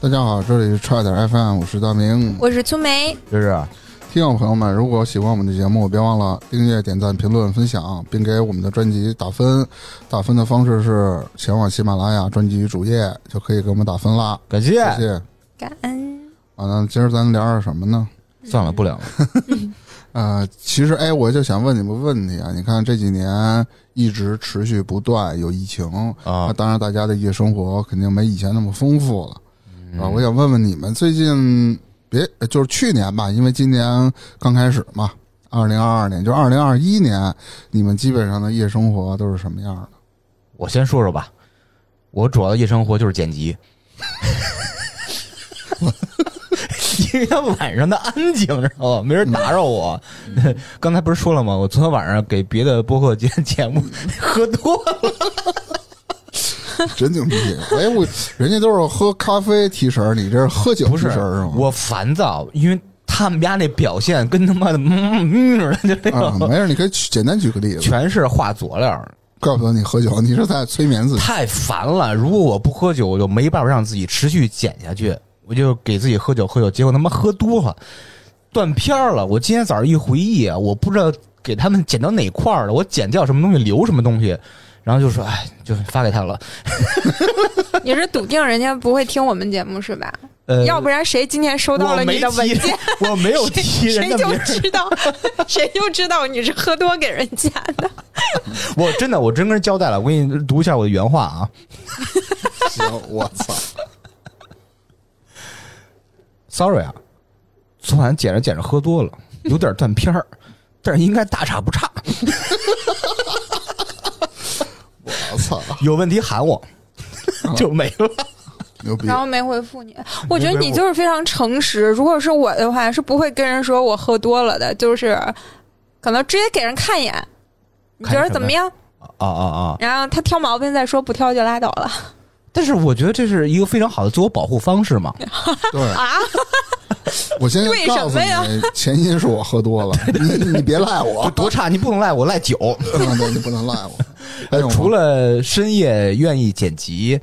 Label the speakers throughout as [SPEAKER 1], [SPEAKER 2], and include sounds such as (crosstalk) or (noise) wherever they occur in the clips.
[SPEAKER 1] 大家好，这里是差点 FM，我是大明。
[SPEAKER 2] 我是秋梅，
[SPEAKER 3] 这是
[SPEAKER 1] 听友朋友们，如果喜欢我们的节目，别忘了订阅、点赞、评论、分享，并给我们的专辑打分。打分的方式是前往喜马拉雅专辑主页就可以给我们打分啦。
[SPEAKER 3] 感谢。
[SPEAKER 1] 谢谢。
[SPEAKER 2] 感恩。
[SPEAKER 1] 啊，那今儿咱聊点什么呢？
[SPEAKER 3] 算了，不聊了。
[SPEAKER 1] 呃，其实哎，我就想问你们问题啊。你看这几年一直持续不断有疫情，那、
[SPEAKER 3] 啊
[SPEAKER 1] 当然大家的夜生活肯定没以前那么丰富了。啊，
[SPEAKER 3] 嗯
[SPEAKER 1] 我想问问你们最近别呃就是去年吧，因为今年刚开始嘛，二零二二年就二零二一年，你们基本上的夜生活都是什么样的？ (laughs)
[SPEAKER 3] 我先说说吧，我主要的夜生活就是剪辑，因为他晚上的安静，知道吗？没人打扰我。刚才不是说了吗？我昨天晚上给别的播客节节目喝多了，
[SPEAKER 1] 真牛逼！哎，我人家都是喝咖啡提神儿，你这是喝酒
[SPEAKER 3] 不
[SPEAKER 1] 提
[SPEAKER 3] 是
[SPEAKER 1] 神儿是吗？
[SPEAKER 3] 我烦躁，因为他们家那表现跟他妈的嗯嗯似的，就那
[SPEAKER 1] 啊，
[SPEAKER 3] 种，
[SPEAKER 1] 没事，你可以举简单举个例子，
[SPEAKER 3] 全是话佐料，
[SPEAKER 1] 告诉我你喝酒，你是在催眠自
[SPEAKER 3] (laughs)
[SPEAKER 1] 己。
[SPEAKER 3] 太烦了。如果我不喝酒，我就没办法让自己持续减下去。我就给自己喝酒喝酒，结果他妈喝多了，断片儿了。我今天早上一回忆啊，我不知道给他们剪到哪块儿了，我剪掉什么东西，留什么东西，然后就说哎，就发给他了。
[SPEAKER 2] 你是笃定人家不会听我们节目是吧？
[SPEAKER 3] 呃，
[SPEAKER 2] 要不然谁今天收到了你的文 (laughs) 件，
[SPEAKER 3] 我没提，我没有提人
[SPEAKER 2] 谁
[SPEAKER 3] 的
[SPEAKER 2] 就
[SPEAKER 3] 名字。
[SPEAKER 2] 知道， (laughs) 谁就知道你是喝多给人家
[SPEAKER 3] (laughs)
[SPEAKER 2] 的。
[SPEAKER 3] 我真的，我真跟人交代了。我给你读一下我的原话啊。
[SPEAKER 1] 行，我操！
[SPEAKER 3] Sorry 啊，昨晚捡着捡着喝多了，有点断片儿，但是应该大差不差。
[SPEAKER 1] 我操，
[SPEAKER 3] 有问题喊我， (laughs) 就没了。
[SPEAKER 1] 牛逼
[SPEAKER 2] 然！后没回复你，我觉得你就是非常诚实。如果是我的话，是不会跟人说我喝多了的，就是可能直接给人看一眼，你觉得怎么样？
[SPEAKER 3] 啊啊啊！
[SPEAKER 2] 然后他挑毛病再说，不挑就拉倒了。
[SPEAKER 3] 但是我觉得这是一个非常好的自我保护方式嘛。
[SPEAKER 1] 对
[SPEAKER 2] 啊，
[SPEAKER 1] (laughs) 我先
[SPEAKER 2] 为
[SPEAKER 1] 告
[SPEAKER 2] 什
[SPEAKER 1] 诉
[SPEAKER 2] 么呀
[SPEAKER 1] 你，前因是我喝多
[SPEAKER 3] (laughs)
[SPEAKER 1] 了，你你别赖我
[SPEAKER 3] 我，多差，你不能赖我，赖酒。
[SPEAKER 1] (laughs) 嗯对你不能赖
[SPEAKER 3] (laughs)
[SPEAKER 1] 我。还有吗
[SPEAKER 3] 哎除了深夜愿意剪辑，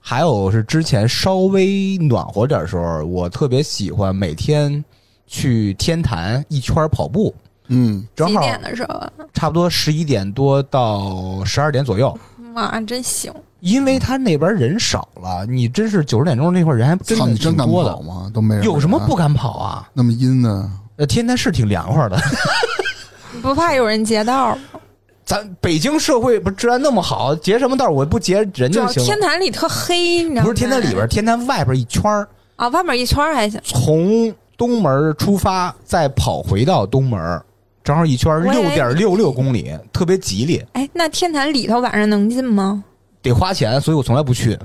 [SPEAKER 3] 还有是之前稍微暖和点的时候，我特别喜欢每天去天坛一圈跑步，
[SPEAKER 1] 嗯，
[SPEAKER 3] 正
[SPEAKER 2] 几
[SPEAKER 3] 好
[SPEAKER 2] 点的时候啊？
[SPEAKER 3] 差不多十一点多到十二点左右。
[SPEAKER 2] 妈，真行！
[SPEAKER 3] 因为他那边人少了，你真是九十点钟那会儿人还真
[SPEAKER 1] 操，
[SPEAKER 3] 的
[SPEAKER 1] 你真
[SPEAKER 3] 挺
[SPEAKER 1] 敢
[SPEAKER 3] 多
[SPEAKER 1] 跑
[SPEAKER 3] 的。
[SPEAKER 1] 吗？都没人
[SPEAKER 3] 有什么
[SPEAKER 1] 啊
[SPEAKER 3] 不敢跑啊？
[SPEAKER 1] 那么阴呢？
[SPEAKER 3] 呃，天坛是挺凉快的，
[SPEAKER 2] 不怕有人劫道吗？
[SPEAKER 3] 咱北京社会不是治安那么好，截什么道儿我不截人
[SPEAKER 2] 主
[SPEAKER 3] 就
[SPEAKER 2] 要
[SPEAKER 3] 行
[SPEAKER 2] 天
[SPEAKER 3] 了。
[SPEAKER 2] 坛里特黑，你知道吗？
[SPEAKER 3] 不是天坛里边儿，天坛外边儿一圈儿，
[SPEAKER 2] 啊，外面一圈儿还行。
[SPEAKER 3] 从东门儿出发，再跑回到东门儿，正好一圈
[SPEAKER 2] 我以为
[SPEAKER 3] 六点六六公里，特别吉利，
[SPEAKER 2] 哎，那天坛里头晚上能进吗？
[SPEAKER 3] 得花钱，所以我从来不去。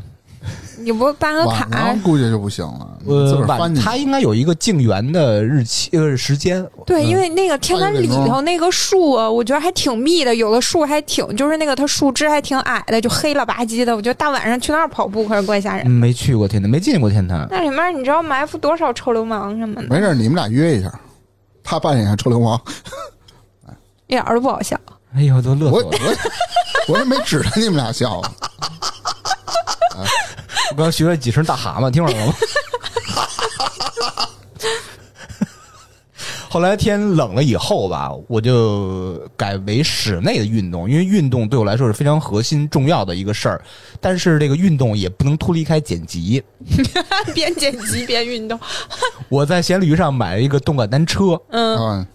[SPEAKER 2] 你不办个
[SPEAKER 1] 晚
[SPEAKER 2] 卡
[SPEAKER 1] 上？估计就不行了，你自
[SPEAKER 3] 呃
[SPEAKER 1] 个，儿
[SPEAKER 3] 晚
[SPEAKER 1] 翻进去
[SPEAKER 3] 它应该有一个进园的日期呃时间。
[SPEAKER 2] 对，
[SPEAKER 3] 嗯
[SPEAKER 2] 因为那个天坛里头那个树啊，我觉得还挺密的，有的树还挺，就是那个它树枝还挺矮的，就黑了吧唧的。我觉得大晚上去那儿跑步可是怪吓人。
[SPEAKER 3] 嗯没去过天坛，没进过天坛。
[SPEAKER 2] 那里面你知道埋伏多少臭流氓什么的，
[SPEAKER 1] 没事，你们俩约一下，他扮演臭流氓，
[SPEAKER 2] 一点儿都不好笑。
[SPEAKER 3] 哎呦，都乐
[SPEAKER 1] 我
[SPEAKER 3] 死
[SPEAKER 1] 我
[SPEAKER 3] 我了！ (laughs)
[SPEAKER 1] 我也没指着你们俩笑，
[SPEAKER 3] 我刚学了几声大蛤蟆，听懂了吗？ (laughs) 后来天冷了以后吧，我就改为室内的运动，因为运动对我来说是非常核心重要的一个事儿。但是这个运动也不能脱离开剪辑。
[SPEAKER 2] (laughs) 边剪辑边运动，
[SPEAKER 3] 我在闲鱼上买了一个动感单车，
[SPEAKER 2] 嗯，
[SPEAKER 1] 啊，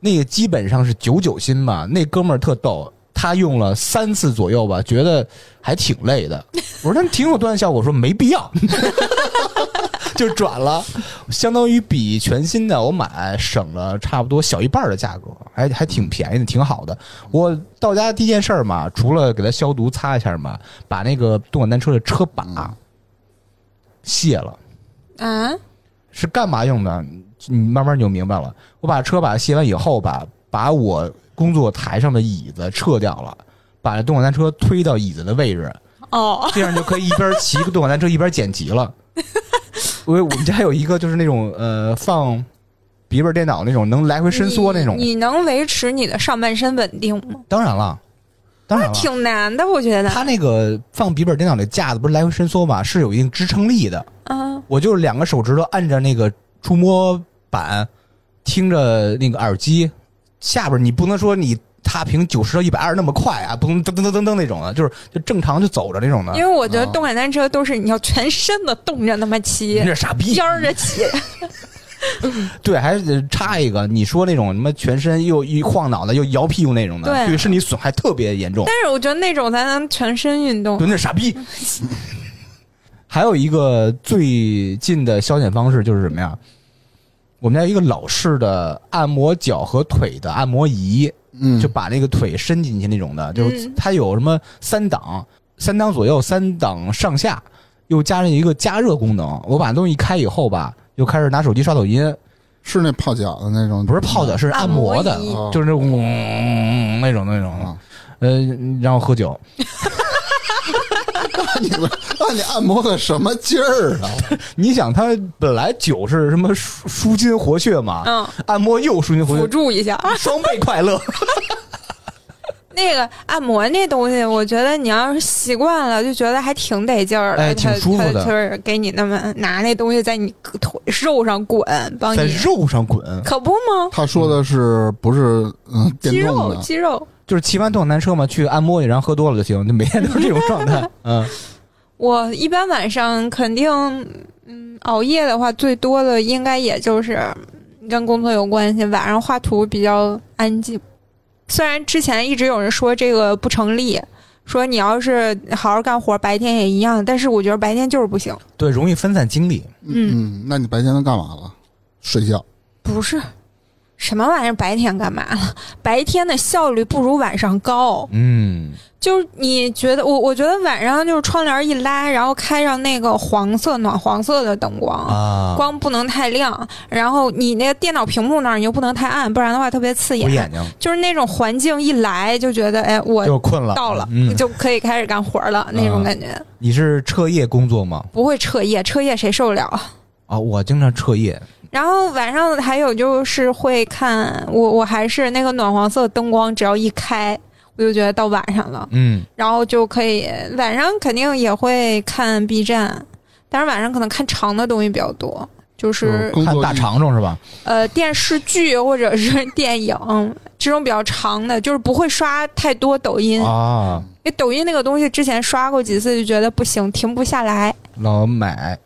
[SPEAKER 3] 那个基本上是九九新吧。那哥们儿特逗，他用了三次左右吧，觉得还挺累的。我说他挺有锻炼效果，我说没必要， (laughs) 就转了，相当于比全新的我买省了差不多小一半儿的价格，还还挺便宜的，挺好的。我到家第一件事儿嘛，除了给它消毒擦一下嘛，把那个动感单车的车把
[SPEAKER 1] 嗯
[SPEAKER 3] 卸了。
[SPEAKER 2] 啊，
[SPEAKER 3] 是干嘛用的？你慢慢你就明白了。我把车把卸完以后吧，把我工作台上的椅子撤掉了，把动感单车推到椅子的位置，
[SPEAKER 2] 哦，
[SPEAKER 3] 这样就可以一边骑个动感单车一边剪辑
[SPEAKER 2] (laughs)
[SPEAKER 3] 了。我我们家有一个就是那种呃放笔记本电脑那种能来回伸缩那种，
[SPEAKER 2] 你你能维持你的上半身稳定吗？
[SPEAKER 3] 当然了，当然了。
[SPEAKER 2] 挺难的，我觉得。
[SPEAKER 3] 它那个放笔记本电脑的架子不是来回伸缩嘛，是有一定支撑力的。
[SPEAKER 2] 啊，
[SPEAKER 3] 我就两个手指头按着那个触摸板，听着那个耳机下边，你不能说你踏平九十到一百二那么快啊，不能噔噔噔噔噔那种的，就是就正常就走着那种的。
[SPEAKER 2] 因为我觉得动感单车都是你要全身的动着那么骑 (laughs)
[SPEAKER 3] 你，这傻逼，
[SPEAKER 2] 颠着
[SPEAKER 3] (laughs)
[SPEAKER 2] 骑，
[SPEAKER 3] 对，还是插一个，你说那种什么全身又一晃脑袋又摇屁股那种的，
[SPEAKER 2] 对
[SPEAKER 3] 对身体损害特别严重。
[SPEAKER 2] 但是我觉得那种才能全身运动。
[SPEAKER 3] 蹲着傻逼。 (laughs) 还有一个最近的消遣方式就是什么呀？我们家有一个老式的按摩脚和腿的按摩仪，
[SPEAKER 1] 嗯，
[SPEAKER 3] 就把那个腿伸进去那种的，就是
[SPEAKER 2] 嗯
[SPEAKER 3] 它有什么三档、三档左右、三档上下，又加上一个加热功能。我把东西一开以后吧，又开始拿手机刷抖音，
[SPEAKER 1] 是那泡脚的那种，
[SPEAKER 3] 不是泡的，是按摩的
[SPEAKER 2] 按，摩仪
[SPEAKER 1] 哦
[SPEAKER 3] 就是那种嗡那种那种
[SPEAKER 1] 啊，
[SPEAKER 3] 呃，然后喝酒，
[SPEAKER 1] 那你们那你按摩个什么劲儿啊？
[SPEAKER 3] 你想，它本来酒是什么舒舒筋活血嘛，
[SPEAKER 2] 嗯，
[SPEAKER 3] 按摩又舒筋活
[SPEAKER 2] 辅
[SPEAKER 3] 血，
[SPEAKER 2] 助一下。
[SPEAKER 3] 双倍快 (laughs) 乐。
[SPEAKER 2] 那个按摩那东西，我觉得你要是习惯了，就觉得还挺得劲儿的，
[SPEAKER 3] 哎
[SPEAKER 2] 它
[SPEAKER 3] 挺舒服的
[SPEAKER 2] 它就是给你那么拿那东西在你腿肉上滚，帮
[SPEAKER 3] 在
[SPEAKER 2] 你，
[SPEAKER 3] 肉上滚，
[SPEAKER 2] 可不吗？
[SPEAKER 1] 他说的是不是嗯
[SPEAKER 2] 肌
[SPEAKER 1] 电动
[SPEAKER 2] 肉，
[SPEAKER 1] 的？
[SPEAKER 2] 肌肉。
[SPEAKER 3] 就是骑完动感单车嘛，去按摩去，然后喝多了就行，就每天都是这种状态。 (laughs) 嗯，
[SPEAKER 2] 我一般晚上肯定，嗯，熬夜的话，最多的应该也就是跟工作有关系。晚上画图比较安静，虽然之前一直有人说这个不成立，说你要是好好干活，白天也一样，但是我觉得白天就是不行。
[SPEAKER 3] 对，容易分散精力。
[SPEAKER 1] 嗯，那你白天都干嘛了？睡觉。
[SPEAKER 2] 不是，什么玩意儿？白天干嘛 (laughs) 了？白天的效率不如晚上高。
[SPEAKER 3] 嗯，
[SPEAKER 2] 就是你觉得我，我觉得晚上就是窗帘一拉，然后开上那个黄色暖黄色的灯光，
[SPEAKER 3] 啊，
[SPEAKER 2] 光不能太亮，然后你那个电脑屏幕那儿你又不能太暗，不然的话特别刺
[SPEAKER 3] 我
[SPEAKER 2] 眼。
[SPEAKER 3] 眼睛
[SPEAKER 2] 就是那种环境一来就觉得，哎，我
[SPEAKER 3] 就困了，
[SPEAKER 2] 到了，
[SPEAKER 3] 嗯，啊
[SPEAKER 2] 就可以开始干活了、那种感觉。
[SPEAKER 3] 你是彻夜工作吗？
[SPEAKER 2] 不会彻夜，彻夜谁受得了啊？
[SPEAKER 3] 啊，我经常彻夜。
[SPEAKER 2] 然后晚上还有就是会看我，我还是那个暖黄色灯光，只要一开，我就觉得到晚上了，
[SPEAKER 3] 嗯，
[SPEAKER 2] 然后就可以晚上肯定也会看 B 站，但是晚上可能看长的东西比较多，就是
[SPEAKER 1] 工
[SPEAKER 3] 看
[SPEAKER 1] 作
[SPEAKER 3] 大
[SPEAKER 1] 一
[SPEAKER 3] 长虫是吧？
[SPEAKER 2] 呃电视剧或者是电影这种比较长的，就是不会刷太多抖音，
[SPEAKER 3] 啊，
[SPEAKER 2] 因为抖音那个东西之前刷过几次就觉得不行，停不下来，
[SPEAKER 3] 老买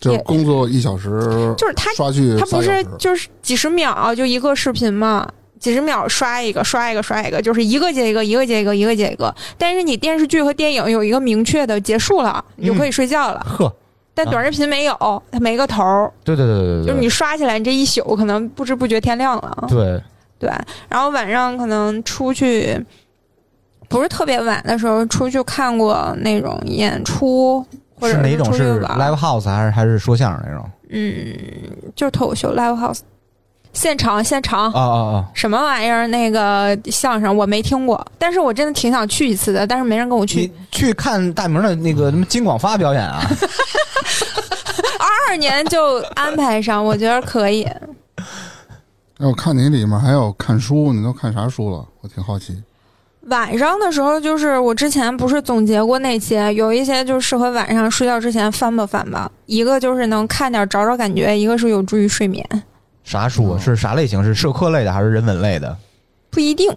[SPEAKER 1] 就是工作一小时，
[SPEAKER 2] 就是它
[SPEAKER 1] 刷剧
[SPEAKER 2] 它
[SPEAKER 1] 仨
[SPEAKER 2] 不
[SPEAKER 1] 小
[SPEAKER 2] 是
[SPEAKER 1] 时。
[SPEAKER 2] 就是几十秒就一个视频嘛，几十秒刷一个，刷一个，刷一个，就是一个接一个，一个接一个，一个接一个。但是你电视剧和电影有一个明确的结束了，你就可以睡觉了。
[SPEAKER 3] 呵，
[SPEAKER 2] 但短视频没有，它没个头儿，
[SPEAKER 3] 对对对对对，
[SPEAKER 2] 就是你刷起来，你这一宿可能不知不觉天亮了。
[SPEAKER 3] 对
[SPEAKER 2] 对，然后晚上可能出去。不是特别晚的时候出去看过那种演出，或者
[SPEAKER 3] 是哪
[SPEAKER 2] 出
[SPEAKER 3] 种
[SPEAKER 2] 去
[SPEAKER 3] 是
[SPEAKER 2] 玩
[SPEAKER 3] live house 还是还是说相声那种？
[SPEAKER 2] 嗯，就是脱口秀 live house，现场现场
[SPEAKER 3] 啊啊啊！
[SPEAKER 2] 什么玩意儿？那个相声我没听过，但是我真的挺想去一次的，但是没人跟我去嗯
[SPEAKER 3] 你。去看大明的那个什么金广发表演
[SPEAKER 2] (laughs)
[SPEAKER 3] 啊？
[SPEAKER 2] 二年就安排上，我觉得可以。
[SPEAKER 1] 哎，我看你里面还有看书，你都看啥书了？我挺好奇。
[SPEAKER 2] 晚上的时候，就是我之前不是总结过那些，有一些就适合晚上睡觉之前翻吧翻吧。一个就是能看点找找感觉，一个是有助于睡眠，
[SPEAKER 3] 啥书
[SPEAKER 2] 嗯
[SPEAKER 3] 啊
[SPEAKER 1] 哦
[SPEAKER 3] 是啥类型？是社科类的还是人文类的？
[SPEAKER 2] 不一定。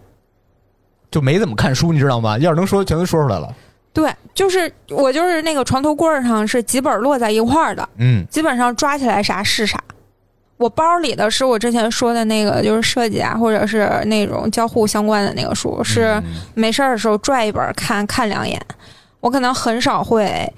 [SPEAKER 3] 就没怎么看书，你知道吗？要是能说，全都说出来了。
[SPEAKER 2] 对，就是我就是那个床头柜儿上是几本摞在一块儿的，
[SPEAKER 3] 嗯，
[SPEAKER 2] 基本上抓起来啥是啥。我包里的是我之前说的那个，就是设计啊，或者是那种交互相关的那个书，是
[SPEAKER 3] 嗯
[SPEAKER 2] 没事儿的时候拽一本看看两眼。我可能很少会，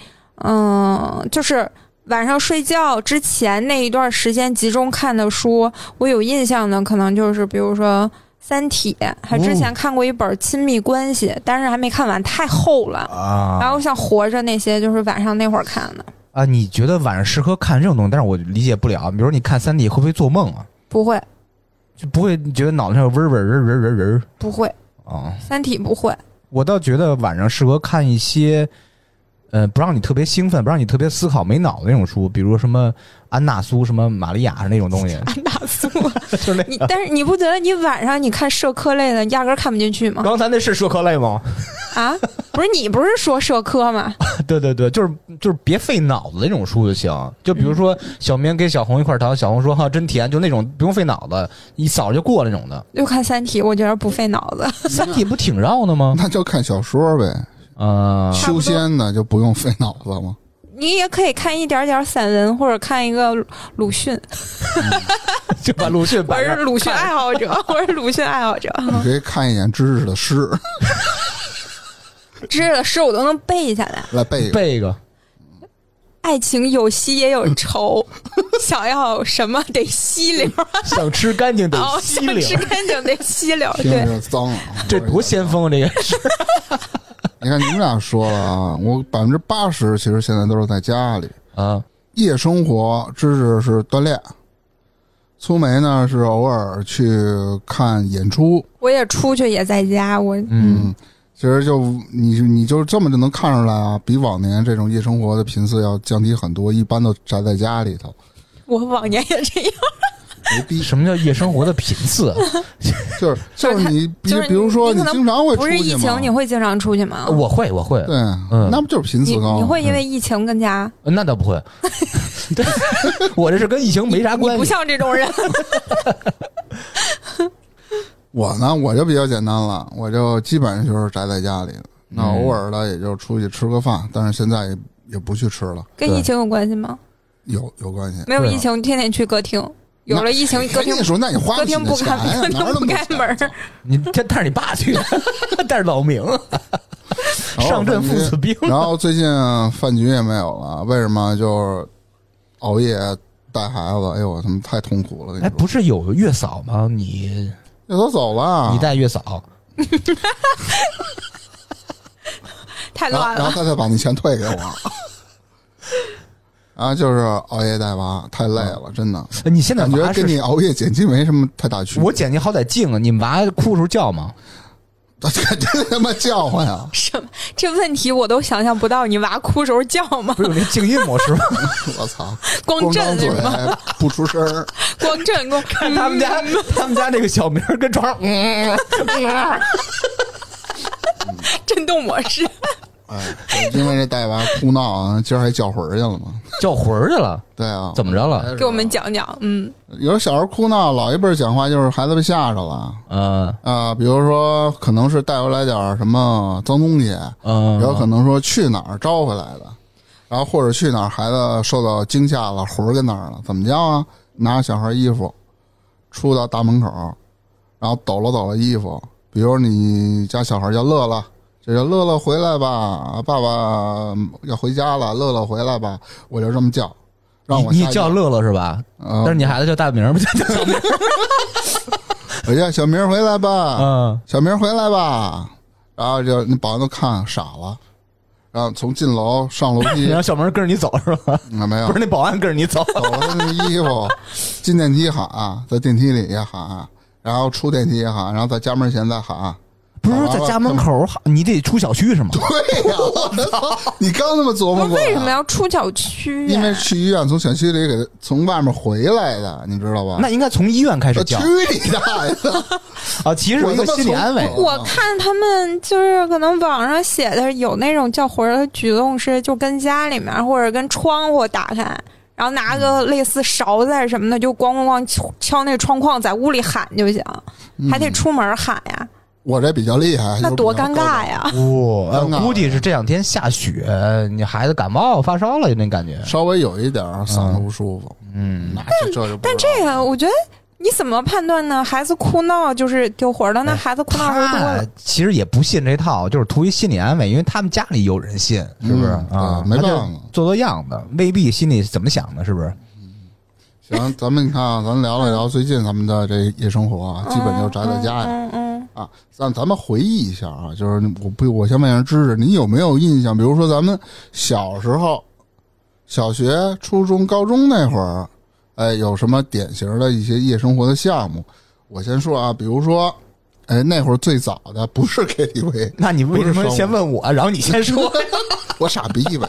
[SPEAKER 2] 嗯，就是晚上睡觉之前那一段时间集中看的书，我有印象的可能就是比如说。《三体》，还之前看过一本《亲密关系》，但是还没看完，太厚了。
[SPEAKER 3] 啊
[SPEAKER 2] 然后像《活着》那些，就是晚上那会儿看的。
[SPEAKER 3] 啊！你觉得晚上适合看这种东西，但是我理解不了。比如你看《三体》，会不会做梦啊？
[SPEAKER 2] 不会，
[SPEAKER 3] 就不会你觉得脑袋上有嗡嗡嗡嗡嗡嗡
[SPEAKER 2] 不会。
[SPEAKER 3] 啊？
[SPEAKER 2] 三体不会，，
[SPEAKER 3] 我倒觉得晚上适合看一些呃，不让你特别兴奋，不让你特别思考、没脑的那种书，比如什么安娜苏、什么玛利亚那种东西
[SPEAKER 2] 安达苏。
[SPEAKER 3] (laughs) 就是那。
[SPEAKER 2] 你 (laughs) 但是你不觉得你晚上你看社科类的压根儿看不进去吗？
[SPEAKER 3] 刚才那是社科类吗？ (laughs)
[SPEAKER 2] 啊，不是你不是说社科吗？
[SPEAKER 3] 对对对，就是就是别费脑子那种书就行。就比如说
[SPEAKER 2] 嗯
[SPEAKER 3] 小明给小红一块糖，小红说哈真甜，就那种不用费脑子，一扫就过那
[SPEAKER 2] (laughs)
[SPEAKER 3] 种的。
[SPEAKER 2] 就看《三体》，我觉得不费脑子。
[SPEAKER 3] 三体不挺绕的吗？
[SPEAKER 1] 那就看小说呗，
[SPEAKER 3] 啊、
[SPEAKER 2] 嗯差不
[SPEAKER 1] 修
[SPEAKER 2] 多
[SPEAKER 1] 仙的就不用费脑子了。
[SPEAKER 2] (laughs) 你也可以看一点点散文，或者看一个鲁迅。
[SPEAKER 3] (laughs) 就把鲁迅
[SPEAKER 2] 我
[SPEAKER 3] 摆
[SPEAKER 2] 是
[SPEAKER 3] 上
[SPEAKER 2] 鲁迅爱好
[SPEAKER 3] (laughs)
[SPEAKER 2] 者，我是鲁迅爱好者。
[SPEAKER 1] 你可以看一眼知识的诗
[SPEAKER 2] 知道的诗我都能背下来。
[SPEAKER 1] 来背一个，
[SPEAKER 3] 背一个。
[SPEAKER 2] 爱情有喜也有
[SPEAKER 3] (laughs)
[SPEAKER 2] 愁，想要什么得吸溜，
[SPEAKER 3] 想吃干净
[SPEAKER 2] (laughs) 然后
[SPEAKER 3] 得吸
[SPEAKER 2] 哦想
[SPEAKER 3] 溜
[SPEAKER 2] 吃，干净得吸溜。
[SPEAKER 1] 听着
[SPEAKER 2] 对，
[SPEAKER 1] 就脏了。
[SPEAKER 3] 这多先锋啊！这个是
[SPEAKER 1] 你看你们俩说了啊，我百分之八十其实现在都是在家里，
[SPEAKER 3] (laughs) 啊，
[SPEAKER 1] 夜生活知识是锻炼。粗梅呢是偶尔去看演出，
[SPEAKER 2] 我也出去也在家，我
[SPEAKER 3] 嗯，
[SPEAKER 1] 其实就你你就这么就能看出来啊，比往年这种夜生活的频次要降低很多，一般都宅在家里头，
[SPEAKER 2] 我往年也这样。
[SPEAKER 1] 没 (laughs) 逼，
[SPEAKER 3] 什么叫夜生活的频次？啊
[SPEAKER 1] 就是就是你，比
[SPEAKER 2] 就是你
[SPEAKER 1] 比如说
[SPEAKER 2] 你可能
[SPEAKER 1] 经常会出
[SPEAKER 2] 不
[SPEAKER 1] 去
[SPEAKER 2] 是
[SPEAKER 1] 嘛，
[SPEAKER 2] 疫情，你会经常出去吗？
[SPEAKER 3] 我会，我会，
[SPEAKER 1] 对，
[SPEAKER 3] 嗯
[SPEAKER 1] 那不就是频
[SPEAKER 2] 你
[SPEAKER 1] 次高？
[SPEAKER 2] 你会因为疫情跟家？
[SPEAKER 3] 那倒不 (laughs) 会。对，我这是跟疫情没啥
[SPEAKER 2] 你
[SPEAKER 3] 关
[SPEAKER 2] 不
[SPEAKER 3] 系。
[SPEAKER 2] 像这种人。
[SPEAKER 1] 我呢，我就比较简单了，我就基本上就是宅在家里了，那
[SPEAKER 3] 嗯
[SPEAKER 1] 偶尔的也就出去吃个饭，但是现在也也不去吃了，
[SPEAKER 2] 跟疫情有关系吗？
[SPEAKER 1] 有有关系。
[SPEAKER 2] 没有
[SPEAKER 3] 对啊
[SPEAKER 2] 疫情，天天去歌厅。有了疫情，歌厅
[SPEAKER 1] 那时候那你
[SPEAKER 2] (laughs)
[SPEAKER 1] 花
[SPEAKER 2] 歌
[SPEAKER 1] 起
[SPEAKER 2] 厅
[SPEAKER 1] 那
[SPEAKER 2] 不
[SPEAKER 1] 钱
[SPEAKER 2] 开，
[SPEAKER 1] 呀哪
[SPEAKER 2] 歌，
[SPEAKER 1] 儿
[SPEAKER 2] 厅
[SPEAKER 1] 那么
[SPEAKER 2] 不
[SPEAKER 1] 多
[SPEAKER 2] 开
[SPEAKER 1] 钱啊
[SPEAKER 2] 门儿。
[SPEAKER 3] 你这，但是你爸 (laughs) 去，但是老明上阵父子兵。
[SPEAKER 1] 哦 (laughs) 然后最近饭局也没有了，为什么？就是熬夜带孩子，哎呦我他妈太痛苦了。跟你
[SPEAKER 3] 哎，
[SPEAKER 1] 说
[SPEAKER 3] 不是有月嫂吗？你
[SPEAKER 1] 那都走了，
[SPEAKER 3] 你带月嫂，
[SPEAKER 2] 太
[SPEAKER 1] 然后
[SPEAKER 2] 乱
[SPEAKER 1] 然后
[SPEAKER 2] 了。
[SPEAKER 1] 他再把你钱退给我。 (laughs) 啊，就是熬夜带娃太累了，真的，
[SPEAKER 3] 哎你现在
[SPEAKER 1] 感觉
[SPEAKER 3] 娃
[SPEAKER 1] 跟
[SPEAKER 3] 是？
[SPEAKER 1] 你熬夜剪辑没什么太大 (laughs) 区别。
[SPEAKER 3] 我姐你好歹静啊，你们娃哭的时候叫吗？
[SPEAKER 1] 肯定他妈叫唤啊呀！
[SPEAKER 2] 什么？这问题我都想象不到，你娃哭时候叫吗？
[SPEAKER 3] 不是有那静音模式 (laughs) 吗？
[SPEAKER 1] 我操，
[SPEAKER 2] 光
[SPEAKER 1] 光张
[SPEAKER 2] 震
[SPEAKER 1] 嘴啊
[SPEAKER 2] 是吗？
[SPEAKER 1] 不出声儿，
[SPEAKER 2] 光
[SPEAKER 1] (laughs)
[SPEAKER 2] 震光。嗯看
[SPEAKER 3] 他们家他们家那个小明儿跟床上，嗯，
[SPEAKER 2] 震动模式，
[SPEAKER 1] 哎， (laughs) 因为这带娃哭闹啊，今儿还叫魂儿去了嘛。
[SPEAKER 3] 叫魂儿去了，
[SPEAKER 1] 对啊，
[SPEAKER 3] 怎么着了？
[SPEAKER 2] 给我们讲讲。嗯，
[SPEAKER 1] 有时候小时候哭闹，老一辈儿讲话就是孩子被吓着了
[SPEAKER 3] 嗯
[SPEAKER 1] 啊、比如说可能是带回来点儿什么脏东西，
[SPEAKER 3] 嗯，
[SPEAKER 1] 也有可能说去哪儿招回来的，然后或者去哪儿孩子受到惊吓了，魂儿跟那儿了，怎么叫啊？拿着小孩衣服，出到大门口，然后抖了抖了衣服，比如你家小孩叫乐乐，这叫乐乐回来吧，爸爸要回家了，乐乐回来吧，我就这么叫，让我
[SPEAKER 3] 你
[SPEAKER 1] 吓
[SPEAKER 3] 你
[SPEAKER 1] 一
[SPEAKER 3] 叫
[SPEAKER 1] 跳，
[SPEAKER 3] 乐乐是吧？
[SPEAKER 1] 嗯
[SPEAKER 3] 但是你孩子叫大名儿不叫小名儿？
[SPEAKER 1] 我叫小明儿回来吧，
[SPEAKER 3] 嗯，
[SPEAKER 1] 小明回来吧，然后就那保安都看傻了，然后从进楼上楼梯
[SPEAKER 3] (laughs) 你，让小明儿跟着你走是吧？
[SPEAKER 1] 嗯啊没有
[SPEAKER 3] (laughs) 不，是那保安跟着你走，
[SPEAKER 1] 抖了他那衣服，进电梯喊、在电梯里也喊，然后出电梯也喊，然后在家门前再啊喊。
[SPEAKER 3] 不是在家门口喊，你得出小区是吗？
[SPEAKER 1] 对呀、啊我操！你刚那么琢磨过、
[SPEAKER 2] 为什么？要出小
[SPEAKER 1] (laughs)
[SPEAKER 2] 区
[SPEAKER 1] 啊因为
[SPEAKER 2] 呀？
[SPEAKER 1] 去医院从小区里给他从外面回来的，你知道吧？
[SPEAKER 3] 那应该从医院开始
[SPEAKER 1] 我
[SPEAKER 3] 叫
[SPEAKER 1] 去你大爷 (laughs) 的！
[SPEAKER 3] 啊，其实有一个心理安慰
[SPEAKER 1] 我他妈。从
[SPEAKER 2] 我看他们就是可能网上写的有那种叫魂儿的举动是，就跟家里面或者跟窗户打开，然后拿
[SPEAKER 1] 嗯
[SPEAKER 2] 个类似勺子啊什么的，就咣咣咣敲敲那窗框，在屋里喊就行，
[SPEAKER 1] 嗯
[SPEAKER 2] 还得出门喊呀，
[SPEAKER 1] 我这比较厉害，
[SPEAKER 2] 那多
[SPEAKER 1] 就是
[SPEAKER 2] 尴
[SPEAKER 1] 比较高
[SPEAKER 2] 尬
[SPEAKER 1] 的！
[SPEAKER 2] 呀！
[SPEAKER 3] 哇、
[SPEAKER 1] 尴尬了
[SPEAKER 3] 哦呃估计是这两天下雪，你孩子感冒发烧了，那感觉。
[SPEAKER 1] 稍微有一点儿嗓子不舒服，
[SPEAKER 3] 嗯，
[SPEAKER 1] 那这这就不
[SPEAKER 2] 但
[SPEAKER 1] 知道
[SPEAKER 2] 这个我觉得你怎么判断呢？孩子哭闹就是丢魂儿了，那孩子哭闹是多
[SPEAKER 3] 哎他
[SPEAKER 2] 了，
[SPEAKER 3] 其实也不信这套，就是图一心理安慰，因为他们家里有人信，是不是、
[SPEAKER 1] 嗯
[SPEAKER 3] 啊？
[SPEAKER 1] 对没
[SPEAKER 3] 他就
[SPEAKER 1] 办法
[SPEAKER 3] 做做样子，未必心里怎么想的，是不是？
[SPEAKER 1] 行，咱们你看啊，咱聊了聊最近咱们的这夜生活啊，基本就宅在家呀。
[SPEAKER 2] 嗯嗯嗯，
[SPEAKER 1] 啊，让咱们回忆一下啊，就是我不，我先问一下知识，你有没有印象？比如说咱们小时候，小学、初中、高中那会儿，哎，有什么典型的一些夜生活的项目？我先说啊，比如说，哎，那会儿最早的不是 (laughs) KTV，
[SPEAKER 3] (laughs) 那你为什
[SPEAKER 1] 不是
[SPEAKER 3] 么
[SPEAKER 1] 生物
[SPEAKER 3] 先问我，然后你先说？
[SPEAKER 1] 多傻逼呗！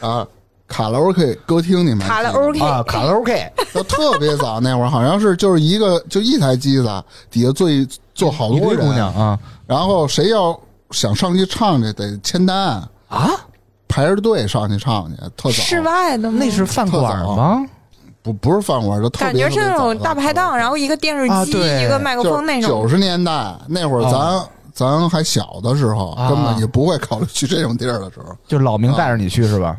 [SPEAKER 1] 啊，卡拉 OK 歌厅你们
[SPEAKER 2] 卡拉
[SPEAKER 1] 还记得吗
[SPEAKER 2] OK
[SPEAKER 3] (laughs) 啊，卡拉 (laughs) OK，
[SPEAKER 1] 就特别早那会儿，好像是就是一个就一台机子，啊底下坐一坐好
[SPEAKER 3] 一
[SPEAKER 1] 多
[SPEAKER 3] 堆
[SPEAKER 1] 人
[SPEAKER 3] 姑娘啊
[SPEAKER 1] 然后谁要想上去唱去得签单，
[SPEAKER 3] 啊，
[SPEAKER 1] 排着队上去唱去，特早。
[SPEAKER 2] 室外的吗？
[SPEAKER 3] 那是饭馆吗？
[SPEAKER 1] 不不是饭馆，就特
[SPEAKER 2] 感
[SPEAKER 1] 别
[SPEAKER 2] 觉是那种大排档，然后一个电视
[SPEAKER 3] 嗯啊
[SPEAKER 2] 机、
[SPEAKER 3] 对
[SPEAKER 2] 一个麦克风那种
[SPEAKER 1] 九。十年代那会儿咱、咱还小的时候，
[SPEAKER 3] 啊
[SPEAKER 1] 根本就不会考虑去这种地儿的时候。
[SPEAKER 3] 就老明带着你去是吧？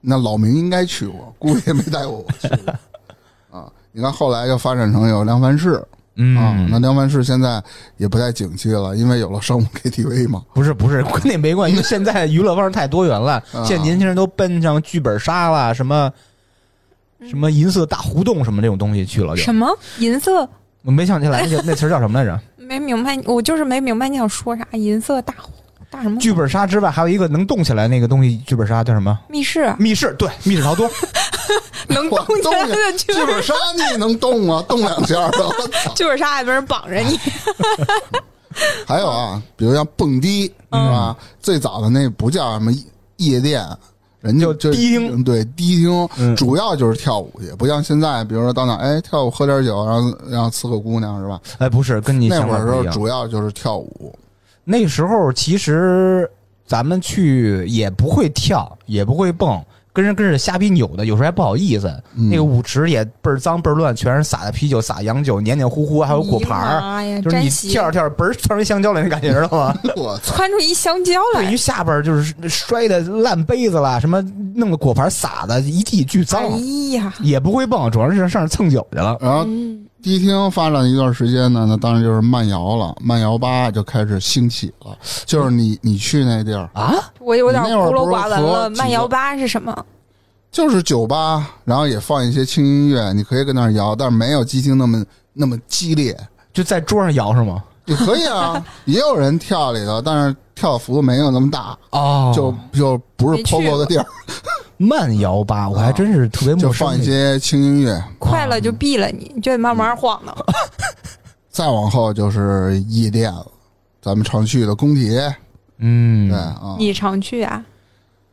[SPEAKER 1] 那老明应该去过，估计也没带过我去过。
[SPEAKER 3] (laughs)
[SPEAKER 1] 啊，你看后来就发展成有量贩式啊，
[SPEAKER 3] 嗯，
[SPEAKER 1] 那量贩式现在也不太景气了，因为有了商务 KTV
[SPEAKER 2] (laughs)
[SPEAKER 1] 嘛。
[SPEAKER 3] 不是不是， (laughs) 跟那没关系。因为现在娱乐方式太多元了，
[SPEAKER 1] 啊
[SPEAKER 3] 现在年轻人都奔上剧本杀啦，什么什么银色大胡同什么这种东西去了就，
[SPEAKER 2] 什么银色？
[SPEAKER 3] 我没想起来那个那词儿叫什么来着。
[SPEAKER 2] 没明白，我就是没明白你想说啥。银色大大什么
[SPEAKER 3] 剧本杀之外，还有一个能动起来那个东西，剧本杀叫什么？
[SPEAKER 2] 密
[SPEAKER 3] (laughs)
[SPEAKER 2] 室？
[SPEAKER 3] 密室，对，密室逃脱。 (laughs)
[SPEAKER 2] 能
[SPEAKER 1] 我
[SPEAKER 2] 动起来
[SPEAKER 1] 动
[SPEAKER 2] 的剧
[SPEAKER 1] 剧本杀你也能动啊，动两下啊！我操
[SPEAKER 2] 剧本杀还被人绑着你。
[SPEAKER 1] 还有
[SPEAKER 3] 哦
[SPEAKER 1] 啊，比如像蹦迪是
[SPEAKER 3] 嗯
[SPEAKER 1] 吧？最早的那不叫什么夜店，人家
[SPEAKER 3] 就
[SPEAKER 1] 就
[SPEAKER 3] 迪厅，
[SPEAKER 1] 对迪厅、
[SPEAKER 3] 嗯
[SPEAKER 1] 主要就是跳舞去，不像现在，比如说到那哎跳舞喝点酒，然后然后伺个姑娘是吧？
[SPEAKER 3] 哎，不是，跟你
[SPEAKER 1] 那
[SPEAKER 3] 想
[SPEAKER 1] 会
[SPEAKER 3] 法
[SPEAKER 1] 儿
[SPEAKER 3] 不一
[SPEAKER 1] 时候
[SPEAKER 3] 样。
[SPEAKER 1] 主要就是跳舞，
[SPEAKER 3] 那时候其实咱们去也不会跳，也不会蹦，跟人跟着瞎逼扭的，有时候还不好意思。
[SPEAKER 1] 嗯
[SPEAKER 3] 那个舞池也倍儿脏倍儿乱，全是洒的啤酒、洒洋酒，黏黏糊糊，还有果盘
[SPEAKER 2] 哎呀
[SPEAKER 3] 儿。
[SPEAKER 2] 妈呀，
[SPEAKER 3] 就是你
[SPEAKER 2] 真香！
[SPEAKER 3] 跳着跳着，嘣儿窜出一香蕉来，那感觉知道
[SPEAKER 2] (laughs)
[SPEAKER 3] 吗？
[SPEAKER 1] 我操！
[SPEAKER 2] 窜出一香蕉
[SPEAKER 3] 对
[SPEAKER 2] 来
[SPEAKER 3] 于，下边儿就是摔的烂杯子啦，什么弄的果盘撒的一地，巨脏
[SPEAKER 2] 哎，呀，
[SPEAKER 3] 也不会蹦，主要是上上蹭酒去了。
[SPEAKER 1] 然后
[SPEAKER 2] 嗯，
[SPEAKER 1] 迪厅发展一段时间呢，那当然就是慢摇了，慢摇吧就开始兴起了，就是你你去那地儿，
[SPEAKER 3] 啊，
[SPEAKER 2] 我有点
[SPEAKER 1] 你那会儿
[SPEAKER 2] 孤陋
[SPEAKER 1] 不是
[SPEAKER 2] 寡闻
[SPEAKER 1] 和
[SPEAKER 2] 了。
[SPEAKER 1] 几
[SPEAKER 2] 慢
[SPEAKER 1] 个啊
[SPEAKER 2] 摇吧是什么？
[SPEAKER 1] 就是酒吧，然后也放一些轻音乐，你可以跟那儿摇，但是没有迪厅那么那么激烈。
[SPEAKER 3] 就在桌上摇是吗？
[SPEAKER 1] 也可以
[SPEAKER 2] (laughs)
[SPEAKER 1] 啊，也有人跳里头，但是跳的幅度没有那么大，
[SPEAKER 3] 哦
[SPEAKER 1] 就就不是
[SPEAKER 2] 没去过
[SPEAKER 1] POGO 的地儿，
[SPEAKER 3] 慢摇吧，我还真是特别
[SPEAKER 1] 就
[SPEAKER 3] 陌生。
[SPEAKER 1] 放一些轻音乐。
[SPEAKER 2] 快了就毙了你，你就得慢慢晃呢。
[SPEAKER 1] 哦再往后就是夜店了，咱们常去的工体，对
[SPEAKER 3] 嗯，
[SPEAKER 1] 啊，
[SPEAKER 2] (laughs) 你常去啊？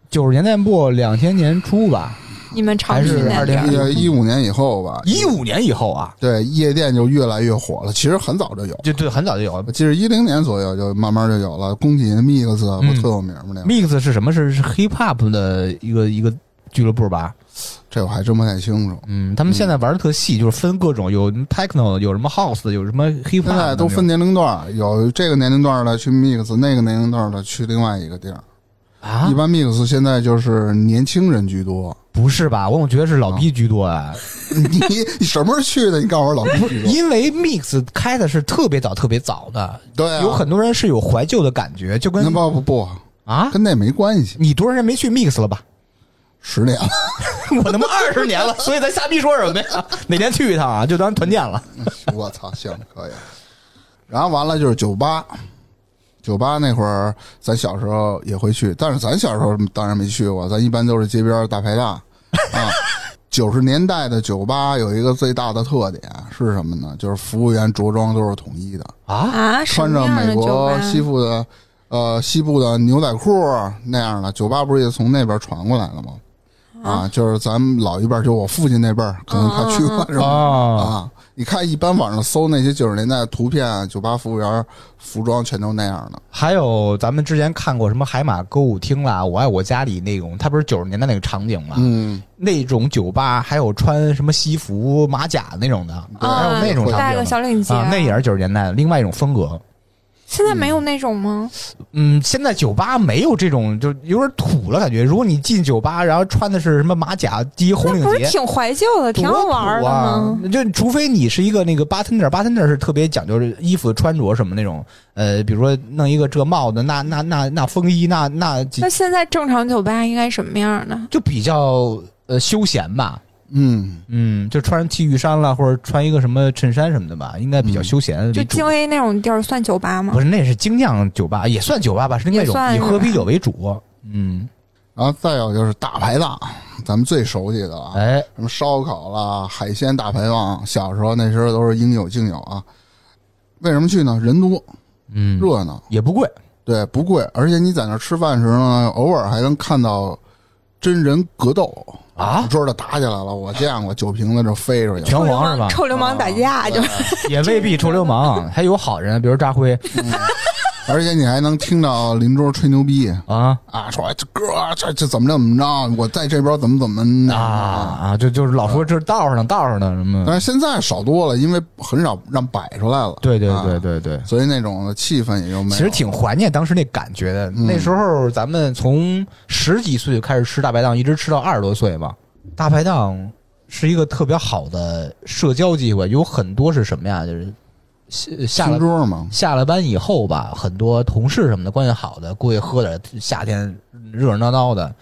[SPEAKER 3] 九十年代末两千年初吧，
[SPEAKER 2] 你们常去
[SPEAKER 3] 还是
[SPEAKER 2] 那
[SPEAKER 3] 二
[SPEAKER 2] 地
[SPEAKER 3] 零
[SPEAKER 2] 儿？
[SPEAKER 1] 一五年以后吧，
[SPEAKER 3] 一五年以后啊，
[SPEAKER 1] 对夜店就越来越火了。其实很早就有，
[SPEAKER 3] 就对，很早就有了
[SPEAKER 1] 我。记得一零年左右就慢慢就有了。工体 Mix 不特有名吗？那会儿
[SPEAKER 3] Mix 是什么？是是 Hip Hop 的一个一个俱乐部吧？
[SPEAKER 1] 这我还真不太清楚。
[SPEAKER 3] 嗯，他们现在玩的特细，就是分各种，有 Techno，有什么 House，的有什么
[SPEAKER 1] 现
[SPEAKER 3] Hip Hop，
[SPEAKER 1] 在
[SPEAKER 3] 的
[SPEAKER 1] 都分年龄段儿，有这个年龄段儿的去 Mix，那个年龄段儿的去另外一个地儿。
[SPEAKER 3] 啊
[SPEAKER 1] 一？般 mix 现在就是年轻人居
[SPEAKER 3] (laughs)
[SPEAKER 1] 多。
[SPEAKER 3] 不是吧？我总觉得是老逼居多啊，
[SPEAKER 1] 你你什么时候去的？你告诉我老
[SPEAKER 3] (laughs)
[SPEAKER 1] 逼居多。
[SPEAKER 3] 因为 Mix 开的是特别早、特别早的，
[SPEAKER 1] 对啊，
[SPEAKER 3] 有很多人是有怀旧的感觉，就
[SPEAKER 1] 那
[SPEAKER 3] 跟
[SPEAKER 1] 不不不，
[SPEAKER 3] 啊，
[SPEAKER 1] 跟那没关系。
[SPEAKER 3] 你多少年没去 Mix 了吧？ (laughs)
[SPEAKER 1] 十年了，
[SPEAKER 3] 我他妈二十年了，所以咱瞎逼说什么呀？哪天去一趟啊，就当团建了。
[SPEAKER 1] 我操，行可以。然后完了就是酒吧，酒吧那会儿咱小时候也会去，但是咱小时候当然没去过，咱一般都是街边儿大排档
[SPEAKER 3] (laughs)
[SPEAKER 1] 啊。九十年代的酒吧有一个最大的特点是什么呢？就是服务员着装都是统一的，
[SPEAKER 3] 啊，
[SPEAKER 2] 啊，什
[SPEAKER 1] 穿着
[SPEAKER 2] 么样
[SPEAKER 1] 美
[SPEAKER 2] 的酒
[SPEAKER 1] 国
[SPEAKER 2] 吧？
[SPEAKER 1] 西部的呃西部的牛仔裤那样的，酒吧不是也从那边传过来了吗？啊，就是咱们老一辈儿，就我父亲那辈儿，可能他去过是吧？
[SPEAKER 3] 哦，
[SPEAKER 1] 啊，你看一般网上搜那些九十年代的图片，酒吧服务员服装全都那样的。
[SPEAKER 3] 还有咱们之前看过什么海马歌舞厅啦，《我爱我家》里那种，它不是九十年代那个场景吗？
[SPEAKER 1] 嗯，
[SPEAKER 3] 那种酒吧还有穿什么西服、马甲那种的，
[SPEAKER 1] 对
[SPEAKER 3] 还有那种
[SPEAKER 2] 嗯戴
[SPEAKER 3] 场
[SPEAKER 2] 个
[SPEAKER 3] 景
[SPEAKER 2] 小领结
[SPEAKER 3] 啊的嗯啊，那也是九十年代的另外一种风格。
[SPEAKER 2] 现在没有那种吗？
[SPEAKER 3] 嗯，现在酒吧没有这种，就有点土了感觉。如果你进酒吧，然后穿的是什么马甲、系红领
[SPEAKER 2] 不是
[SPEAKER 3] 结，
[SPEAKER 2] 挺怀旧的，挺好玩儿的吗？
[SPEAKER 3] 多土啊？就除非你是一个那个 bartender，bartender 是特别讲究衣服穿着什么那种，呃，比如说弄一个这帽子，那那那那风衣，那那几
[SPEAKER 2] 那现在正常酒吧应该什么样呢？
[SPEAKER 3] 就比较呃休闲吧，
[SPEAKER 1] 嗯，
[SPEAKER 3] 嗯，就穿上 T 恤衫啦，或者穿一个什么衬衫什么的吧，应该比较休闲为
[SPEAKER 2] 嗯
[SPEAKER 3] 主。
[SPEAKER 2] 就京 A 那种地儿算酒吧吗
[SPEAKER 3] 不？是，那是精酿酒吧，也算酒吧吧，是另外
[SPEAKER 2] 也
[SPEAKER 3] 一种
[SPEAKER 2] 算
[SPEAKER 3] 以
[SPEAKER 2] 是吧
[SPEAKER 3] 喝啤酒为主。嗯，
[SPEAKER 1] 然后再有就是大排档，咱们最熟悉的了啊，
[SPEAKER 3] 哎，
[SPEAKER 1] 什么烧烤啦、海鲜大排档，小时候那时候都是应有尽有啊。为什么去呢？人多
[SPEAKER 3] 嗯，
[SPEAKER 1] 热闹，
[SPEAKER 3] 也不贵，
[SPEAKER 1] 对，不贵，而且你在那儿吃饭时呢，偶尔还能看到真人格斗
[SPEAKER 3] 啊
[SPEAKER 1] 我知道打起来了，我见过酒瓶子这飞出去了，
[SPEAKER 3] 拳
[SPEAKER 2] 臭流
[SPEAKER 3] 皇是
[SPEAKER 2] 氓
[SPEAKER 3] 吧？啊
[SPEAKER 2] 臭流氓打架就是
[SPEAKER 3] 也未必臭
[SPEAKER 2] (laughs)
[SPEAKER 3] 流氓，还有好人，比如扎辉
[SPEAKER 1] 而且你还能听到邻桌吹牛逼
[SPEAKER 3] 啊
[SPEAKER 1] 啊，说哎这哥这这怎么着怎么着，我在这边怎么怎么
[SPEAKER 3] 啊啊！就就是老说这是道上的道上的什么？
[SPEAKER 1] 但是现在少多了，因为很少让摆出来了，
[SPEAKER 3] 对对
[SPEAKER 1] 啊
[SPEAKER 3] 对对对，
[SPEAKER 1] 所以那种的气氛也就没有。
[SPEAKER 3] 其实挺怀念当时那感觉的。那时候咱们从十几岁就开始吃大排档，一直吃到二十多岁嘛。大排档是一个特别好的社交机会，有很多是什么呀？就是下下
[SPEAKER 1] 拼
[SPEAKER 3] 了
[SPEAKER 1] 桌嘛，
[SPEAKER 3] 下了班以后吧，很多同事什么的关系好的，过去喝点，夏天热热闹闹的。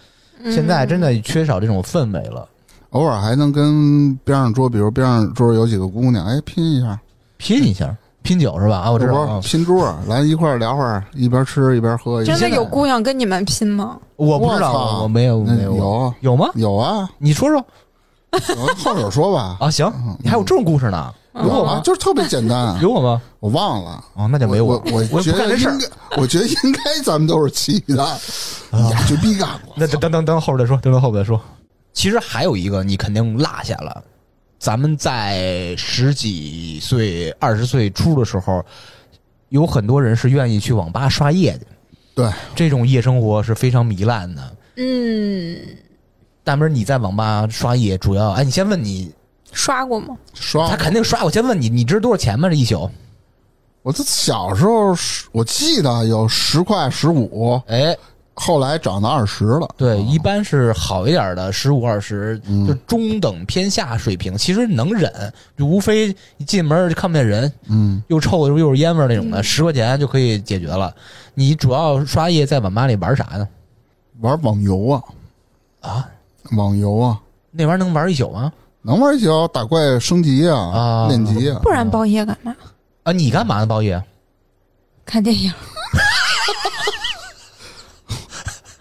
[SPEAKER 3] 现在真的缺少这种氛围了，
[SPEAKER 1] 偶尔还能跟边上桌，比如边上桌有几个姑娘，哎，拼一下，
[SPEAKER 3] 拼一下，拼酒是吧？啊，我知
[SPEAKER 1] 这
[SPEAKER 3] 道
[SPEAKER 1] 不
[SPEAKER 3] 啊
[SPEAKER 1] 是拼桌，咱一块儿聊会儿，一边吃一边喝。
[SPEAKER 2] 真的
[SPEAKER 1] 现在
[SPEAKER 2] 有姑娘跟你们拼吗？
[SPEAKER 3] 我不知
[SPEAKER 1] 我
[SPEAKER 3] 道，
[SPEAKER 1] 操
[SPEAKER 3] 我没有
[SPEAKER 1] 那
[SPEAKER 3] 没有
[SPEAKER 1] 有
[SPEAKER 3] 有吗？
[SPEAKER 1] 有啊，
[SPEAKER 3] 你说说
[SPEAKER 1] 有后手说
[SPEAKER 2] (laughs)
[SPEAKER 1] 吧，
[SPEAKER 3] 啊，行，你还有这种故事呢？有
[SPEAKER 1] 有
[SPEAKER 3] 我
[SPEAKER 1] 啊
[SPEAKER 3] 吗，？
[SPEAKER 1] 就是特别简
[SPEAKER 2] (laughs)
[SPEAKER 1] 单，
[SPEAKER 3] 有我吗？
[SPEAKER 1] 我忘了。
[SPEAKER 3] 哦，那就没
[SPEAKER 1] 我
[SPEAKER 3] 我，
[SPEAKER 1] 我
[SPEAKER 3] 我也
[SPEAKER 1] 觉
[SPEAKER 3] 不干
[SPEAKER 1] 得
[SPEAKER 3] 这
[SPEAKER 1] 应
[SPEAKER 3] 事儿。啊
[SPEAKER 1] 该，我觉得应该咱们都是起的，你呀就逼干过。
[SPEAKER 3] 那等等等等后边再说，等等后边再说。其实还有一个你肯定落下了，咱们在十几岁、二十岁初的时候，有很多人是愿意去网吧刷夜的，
[SPEAKER 1] 对，
[SPEAKER 3] 这种夜生活是非常糜烂的。
[SPEAKER 2] 嗯，
[SPEAKER 3] 大明儿，你在网吧刷夜，主要哎，你先问你，
[SPEAKER 2] 刷过吗？
[SPEAKER 1] 刷
[SPEAKER 3] 他肯定刷。我先问你，你知道多少钱吗？这一宿？
[SPEAKER 1] 我这小时候是，我记得有十块、十五，
[SPEAKER 3] 哎，
[SPEAKER 1] 后来涨到二十了。
[SPEAKER 3] 对，一般是好一点的十五二十，就中等偏下水平，其实能忍，就无非一进门就看不见人，
[SPEAKER 1] 嗯，
[SPEAKER 3] 又臭又是烟味儿那种
[SPEAKER 2] 嗯
[SPEAKER 3] 的，十、块钱就可以解决了。你主要刷夜在网吧里玩啥呢？
[SPEAKER 1] 玩网游啊，
[SPEAKER 3] 啊，
[SPEAKER 1] 网游啊，
[SPEAKER 3] 那玩意儿能玩一宿吗？
[SPEAKER 1] 能玩一宿，打怪升级
[SPEAKER 3] 啊
[SPEAKER 1] 啊，练级啊
[SPEAKER 2] 不。然包夜干嘛？
[SPEAKER 3] 啊，你干嘛呢，包夜？
[SPEAKER 2] 看电影。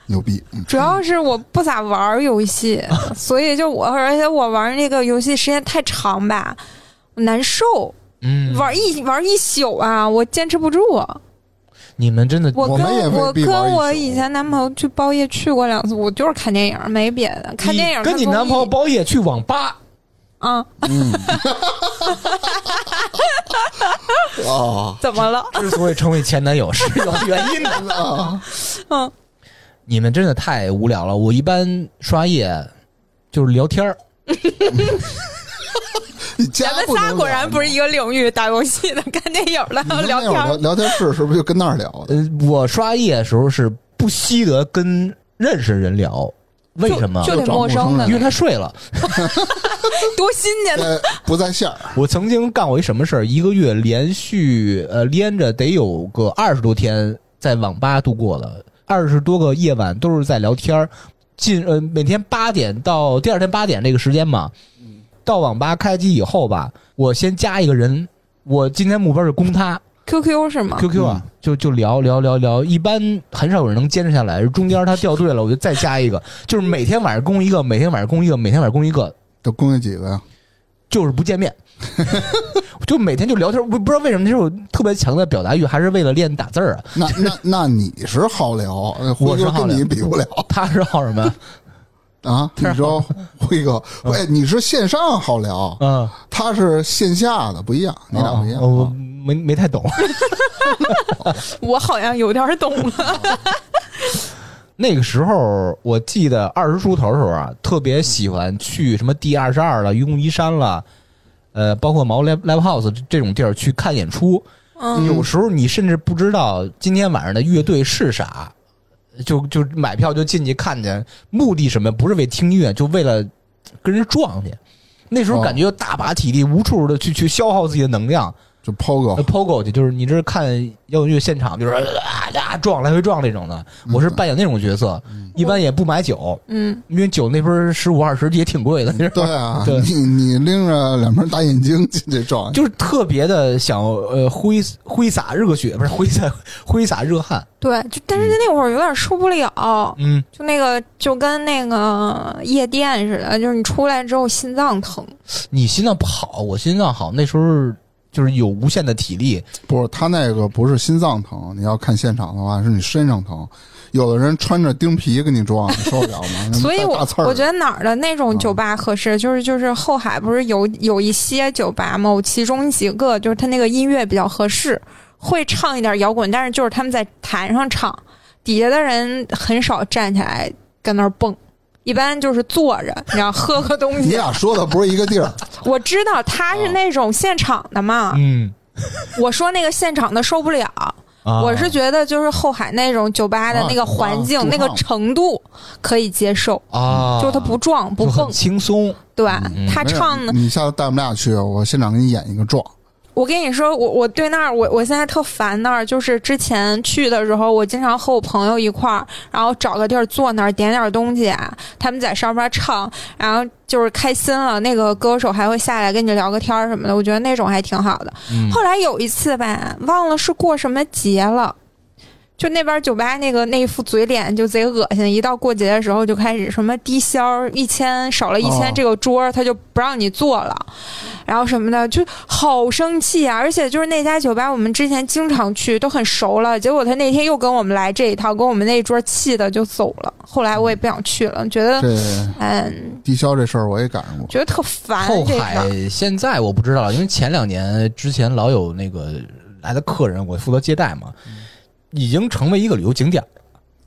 [SPEAKER 1] 牛逼！嗯
[SPEAKER 2] 主要是我不咋玩游戏， (laughs) 所以就我，而且我玩那个游戏时间太长吧，我难受，
[SPEAKER 3] 嗯，
[SPEAKER 2] 玩一玩一宿啊，我坚持不住。
[SPEAKER 3] 你们真的
[SPEAKER 1] 我
[SPEAKER 2] 跟
[SPEAKER 1] 们也
[SPEAKER 2] 我
[SPEAKER 1] 未必玩
[SPEAKER 2] 跟
[SPEAKER 1] 一宿
[SPEAKER 2] 我以前男朋友去包夜去过两次，我就是看电影，没别的，看电影
[SPEAKER 3] 你跟你
[SPEAKER 2] 看综艺
[SPEAKER 3] 男朋友包夜去网吧，
[SPEAKER 2] 啊、
[SPEAKER 1] (laughs) 啊，
[SPEAKER 2] 怎么了？
[SPEAKER 3] 之所以成为前男友是有原因 (laughs) 的。
[SPEAKER 1] 啊
[SPEAKER 2] 嗯，
[SPEAKER 3] 你们真的太无聊了。我一般刷夜就是聊天儿，
[SPEAKER 1] (laughs) 你家
[SPEAKER 2] 咱们
[SPEAKER 1] 不能
[SPEAKER 2] 仨果
[SPEAKER 1] 聊
[SPEAKER 2] 然不是一个领域，打游戏的，看电影的，
[SPEAKER 1] 你们
[SPEAKER 2] 聊
[SPEAKER 1] 那会
[SPEAKER 2] 天
[SPEAKER 1] 儿聊
[SPEAKER 2] 儿。
[SPEAKER 1] 聊天室是不是就跟那儿聊 (laughs) 的？
[SPEAKER 3] 呃，我刷夜的时候是不惜得跟认识人聊，为什么？
[SPEAKER 2] 就
[SPEAKER 1] 就
[SPEAKER 2] 得
[SPEAKER 1] 找
[SPEAKER 2] 陌
[SPEAKER 1] 陌
[SPEAKER 2] 生
[SPEAKER 1] 生
[SPEAKER 2] 的
[SPEAKER 1] 人
[SPEAKER 3] 因，为他睡了。
[SPEAKER 2] 多新鲜呢！
[SPEAKER 1] 呃，不在线儿，
[SPEAKER 3] 我曾经干过一什么事儿？一个月连续呃连着得有个二十多天在网吧度过了，二十多个夜晚都是在聊天儿。进呃每天八点到第二天八点这个时间嘛，
[SPEAKER 2] 嗯
[SPEAKER 3] 到网吧开机以后吧，我先加一个人，我今天目标是攻他
[SPEAKER 2] QQ 是
[SPEAKER 3] (laughs)
[SPEAKER 2] 吗？
[SPEAKER 3] QQ
[SPEAKER 1] 嗯
[SPEAKER 3] 啊，就就聊聊聊聊，一般很少有人能坚持下来。中间他掉队了，我就再加一个，就是每天晚上攻一个，每天晚上攻一个，每天晚上攻一个，
[SPEAKER 1] (laughs) 都共计几个呀？
[SPEAKER 3] 就是不见面， (laughs) 就每天就聊天。我不知道为什么，这是我特别强的表达欲，还是为了练打字儿啊？
[SPEAKER 1] 那那那你是好聊，呃
[SPEAKER 3] 我
[SPEAKER 1] 辉
[SPEAKER 3] 是
[SPEAKER 1] 哥
[SPEAKER 3] 好聊
[SPEAKER 1] 跟你比不 (laughs) 了
[SPEAKER 3] 他是好什么？
[SPEAKER 1] 啊！你知道辉哥，哎，你是线上好聊，
[SPEAKER 3] 嗯，
[SPEAKER 1] 他是线下的，不一样， (laughs) 你俩不一样
[SPEAKER 3] 哦我
[SPEAKER 1] 啊。
[SPEAKER 3] 没没太懂。
[SPEAKER 2] 我好像有点懂了。
[SPEAKER 3] 那个时候，我记得二十出头的时候啊，特别喜欢去什么第二十二了、愚公移山了，呃，包括毛 live live house 这这种地儿去看演出。
[SPEAKER 2] 嗯
[SPEAKER 3] 有时候你甚至不知道今天晚上的乐队是啥，就就买票就进去看去，目的什么？不是为听音乐，就为了跟人撞去。那时候
[SPEAKER 1] 哦
[SPEAKER 3] 感觉大把体力，无处的去去消耗自己的能量。
[SPEAKER 1] 就 POGO
[SPEAKER 3] 呃 POGO 去就是你这是看摇滚乐现场，就是啊啊撞来回撞那种的。我是扮演那种角色，一般也不买酒，
[SPEAKER 2] 嗯，
[SPEAKER 3] 因为酒那边十五二十也挺贵的。你知道吗
[SPEAKER 1] 对啊，
[SPEAKER 3] 对
[SPEAKER 1] 你你拎着两瓶大眼睛进去撞，
[SPEAKER 3] (laughs) 就是特别的想呃挥挥洒热血，不是挥洒挥洒热汗。
[SPEAKER 2] 对，就但
[SPEAKER 1] 嗯
[SPEAKER 2] 是那会儿有点受不了，
[SPEAKER 3] 嗯，
[SPEAKER 2] 就那个就跟那个夜店似的，就是你出来之后心脏疼。
[SPEAKER 3] 你心脏不好，我心脏好。那时候就是有无限的体力，
[SPEAKER 1] 不是他那个不是心脏疼，你要看现场的话，是你身上疼。有的人穿着钉皮给你撞，你受得 (laughs) 了吗？
[SPEAKER 2] 所以
[SPEAKER 1] 大
[SPEAKER 2] 我
[SPEAKER 1] 刺儿啊
[SPEAKER 2] 我觉得哪儿的那种酒吧合适，就是就是后海不是有有一些酒吧吗？我其中几个就是他那个音乐比较合适，会唱一点摇滚，但是就是他们在台上唱，底下的人很少站起来跟那儿蹦。一般就是坐着，你要喝个东
[SPEAKER 1] (laughs) 你啊
[SPEAKER 2] 西。
[SPEAKER 1] 俩说的不是一个地儿，
[SPEAKER 2] 我知道他是那种现场的嘛，
[SPEAKER 3] 嗯，
[SPEAKER 2] 我说那个现场的受不了。
[SPEAKER 3] 啊
[SPEAKER 2] 我是觉得就是后海那种酒吧的那个环境、
[SPEAKER 1] 啊啊
[SPEAKER 2] 那个
[SPEAKER 1] 驻唱
[SPEAKER 2] 程度可以接受，
[SPEAKER 3] 啊，
[SPEAKER 2] 就是他不撞不
[SPEAKER 3] 就很
[SPEAKER 2] 蹦，
[SPEAKER 3] 轻松，
[SPEAKER 2] 对吧
[SPEAKER 3] 嗯
[SPEAKER 2] 他
[SPEAKER 1] 没有
[SPEAKER 2] 唱的。
[SPEAKER 1] 你下次带我们俩去，我现场给你演一个撞。
[SPEAKER 2] 我跟你说，我我对那儿，我我现在特烦那儿，就是之前去的时候，我经常和我朋友一块儿，然后找个地儿坐那儿点点东西啊，他们在上面唱，然后就是开心了，那个歌手还会下来跟你聊个天儿什么的，我觉得那种还挺好的。
[SPEAKER 3] 嗯
[SPEAKER 2] 后来有一次吧，忘了是过什么节了。就那边酒吧那个那副嘴脸就贼恶心，一到过节的时候就开始什么低消一千少了一
[SPEAKER 1] 哦
[SPEAKER 2] 千这个桌儿他就不让你坐了，然后什么的就好生气啊！而且就是那家酒吧我们之前经常去都很熟了，结果他那天又跟我们来这一套，跟我们那一桌气的就走了。后来我也不想去了，觉得
[SPEAKER 1] 这
[SPEAKER 2] 嗯
[SPEAKER 1] 低消这事儿我也赶上过，
[SPEAKER 2] 觉得特烦
[SPEAKER 3] 后
[SPEAKER 2] 这事儿。
[SPEAKER 3] 海现在我不知道了，因为前两年之前老有那个来的客人，我负责接待嘛，
[SPEAKER 2] 嗯
[SPEAKER 3] 已经成为一个旅游景点，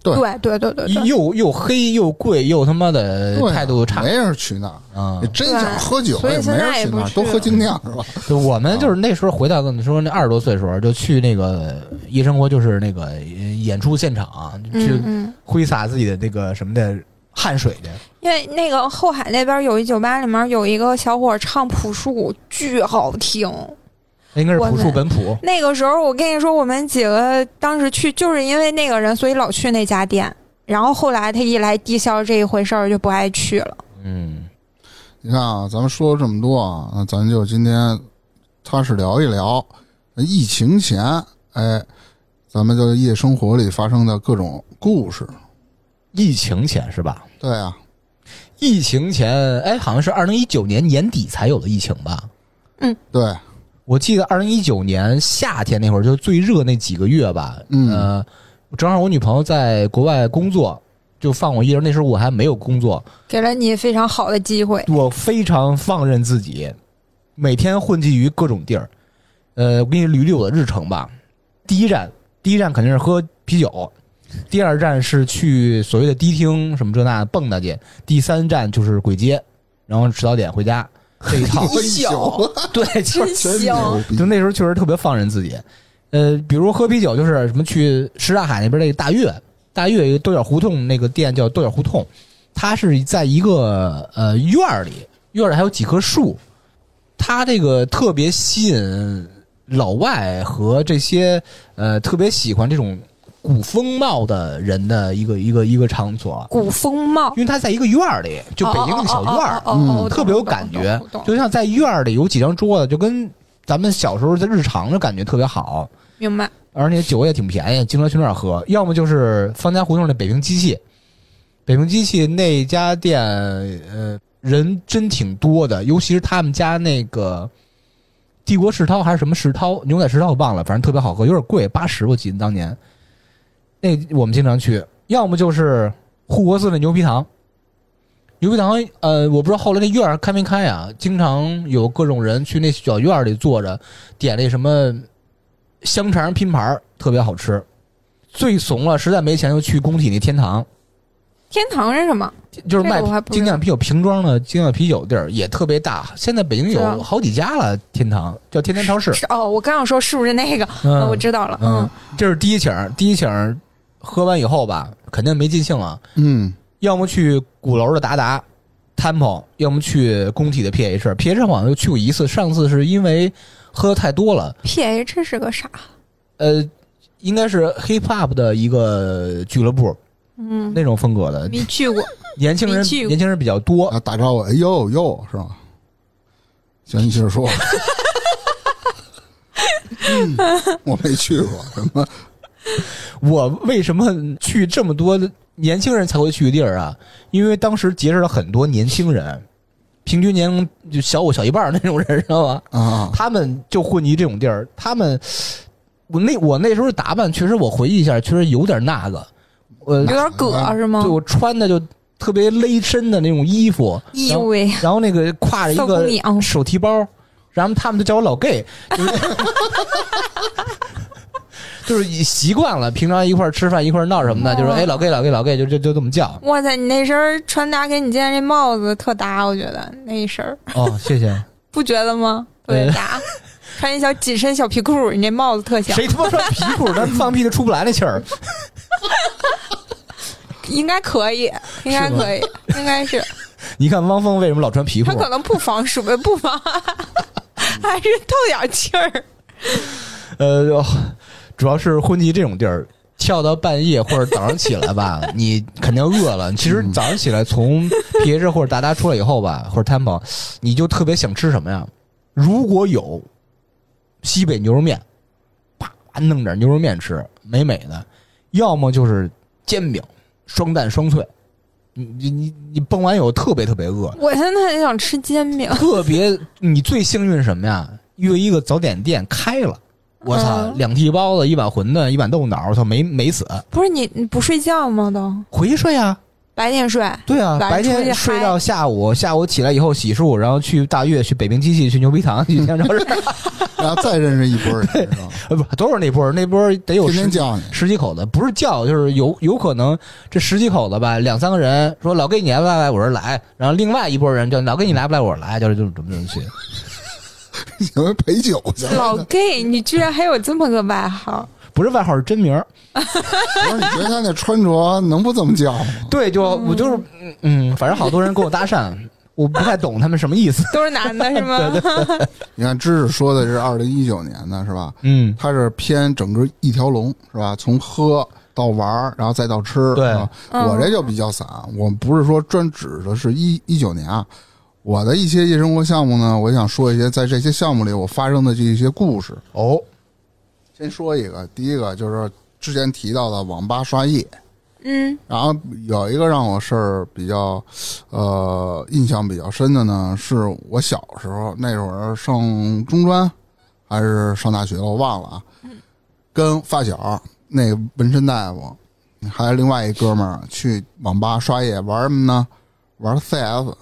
[SPEAKER 2] 对对对呃对对，
[SPEAKER 3] 又又黑又贵又他妈的
[SPEAKER 1] 对啊
[SPEAKER 3] 态度差
[SPEAKER 1] 没人去那儿。
[SPEAKER 3] 啊
[SPEAKER 2] 嗯
[SPEAKER 1] 你！真想喝酒
[SPEAKER 2] 对
[SPEAKER 1] 也没人去那儿，都
[SPEAKER 2] 所以现在也不去
[SPEAKER 1] 喝精酿是吧？
[SPEAKER 3] 就我们就是那时候回到你说那二十多岁的时候，就去那个夜生活，就是那个呃演出现场，就去
[SPEAKER 2] 嗯嗯。
[SPEAKER 3] 挥洒自己的那个什么的汗水去。
[SPEAKER 2] 因为那个后海那边有一酒吧，里面有一个小伙唱朴树，巨好听。
[SPEAKER 3] 那应该是
[SPEAKER 2] 我
[SPEAKER 3] 朴树
[SPEAKER 2] 们
[SPEAKER 3] 本朴，
[SPEAKER 2] 那个时候我跟你说，我们几个当时去就是因为那个人，所以老去那家店。然后后来他一来低消这一回事儿，就不爱去了。
[SPEAKER 3] 嗯，
[SPEAKER 1] 你看啊，咱们说了这么多啊，那咱就今天踏实聊一聊疫情前，哎，咱们就夜生活里发生的各种故事。
[SPEAKER 3] 疫情前是吧？
[SPEAKER 1] 对啊，
[SPEAKER 3] 疫情前，哎，好像是二零一九年年底才有的疫情吧？
[SPEAKER 1] 对，
[SPEAKER 3] 我记得二零一九年夏天那会儿，就是最热那几个月吧。
[SPEAKER 1] 嗯，
[SPEAKER 3] 呃，正好我女朋友在国外工作，就放我一人。那时候我还没有工作，
[SPEAKER 2] 给了你非常好的机会，
[SPEAKER 3] 我非常放任自己，每天混迹于各种地儿。呃，我给你捋捋我的日程吧。第一站，第一站肯定是喝啤酒；第二站是去所谓的迪厅什么这那的蹦跶去；第三站就是鬼街，然后迟早点回家。这一套
[SPEAKER 1] (laughs) 宿
[SPEAKER 3] 对，就
[SPEAKER 2] 真
[SPEAKER 3] 是
[SPEAKER 1] 啊真
[SPEAKER 2] 行。
[SPEAKER 1] 牛逼
[SPEAKER 3] 就！那时候确实特别放任自己。呃，比如喝啤酒，就是什么去什刹海那边那个大悦，大悦有一豆角胡同那个店叫豆角胡同，它是在一个呃院儿里，院儿里还有几棵树，它这个特别吸引老外和这些呃特别喜欢这种古风貌的人的一个一个一个场所，
[SPEAKER 2] 古风貌，
[SPEAKER 3] 因为它在一个院儿里，就北京那个小院儿，
[SPEAKER 2] 哦，哦哦哦哦
[SPEAKER 1] 嗯
[SPEAKER 2] 我懂
[SPEAKER 3] 特别有
[SPEAKER 2] 我懂
[SPEAKER 3] 感觉
[SPEAKER 2] 我懂，
[SPEAKER 3] 就像在院儿里有几张桌子，就跟咱们小时候在日常的感觉特别好，
[SPEAKER 2] 明白。
[SPEAKER 3] 而且酒也挺便宜，经常去那儿喝。要么就是方家胡同的北平机器，北平机器那家店，呃，人真挺多的，尤其是他们家那个帝国世涛还是什么世涛牛奶世涛，我忘了，反正特别好喝，有点贵，八十我记得当年。那我们经常去，要么就是护国寺的牛皮糖。牛皮糖，呃，我不知道后来那院儿开没开啊？经常有各种人去那小院儿里坐着，点那什么香肠拼盘儿，特别好吃。最怂了，实在没钱就去工体那天堂，
[SPEAKER 2] 天堂是什么？
[SPEAKER 3] 就是卖
[SPEAKER 2] 这个我还不知道
[SPEAKER 3] 精酿啤酒瓶装的精酿啤酒地儿，也特别大。现在北京
[SPEAKER 2] 知道
[SPEAKER 3] 有好几家了，天堂叫天天
[SPEAKER 2] (laughs)
[SPEAKER 3] 超市。
[SPEAKER 2] 是哦，我刚想说是不是那个？
[SPEAKER 3] 嗯
[SPEAKER 2] 哦我知道了。
[SPEAKER 3] 嗯，这是第一请儿，第一请儿喝完以后吧，肯定没尽兴了，
[SPEAKER 1] 嗯，
[SPEAKER 3] 要么去鼓楼的达达 Temple，要么去工体的 PH。PH 好像就去过一次，上次是因为喝的太多了，
[SPEAKER 2] P H 是个啥？
[SPEAKER 3] 呃，应该是 hip hop 的一个俱乐部
[SPEAKER 2] 嗯，
[SPEAKER 3] 那种风格的，
[SPEAKER 2] 没去过。
[SPEAKER 3] 年轻人
[SPEAKER 2] 没去过
[SPEAKER 3] 年轻人比较多
[SPEAKER 1] 然，后打招呼，哎呦呦，是吧？行，你接着说。嗯，我没去过什么，
[SPEAKER 3] 我为什么去这么多年轻人才会去的地儿啊？因为当时结识了很多年轻人，平均年龄就小我小一半儿那种人，知道吧？
[SPEAKER 1] 啊，
[SPEAKER 3] 他们就混迹这种地儿，他们我那我那时候打扮，确实我回忆一下，确实有点那个，呃，
[SPEAKER 2] 有点葛是吗
[SPEAKER 3] 对？我穿的就特别勒身的那种衣服，
[SPEAKER 2] 意味
[SPEAKER 3] 然后那个挎着一
[SPEAKER 2] 骚姑
[SPEAKER 3] 个
[SPEAKER 2] 娘，
[SPEAKER 3] 手提包，然后他们就叫我老 gay，就是 (laughs) 就是习惯了，平常一块儿吃饭一块儿闹什么的，就是
[SPEAKER 2] 哦
[SPEAKER 3] 哎老 gay 老 gay 老 gay，就就就这么叫。
[SPEAKER 2] 哇塞，你那身穿搭给你今天这帽子特搭，我觉得那一身儿
[SPEAKER 3] 哦，谢谢。
[SPEAKER 2] 不觉得吗？特别搭，穿一小紧身小皮裤，你那帽子特像，
[SPEAKER 3] (laughs) 谁他妈穿皮裤，咱放屁都出不来那气儿。
[SPEAKER 2] 应该可以，应该可以，应该是
[SPEAKER 3] 你看汪峰为什么老穿皮裤啊
[SPEAKER 2] 他？可能不防暑，不
[SPEAKER 3] (laughs)
[SPEAKER 2] 防，还是透点气儿。
[SPEAKER 3] 呃，主要是混迹这种地儿，跳到半夜或者早上起来吧， (laughs) 你肯定饿了。其实早上起来从 PH 或者达达出来以后吧，或者 Temple，你就特别想吃什么呀？如果有西北牛肉面，啪弄点牛肉面吃，美美的；要么就是煎饼，双蛋双脆。你你你你蹦完以后特别特别饿，
[SPEAKER 2] 我现在很想吃煎饼，
[SPEAKER 3] 特别，你最幸运是什么呀？约一个早点店开了，我操，
[SPEAKER 2] 嗯
[SPEAKER 3] 两屉包子，一碗馄饨，一碗豆腐脑，我操，没没死，
[SPEAKER 2] 不是你你不睡觉吗都？
[SPEAKER 3] 回去睡啊，
[SPEAKER 2] 白天睡，
[SPEAKER 3] 对啊，
[SPEAKER 2] 晚上
[SPEAKER 3] 白
[SPEAKER 2] 出去
[SPEAKER 3] 天
[SPEAKER 2] 嗨
[SPEAKER 3] 睡到下午，下午起来以后洗漱，然后去大悦，去北平机器，去牛皮糖，去天朝市，
[SPEAKER 1] 然后再认识一波人，是吧
[SPEAKER 3] 呃，不，都是那波儿，那波儿得有
[SPEAKER 1] 天
[SPEAKER 3] 十
[SPEAKER 1] 天叫你，
[SPEAKER 3] 十几口子，不是叫，就是有有可能这十几口子吧，两三个人说老给你来不来，我说来，然后另外一波人就老给你来不来，我说来，就是这么这么这么去。
[SPEAKER 1] 你们陪酒去
[SPEAKER 2] (laughs)
[SPEAKER 1] 了。
[SPEAKER 2] 老 gay，你居然还有这么个外号，
[SPEAKER 3] 不是外号是真名儿，
[SPEAKER 1] 不是，你觉得他那穿着能不这么叫吗？
[SPEAKER 3] 对，就我就是嗯嗯，反正好多人跟我搭讪，我不太懂他们什么意思。
[SPEAKER 2] 都是男的是吗？
[SPEAKER 1] 你看，知识说的是二零一九年的是吧？
[SPEAKER 3] (laughs) 嗯，
[SPEAKER 1] 它是偏整个一条龙是吧？从喝到玩儿，然后再到吃。
[SPEAKER 3] 对
[SPEAKER 1] 是吧
[SPEAKER 2] 嗯
[SPEAKER 1] 我这就比较散，我不是说专指的是一一九年啊。我的一些夜生活项目呢，我想说一些在这些项目里我发生的这些故事。
[SPEAKER 3] 哦，
[SPEAKER 1] 先说一个，第一个就是之前提到的网吧刷夜，
[SPEAKER 2] 嗯，
[SPEAKER 1] 然后有一个让我事儿比较，呃，印象比较深的呢，是我小时候那会儿上中专还是上大学了，我忘了啊。跟发小那个纹身大夫，还有另外一哥们儿去网吧刷夜玩什么呢？玩 CS，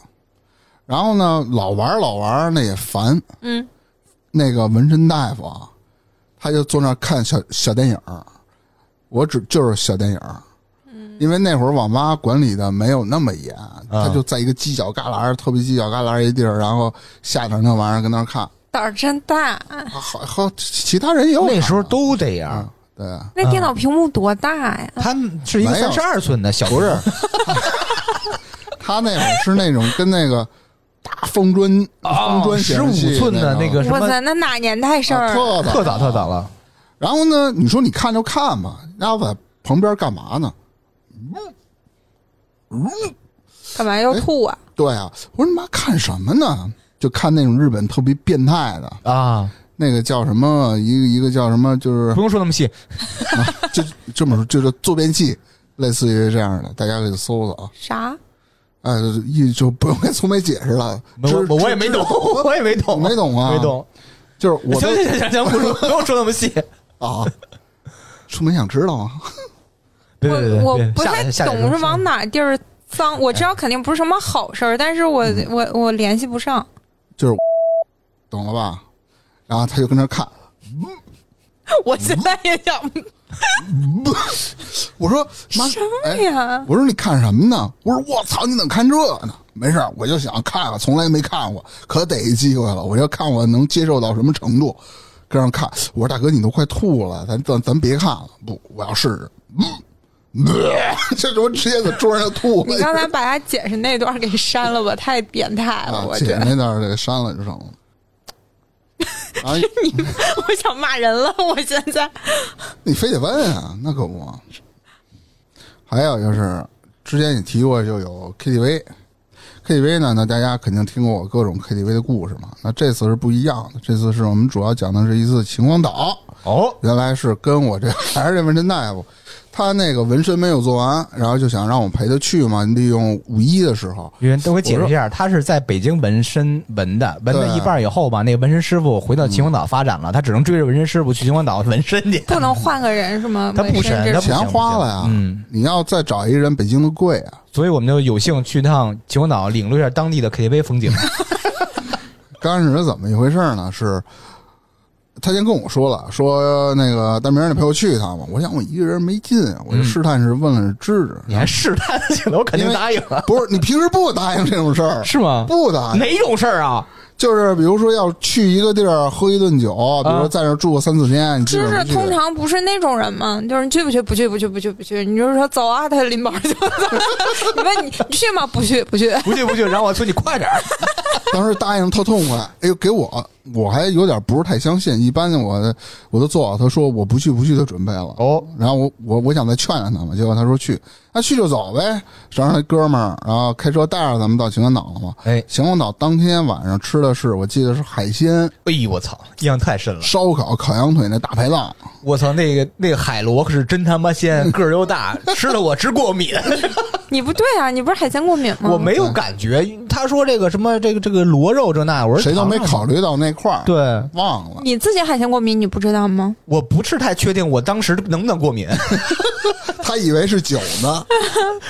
[SPEAKER 1] 然后呢老玩儿老玩儿那也烦。
[SPEAKER 2] 嗯，
[SPEAKER 1] 那个纹身大夫啊，他就坐那儿看小小电影儿，我只就是小电影儿。因为那会儿网吧管理的没有那么严，他就在一个犄角旮旯儿、特别犄角旮旯儿一地儿，然后下点儿那玩意儿跟那儿看，
[SPEAKER 2] 胆儿真大，
[SPEAKER 1] 好好其他人也有
[SPEAKER 3] 那时候
[SPEAKER 1] 看
[SPEAKER 3] 都嗯这样。
[SPEAKER 1] 对啊，
[SPEAKER 2] 那电脑屏幕多大呀？
[SPEAKER 3] 他们是一个
[SPEAKER 1] 没有
[SPEAKER 3] 三十二寸的 (laughs) 小，
[SPEAKER 1] 不是，他那会儿是那种跟那个大风砖、
[SPEAKER 3] 哦
[SPEAKER 1] 风砖
[SPEAKER 3] 十五寸的
[SPEAKER 1] 那啊
[SPEAKER 3] 那个什
[SPEAKER 2] 哇
[SPEAKER 3] 么
[SPEAKER 2] 塞，那哪年代事儿？
[SPEAKER 1] 特
[SPEAKER 3] 特早特早了。
[SPEAKER 1] 然后呢，你说你看就看吧，然后在旁边干嘛呢？
[SPEAKER 2] 干嘛要吐啊？
[SPEAKER 1] 对啊，我说你妈看什么呢？就看那种日本特别变态的，
[SPEAKER 3] (laughs) 啊，
[SPEAKER 1] 那个叫什么？一个一个叫什么？就是
[SPEAKER 3] 不用说那么细，
[SPEAKER 1] 就这么说，就是坐便器，类似于这样的，大家可以搜搜啊。
[SPEAKER 2] 啥？
[SPEAKER 1] 哎，一就不用跟聪梅解释了，
[SPEAKER 3] 我
[SPEAKER 1] 知
[SPEAKER 3] 我我也没懂， (laughs) 我也没懂，
[SPEAKER 1] 没懂啊
[SPEAKER 3] 没懂。
[SPEAKER 1] 就是我
[SPEAKER 3] 行
[SPEAKER 1] 都
[SPEAKER 3] 行行行，不 (laughs) 说不用说那么细。
[SPEAKER 1] 啊，聪梅想知道啊吗？
[SPEAKER 3] 别别别，
[SPEAKER 2] 我我
[SPEAKER 3] 别
[SPEAKER 2] 不
[SPEAKER 3] 下
[SPEAKER 2] 太
[SPEAKER 3] 来下来
[SPEAKER 2] 懂是
[SPEAKER 3] 下来
[SPEAKER 2] 往哪地儿脏，我知道肯定不是什么好事儿，但是我我我联系不上，
[SPEAKER 1] 就是懂了吧？然后他就跟那看，
[SPEAKER 2] 我现在也想不
[SPEAKER 1] 我说妈，
[SPEAKER 2] 什么
[SPEAKER 1] 哎， (laughs)
[SPEAKER 2] 呀？
[SPEAKER 1] 我说你看什么呢？我说我操，你怎么看这呢？没事儿，我就想看看，从来没看过，可逮一机会了，我就看我能接受到什么程度。跟上看，我说大哥，你都快吐了，咱咱咱别看了，不，我要试试。嗯， (laughs) 这我直接在桌上就吐了。
[SPEAKER 2] 你刚才把他解释那段给删了吧，太变态
[SPEAKER 1] 啊
[SPEAKER 2] 了，，我觉
[SPEAKER 1] 姐
[SPEAKER 2] 得。
[SPEAKER 1] 那段儿给删了就成
[SPEAKER 2] (laughs)
[SPEAKER 1] 了。啊，
[SPEAKER 2] 我想骂人了，我现在
[SPEAKER 1] 你非得问啊，那可不。还有就是，之前也提过，就有 KTV。KTV 呢，那大家肯定听过我各种 KTV 的故事嘛。那这次是不一样的，这次是我们主要讲的是一次秦皇岛。
[SPEAKER 3] 哦，
[SPEAKER 1] 原来是跟我这还是这纹身大夫，他那个纹身没有做完，然后就想让我陪他去嘛，利用五一的时候，
[SPEAKER 3] 因为等我解释一下，他是在北京纹身纹的，纹了
[SPEAKER 1] 对
[SPEAKER 3] 一半以后吧，那个纹身师傅回到秦皇岛发展了，他只能追着纹身师傅去秦皇岛纹身去。
[SPEAKER 2] 不能换个人是吗？
[SPEAKER 3] 他不
[SPEAKER 2] 纹身
[SPEAKER 3] 审
[SPEAKER 2] 这
[SPEAKER 3] 他不
[SPEAKER 1] 钱
[SPEAKER 2] 种
[SPEAKER 3] 行
[SPEAKER 1] 花了呀。
[SPEAKER 3] 嗯，
[SPEAKER 1] 你要再找一人，北京的贵啊。
[SPEAKER 3] 所以我们就有幸去趟秦皇岛，领略一下当地的 KTV 风 (laughs) 景。
[SPEAKER 1] 刚开始是怎么一回事呢？是他先跟我说了，说那个大明儿，你陪我去一趟吧。我想我一个人没劲啊，我就试探是问了知识，
[SPEAKER 3] 你还试探性的，我肯定答应了，
[SPEAKER 1] 不是你平时不答应这种事儿，
[SPEAKER 3] 是吗？
[SPEAKER 1] 不答应。
[SPEAKER 3] 哪种事儿啊？
[SPEAKER 1] 就是比如说要去一个地儿喝一顿酒，比如说在那儿住个三四天，你基
[SPEAKER 2] 就
[SPEAKER 1] 本
[SPEAKER 2] 是
[SPEAKER 1] 上不去
[SPEAKER 2] 通常不是那种人嘛，就是你去不去？不去不去不去不去。你就是说走啊，他拎包就走。 (laughs) 你问你你去吗？不去不去。
[SPEAKER 3] 不去不去，然后我催你快点儿。
[SPEAKER 1] (laughs) 当时答应特痛快，哎呦，给我我还有点不是太相信。一般的我我都做好他说我不去不去的准备了。
[SPEAKER 3] 哦，
[SPEAKER 1] 然后我我我想再劝劝他嘛，结果他说去，那去就走呗。正好那哥们儿，然后开车带着咱们到秦皇岛了嘛。
[SPEAKER 3] (laughs) 哎，
[SPEAKER 1] 秦皇岛当天晚上吃的是我记得是海鲜
[SPEAKER 3] 哎呦我操，印象太深了。
[SPEAKER 1] 烧烤、烤羊腿那大排档，
[SPEAKER 3] 我操，那个那个海螺可是真他妈 (laughs) 鲜，个儿又大，吃了我直过敏。
[SPEAKER 2] 你不对啊，你不是海鲜过敏吗？
[SPEAKER 3] (laughs) 我没有感觉。他说这个什么这个这个螺肉这那，我说
[SPEAKER 1] 谁都没
[SPEAKER 3] 尝尝
[SPEAKER 1] 考虑到那块儿，，
[SPEAKER 3] 啊对，
[SPEAKER 1] 忘了。
[SPEAKER 2] 你自己海鲜过敏，你不知道吗？
[SPEAKER 3] 我不是太确定我当时能不能过敏，
[SPEAKER 1] 他以为是酒呢，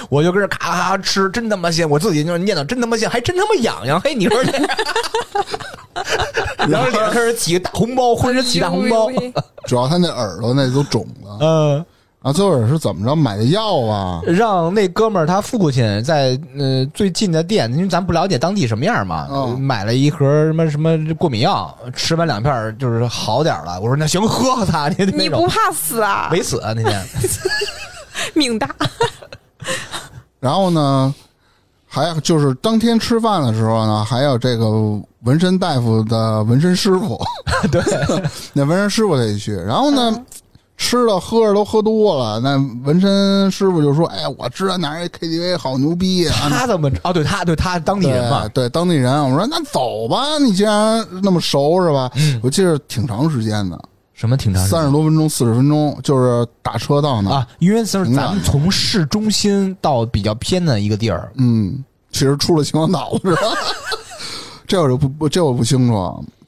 [SPEAKER 3] 我就跟这咔咔咔吃，真他妈鲜！我自己就是念叨，真他妈鲜，还真他妈痒痒。嘿，你说这，然后脸上开始起个大红包，浑身起大红包
[SPEAKER 2] 哎。呦
[SPEAKER 3] (laughs)
[SPEAKER 2] 喂
[SPEAKER 1] 主要他那耳朵那都肿了。
[SPEAKER 3] 嗯，
[SPEAKER 1] 然后最后是怎么着买的药啊？
[SPEAKER 3] 让那哥们儿他父亲在呃最近的店，因为咱不了解当地什么样嘛，
[SPEAKER 1] 嗯
[SPEAKER 3] 买了一盒什么什么过敏药，吃完两片儿就是好点儿了。我说那行喝他，你 (laughs) 那
[SPEAKER 2] 你
[SPEAKER 3] 种
[SPEAKER 2] 不怕死啊？
[SPEAKER 3] 没死啊那天。
[SPEAKER 2] 命大。
[SPEAKER 1] 然后呢，还有就是当天吃饭的时候呢，还有这个纹身大夫的纹身师傅， (laughs)
[SPEAKER 3] 对，
[SPEAKER 1] 那纹身师傅得去。然后呢，吃了喝着都喝多了，那纹身师傅就说：“哎，我知道哪儿有 KTV 好牛逼呀、啊！”
[SPEAKER 3] (laughs) 他怎么哦？对他对他当地人嘛，
[SPEAKER 1] 对对，当地人，我说那走吧，你既然那么熟是吧？我记着挺长时间的，
[SPEAKER 3] 什么挺嗯长时间
[SPEAKER 1] 三十多分钟、四十分钟，就是打车到那儿。
[SPEAKER 3] 啊，因为就是
[SPEAKER 1] 挺
[SPEAKER 3] 咱
[SPEAKER 1] 远
[SPEAKER 3] 们
[SPEAKER 1] 的
[SPEAKER 3] 从市中心到比较偏的一个地儿，
[SPEAKER 1] 嗯，其实出了秦皇岛是吧？ (laughs) 这我就不不，这我不清楚。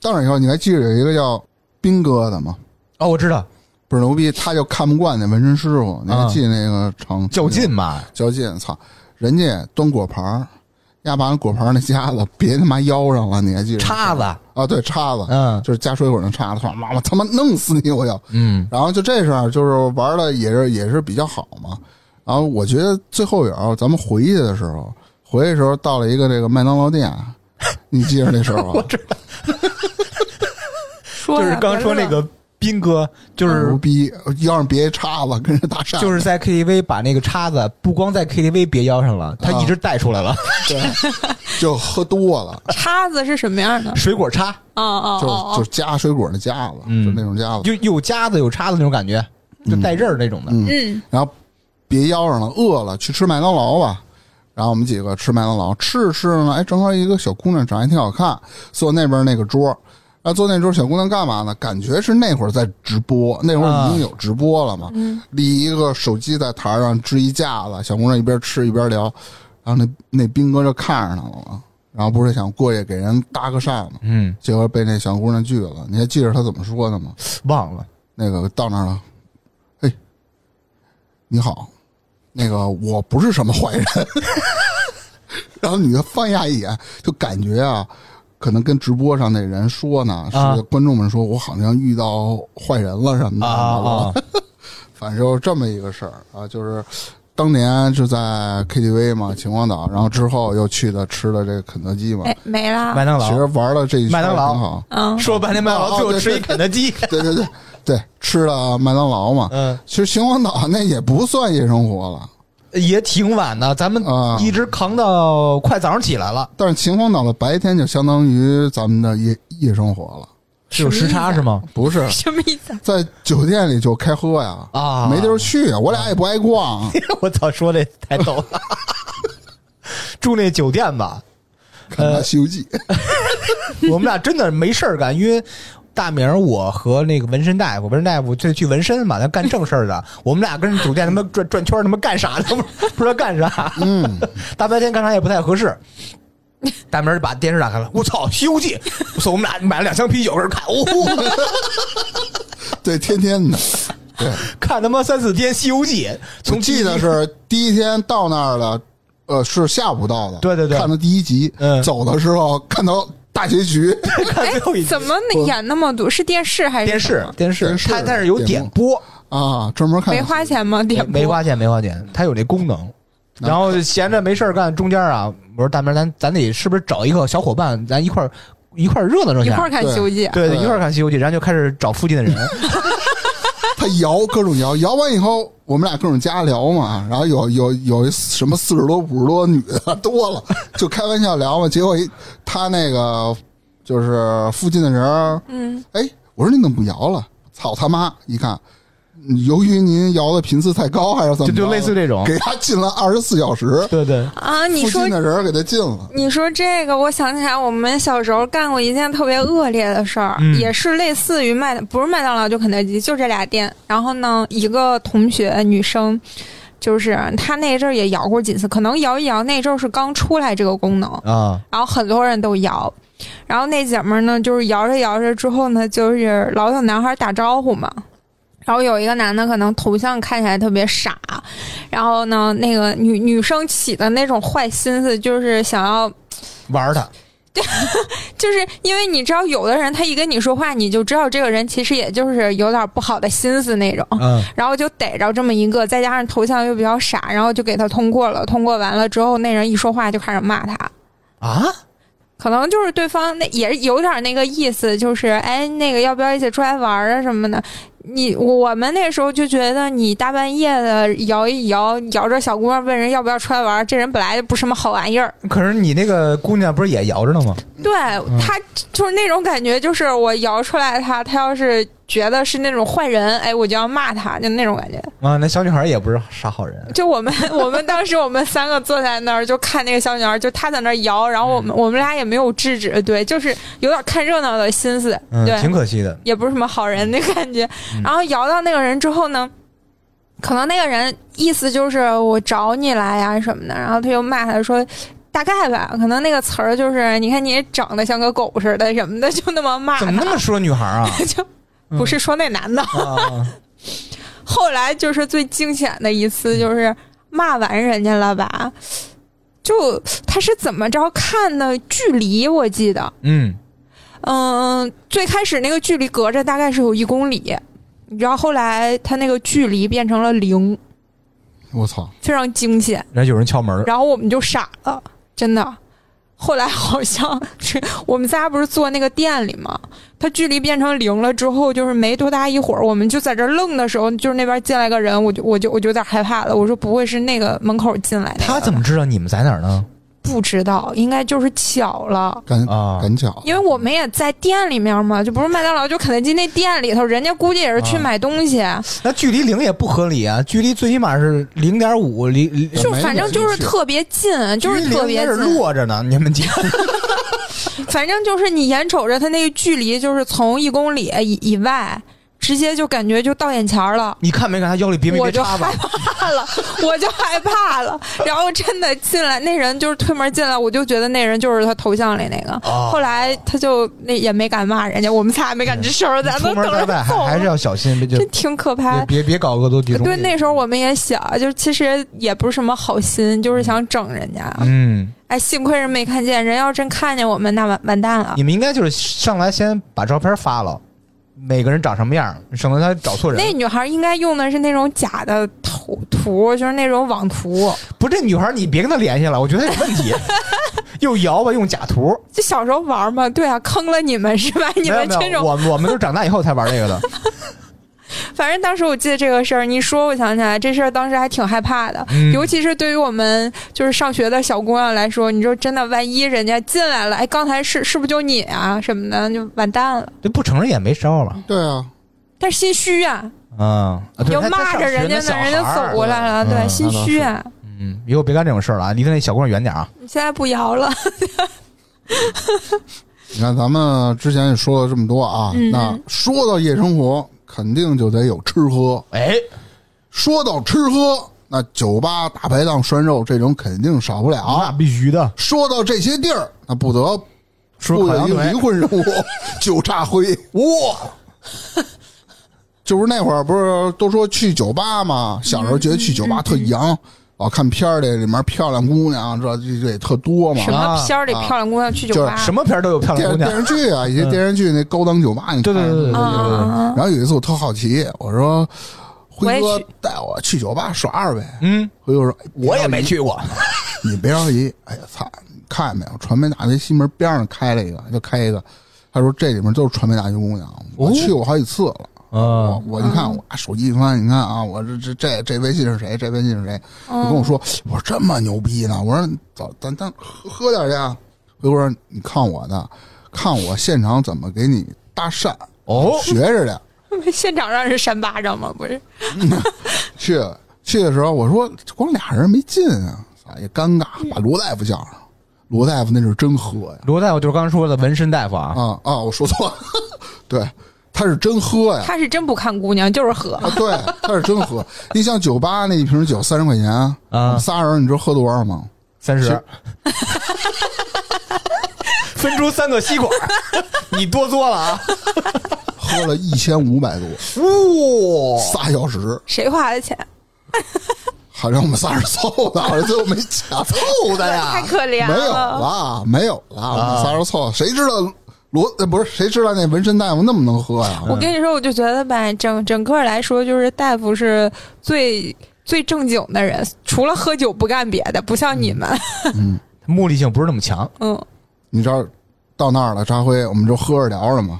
[SPEAKER 1] 到那以后，你还记得有一个叫斌哥的吗？
[SPEAKER 3] 哦，我知道，
[SPEAKER 1] 倍儿牛逼，他就看不惯那纹身师傅，你还
[SPEAKER 3] 啊
[SPEAKER 1] 记得那个长
[SPEAKER 3] 较劲嘛，
[SPEAKER 1] 较劲，操，人家端果盘儿，压把那果盘儿那夹子别他妈腰上了，你还记得？
[SPEAKER 3] 叉子，
[SPEAKER 1] 啊，对，叉子，
[SPEAKER 3] 嗯
[SPEAKER 1] 就是夹水果那叉子，操妈我他妈弄死你，我要。
[SPEAKER 3] 嗯，
[SPEAKER 1] 然后就这事儿，就是玩的也是也是比较好嘛。然后我觉得最后边儿咱们回去的时候，回去的时候到了一个这个麦当劳店，你记着那时候吧
[SPEAKER 2] 啊说
[SPEAKER 3] 就是
[SPEAKER 2] 呀
[SPEAKER 3] 刚说那，个斌哥，就是
[SPEAKER 1] 牛。逼，腰上别一叉子，跟人搭讪，
[SPEAKER 3] 就是在 KTV 把那个叉子不光在 KTV 别腰上了，
[SPEAKER 1] 嗯
[SPEAKER 3] 他一直带出来了，
[SPEAKER 1] 就喝多了，
[SPEAKER 2] 别乐叉子是什么
[SPEAKER 1] 嗯
[SPEAKER 2] 样的？
[SPEAKER 3] (laughs) 水果叉，
[SPEAKER 2] 哦哦
[SPEAKER 1] 就
[SPEAKER 2] 哦
[SPEAKER 1] 就
[SPEAKER 2] 哦，
[SPEAKER 1] 夹水果那夹子，
[SPEAKER 3] 嗯
[SPEAKER 1] 就那种夹子，
[SPEAKER 3] 就有夹子有叉子那种感觉，就带刃儿那种的。
[SPEAKER 2] 嗯，
[SPEAKER 1] 然后别腰上了，饿了去吃麦当劳吧。然后我们几个吃麦当劳，吃着吃着呢，哎，正好一个小姑娘长得还挺好看，坐那边那个桌。然后坐那桌小姑娘干嘛呢？感觉是那会儿在直播，那会儿已经有直播了嘛。立一个手机在台上支一架子，小姑娘一边吃一边聊。然后那那兵哥就看上她了嘛，然后不是想过去给人搭个讪嘛，
[SPEAKER 3] 嗯，
[SPEAKER 1] 结果被那小姑娘拒了。你还记着她怎么说的吗？
[SPEAKER 3] 忘了，
[SPEAKER 1] 那个到那儿了，哎，你好，那个我不是什么坏人。 (laughs) 然后女的翻下一眼，就感觉啊，可能跟直播上那人说呢，
[SPEAKER 3] 啊
[SPEAKER 1] 是观众们说我好像遇到坏人了什么的，
[SPEAKER 3] 啊啊
[SPEAKER 1] 嗯 (laughs) 反正就是这么一个事儿啊，就是。当年是在 KTV 嘛，秦皇岛，然后之后又去的吃的这个肯德基嘛，
[SPEAKER 2] 哎，没
[SPEAKER 3] 啊！
[SPEAKER 2] 啦，
[SPEAKER 3] 麦当
[SPEAKER 1] 其实
[SPEAKER 3] 劳，
[SPEAKER 1] 玩了这一圈
[SPEAKER 3] 麦当劳
[SPEAKER 1] 挺好，
[SPEAKER 2] 嗯，
[SPEAKER 3] 说半天麦当劳，最后吃一肯
[SPEAKER 1] (laughs)
[SPEAKER 3] 德基。
[SPEAKER 1] 对对对对，吃了麦当劳嘛，
[SPEAKER 3] 嗯，
[SPEAKER 1] 其实秦皇岛那也不算夜生活了，
[SPEAKER 3] 也挺晚的，咱们
[SPEAKER 1] 啊
[SPEAKER 3] 一直扛到快早上起来了，
[SPEAKER 1] 但是秦皇岛的白天就相当于咱们的夜夜生活了，
[SPEAKER 3] 是有时差是吗？
[SPEAKER 1] 不是
[SPEAKER 2] 什么意思啊？
[SPEAKER 1] 在酒店里就开喝呀，
[SPEAKER 3] 啊，呃
[SPEAKER 1] 没地儿去啊，我俩也不爱逛，
[SPEAKER 3] (laughs) 我操，说这太逗了。 (laughs) 住那酒店吧，
[SPEAKER 1] 看看《西游记》 (laughs)
[SPEAKER 3] 我们俩真的没事儿干，因为大明儿我和那个纹身大夫，纹身大夫就去纹身嘛，他干正事儿的。我们俩跟酒店他妈转转圈儿，他妈干啥呢？ (laughs) 不不知道干啥，
[SPEAKER 1] 嗯，
[SPEAKER 3] 大白天干啥也不太合适。大明儿把电视打开了，我操，《西游记》！我操，我们俩买了两箱啤酒，搁这看，哦，
[SPEAKER 1] 对，天天的。对，
[SPEAKER 3] 看他妈三四天《西游记》，
[SPEAKER 1] 我
[SPEAKER 3] 从
[SPEAKER 1] 记得
[SPEAKER 3] 第一
[SPEAKER 1] 是第一天到那儿的，呃，是下午到的，
[SPEAKER 3] 对对对
[SPEAKER 1] 看的第一集，
[SPEAKER 3] 嗯
[SPEAKER 1] 走的时候看到大结局，
[SPEAKER 3] 看最后
[SPEAKER 1] 哎
[SPEAKER 3] 一集
[SPEAKER 2] 怎么演那么多？是电视还是
[SPEAKER 3] 电
[SPEAKER 2] 什
[SPEAKER 3] 视
[SPEAKER 2] 么？
[SPEAKER 3] 电视
[SPEAKER 1] 啊电，视
[SPEAKER 3] 它但是有
[SPEAKER 1] 点
[SPEAKER 3] 点
[SPEAKER 1] 播
[SPEAKER 3] 播，
[SPEAKER 1] 啊，专门看
[SPEAKER 2] 没花钱吗？
[SPEAKER 3] 没
[SPEAKER 2] 点
[SPEAKER 3] 没
[SPEAKER 2] 播
[SPEAKER 3] 花钱，没花钱，它有这功能。
[SPEAKER 2] 啊
[SPEAKER 3] 然后闲着没事儿干，中间啊，我说大明儿，咱咱得是不是找一个小伙伴，咱一块儿一块儿热闹热闹
[SPEAKER 2] 一块儿嗯看《啊
[SPEAKER 1] 对
[SPEAKER 2] 西游记》。
[SPEAKER 3] 对，
[SPEAKER 1] 对
[SPEAKER 3] 一块儿看《西游记》，然后就开始找附近的人。
[SPEAKER 1] 他摇各种摇，摇完以后我们俩各种瞎聊嘛，然后有有有什么四十多五十多女的多了， (laughs) 就开玩笑聊嘛。结果一他那个就是附近的人儿，
[SPEAKER 2] 嗯，
[SPEAKER 1] 哎，我说你怎么不摇了？操他妈！一看，嗯由于您摇的频次太高还是 (laughs) 怎么着
[SPEAKER 3] 就
[SPEAKER 1] 的，
[SPEAKER 3] 就类似这种
[SPEAKER 1] 给他禁了二十四小时，
[SPEAKER 3] 对对，
[SPEAKER 2] 啊，你
[SPEAKER 1] 附
[SPEAKER 2] 说
[SPEAKER 1] 近的人儿给他禁了。
[SPEAKER 2] 你说这个，我想起来，我们小时候干过一件特别恶劣的事儿，
[SPEAKER 3] 嗯
[SPEAKER 2] 也是类似于麦，不是麦当劳就肯德基，就这俩店。然后呢，一个同学女生，就是她那阵儿也摇过几次，可能摇一摇那阵儿是刚出来这个功能，
[SPEAKER 3] 啊，
[SPEAKER 2] 然后很多人都摇。然后那姐们儿呢，就是摇着摇着之后呢，就是老有男孩打招呼嘛。然后有一个男的，可能头像看起来特别傻，然后呢，那个女女生起的那种坏心思，就是想要，
[SPEAKER 3] 玩儿它，
[SPEAKER 2] 就是因为你知道，有的人他一跟你说话，你就知道这个人其实也就是有点不好的心思那种。
[SPEAKER 3] 嗯，
[SPEAKER 2] 然后就逮着这么一个，再加上头像又比较傻，然后就给他通过了。通过完了之后，那人一说话就开始骂他，
[SPEAKER 3] 啊，
[SPEAKER 2] 可能就是对方那也是有点那个意思，就是哎，那个要不要一起出来玩儿啊什么的。你我们那时候就觉得你大半夜的摇一摇，摇着小姑娘问人要不要出来玩儿，这人本来就不是什么好玩意儿。
[SPEAKER 3] 可是你那个姑娘不是也摇着呢吗？
[SPEAKER 2] 对他就是那种感觉，就是我摇出来他，他要是觉得是那种坏人，哎，我就要骂他，就那种感觉。
[SPEAKER 3] 啊，那小女孩也不是啥好人，
[SPEAKER 2] 就我们我们当时我们三个坐在那儿就看那个小女孩，就她在那儿摇，然后我们我们俩也没有制止，对，就是有点看热闹的心思，
[SPEAKER 3] 嗯，
[SPEAKER 2] 对，
[SPEAKER 3] 挺可惜的。
[SPEAKER 2] 也不是什么好人的感觉。
[SPEAKER 3] 嗯
[SPEAKER 2] 然后摇到那个人之后呢，可能那个人意思就是我找你来呀、什么的，然后他就骂他说。大概吧，可能那个词儿就是，你看你也长得像个狗似的什么的，就那么骂
[SPEAKER 3] 怎么那
[SPEAKER 2] 他，
[SPEAKER 3] 么说女孩啊？
[SPEAKER 2] (laughs) 就不是说那男的。
[SPEAKER 3] 啊，
[SPEAKER 2] 后来就是最惊险的一次，就是骂完人家了吧，就他是怎么着看的距离，我记得，
[SPEAKER 3] 嗯，
[SPEAKER 2] 嗯，最开始那个距离隔着大概是有一公里，然后后来他那个距离变成了零，
[SPEAKER 1] 我操！
[SPEAKER 2] 非常惊险，
[SPEAKER 3] 然后有人敲门，
[SPEAKER 2] 然后我们就傻了，真的。后来好像是我们仨不是坐那个店里嘛，他距离变成零了之后，就是没多大一会儿，我们就在这儿愣的时候，就是那边进来个人，我就我就我就有点害怕了。我说不会是那个门口进来的？
[SPEAKER 3] 她怎么知道你们在哪儿呢？
[SPEAKER 2] 不知道？应该就是巧了。
[SPEAKER 1] 赶
[SPEAKER 3] 啊
[SPEAKER 1] 赶巧，
[SPEAKER 2] 因为我们也在店里面嘛，就不是麦当劳，就肯德基那店里头，人家估计也是去
[SPEAKER 3] 嗯啊
[SPEAKER 2] 买东西，
[SPEAKER 3] 那距离零也不合理啊，距离最起码是零点五，离离
[SPEAKER 2] 就
[SPEAKER 1] 没
[SPEAKER 2] 反正
[SPEAKER 1] 有
[SPEAKER 2] 就是
[SPEAKER 1] 进去
[SPEAKER 2] 特别近，就是
[SPEAKER 3] 距离
[SPEAKER 2] 特
[SPEAKER 3] 零应
[SPEAKER 2] 别
[SPEAKER 3] 该是
[SPEAKER 2] 近，
[SPEAKER 3] 落着呢。你
[SPEAKER 2] (laughs)
[SPEAKER 3] 们家
[SPEAKER 2] 反正就是你眼瞅着它那个距离，就是从一公里以以外，直接就感觉就到眼前儿了。
[SPEAKER 3] 你看没看她腰里别没
[SPEAKER 2] 我
[SPEAKER 3] 别
[SPEAKER 2] 就
[SPEAKER 3] 插吧
[SPEAKER 2] 害？怕了，我就害怕了。然后真的进来，那人就是推门进来，我就觉得那人就是他头像里那个。
[SPEAKER 3] 哦
[SPEAKER 2] 后来他就那也没敢骂人家，我们仨也没敢吱声儿，咱
[SPEAKER 3] 出
[SPEAKER 2] 都
[SPEAKER 3] 门
[SPEAKER 2] 等
[SPEAKER 3] 在
[SPEAKER 2] 着
[SPEAKER 3] 外
[SPEAKER 2] 走
[SPEAKER 3] 还还是
[SPEAKER 2] 了
[SPEAKER 3] 要小心，别就
[SPEAKER 2] 这挺可怕
[SPEAKER 3] 别。别别搞恶作剧。
[SPEAKER 2] 对，那时候我们也想，就是其实也不是什么好心，就是想整人家。
[SPEAKER 3] 嗯，
[SPEAKER 2] 哎，幸亏是没看见，人要真看见我们，那完完蛋了。
[SPEAKER 3] 你们应该就是上来先把照片发了，每个人长什么样，省得他找错人
[SPEAKER 2] 那。女孩应该用的是那种假的图图，就是那种网图。
[SPEAKER 3] 不，这女孩你别跟她联系了，我觉得她有
[SPEAKER 2] (laughs)
[SPEAKER 3] 问题。又摇吧，用假图。
[SPEAKER 2] 就小时候玩嘛，对啊，坑了你们是吧？你
[SPEAKER 3] 没有
[SPEAKER 2] 们
[SPEAKER 3] 没有
[SPEAKER 2] 这种，
[SPEAKER 3] 我们我们都是长大以后才玩这个
[SPEAKER 2] (laughs)
[SPEAKER 3] 的。
[SPEAKER 2] 反正当时我记得这个事儿，你说我想起来，这事儿当时还挺害怕的，
[SPEAKER 3] 嗯
[SPEAKER 2] 尤其是对于我们就是上学的小姑娘来说，你说真的，万一人家进来了，哎，刚才是是不是就你啊什么的，就完蛋了。
[SPEAKER 3] 这不承认也没招吧？
[SPEAKER 1] 对啊，
[SPEAKER 2] 但是心虚啊，
[SPEAKER 3] 嗯，啊对
[SPEAKER 2] 要
[SPEAKER 3] 她她
[SPEAKER 2] 骂
[SPEAKER 3] 上
[SPEAKER 2] 着人
[SPEAKER 3] 学
[SPEAKER 2] 家
[SPEAKER 3] 呢，小
[SPEAKER 2] 呢，人家
[SPEAKER 3] 孩儿
[SPEAKER 2] 走过来了，
[SPEAKER 3] 对
[SPEAKER 2] 对，
[SPEAKER 3] 嗯
[SPEAKER 2] 心虚啊。
[SPEAKER 3] 嗯，以后别干这种事儿了啊，离她那小姑娘远点啊。
[SPEAKER 2] 你现在不摇了，
[SPEAKER 1] 你看咱们之前也说了这么多啊，
[SPEAKER 2] 嗯
[SPEAKER 1] 那说到夜生活，肯定就得有吃喝。
[SPEAKER 3] 哎，
[SPEAKER 1] 说到吃喝，那酒吧、大排档、涮肉这种肯定少不了。啊
[SPEAKER 3] 那啊必须的，
[SPEAKER 1] 说到这些地儿，那不得
[SPEAKER 3] 说
[SPEAKER 1] 不
[SPEAKER 3] 烤
[SPEAKER 1] 得
[SPEAKER 3] 羊
[SPEAKER 1] 一
[SPEAKER 3] 腿
[SPEAKER 1] 灵，魂人物酒炸灰
[SPEAKER 3] (laughs)
[SPEAKER 1] 哇！就是那会儿不是都说去酒吧嘛？小时候觉得去酒
[SPEAKER 3] 嗯
[SPEAKER 1] 吧特洋，老看片儿里里面漂亮姑娘这这这也特多嘛
[SPEAKER 2] (laughs) 什。么
[SPEAKER 3] 啊
[SPEAKER 2] 片儿里漂亮姑娘去酒吧？
[SPEAKER 3] 什么片儿都有漂亮
[SPEAKER 1] 电
[SPEAKER 3] 姑娘
[SPEAKER 1] 电，视剧啊，一些电视剧那高档酒吧，你看
[SPEAKER 3] 嗯对对对对对
[SPEAKER 2] 啊啊
[SPEAKER 3] 对对，
[SPEAKER 2] 啊！
[SPEAKER 1] 然后有一次我特好奇，我说
[SPEAKER 2] 我
[SPEAKER 1] 辉
[SPEAKER 2] 也
[SPEAKER 1] 哥
[SPEAKER 2] 去
[SPEAKER 1] 带我去酒吧耍二呗。
[SPEAKER 3] 嗯，啊
[SPEAKER 1] 辉哥说哎
[SPEAKER 3] 我也没去过，
[SPEAKER 1] 你别着急，哎呀操，你看见没有？传媒大学西门边上开了一个，就开一个。他说这里面都是传媒大学姑娘，我
[SPEAKER 3] 哦
[SPEAKER 1] 去过好几次了。
[SPEAKER 3] 嗯，
[SPEAKER 1] 我我你看我手机一翻，你看啊，我这这这这微信是谁？这微信是谁？就跟我说，我说这么牛逼呢？我说咱咱咱喝喝点去啊。回说你看我的，看我现场怎么给你搭讪，
[SPEAKER 3] 哦，
[SPEAKER 1] 学着点。
[SPEAKER 2] (laughs) 现场让人扇巴掌吗？不是，
[SPEAKER 3] 啊
[SPEAKER 1] (laughs) 去去的时候，我说光俩人没劲啊，啊也尴尬，把罗大夫叫上。罗大夫那是真喝呀，
[SPEAKER 3] 罗大夫就是刚才说的纹身大夫啊，
[SPEAKER 1] 啊啊，我说错了， (laughs) 对，他是真喝呀，
[SPEAKER 2] 他是真不看姑娘，就是
[SPEAKER 3] (laughs)
[SPEAKER 2] 喝。
[SPEAKER 1] 啊，对，他是真喝。你像酒吧那一瓶酒三十块钱，我们仨人你知道喝多少吗？
[SPEAKER 3] 三
[SPEAKER 1] 其
[SPEAKER 3] 十
[SPEAKER 1] 实，
[SPEAKER 3] 分出三个 (laughs) 吸管，你多做了啊，
[SPEAKER 1] 喝了一千五百多，
[SPEAKER 3] 哇，
[SPEAKER 1] 仨小时，
[SPEAKER 2] 谁花的钱？
[SPEAKER 1] 好像我们仨人凑的，好像最后没钱，凑的
[SPEAKER 2] 太可
[SPEAKER 1] 没
[SPEAKER 2] 怜
[SPEAKER 1] 有
[SPEAKER 3] 啊
[SPEAKER 2] 了。
[SPEAKER 1] 啦，没有啦，我们仨人凑，谁知道罗呃不是谁知道那纹身大夫那么能喝呀？
[SPEAKER 2] 我跟你说，我就觉得吧，整整个来说，就是大夫是最最正经的人，除了喝酒不干别的，不像
[SPEAKER 3] 嗯
[SPEAKER 2] 你们。
[SPEAKER 3] 目的性不是那么强，
[SPEAKER 2] 嗯，，
[SPEAKER 1] 你知道到那儿了，扎辉，我们就喝着聊着嘛。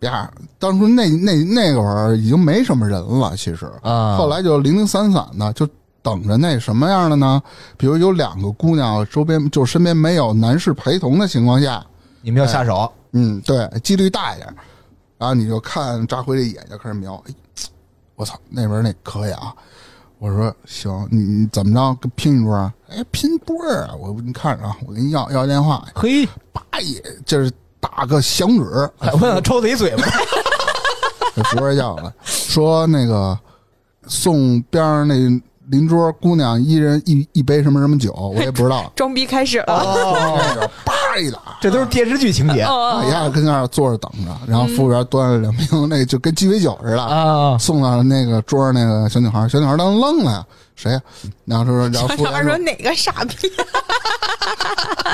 [SPEAKER 1] 呀，当初那那那个会儿已经没什么人了，其实
[SPEAKER 3] 啊
[SPEAKER 1] 后来就零零散散的，就等着那什么样的呢？比如有两个姑娘周边就身边没有男士陪同的情况下，
[SPEAKER 3] 你们要下手，
[SPEAKER 1] 嗯，对，几率大一点。然后你就看扎辉这眼睛开始瞄，哎，我操，那边那可以啊！我说行，你你怎么着跟拼一波啊？哎，拼波儿啊！我你看着啊，我给你要要电话，
[SPEAKER 3] 哎嘿，
[SPEAKER 1] 叭一就是打个响指，
[SPEAKER 3] 还问了抽自己嘴巴，
[SPEAKER 1] 就直接叫了，说那个送边上那邻桌姑娘一人一一杯什么什么酒，我也不知道
[SPEAKER 2] (laughs) 装逼开始了。
[SPEAKER 3] 哦，
[SPEAKER 1] 那个叭一打，
[SPEAKER 3] 这都是电视剧情节
[SPEAKER 2] 哦
[SPEAKER 1] 哎呀，跟那儿坐着等着，然后服务员端了两瓶那个就跟鸡尾酒似的。
[SPEAKER 2] 哦
[SPEAKER 3] 啊，
[SPEAKER 1] 送到那个桌上那个小女孩，小女孩当时愣了呀，谁呀？然后说，然后
[SPEAKER 2] 小
[SPEAKER 3] 哎
[SPEAKER 1] 服务
[SPEAKER 2] 常
[SPEAKER 1] 员
[SPEAKER 2] 嗯说哪个傻
[SPEAKER 3] (laughs)
[SPEAKER 2] 逼？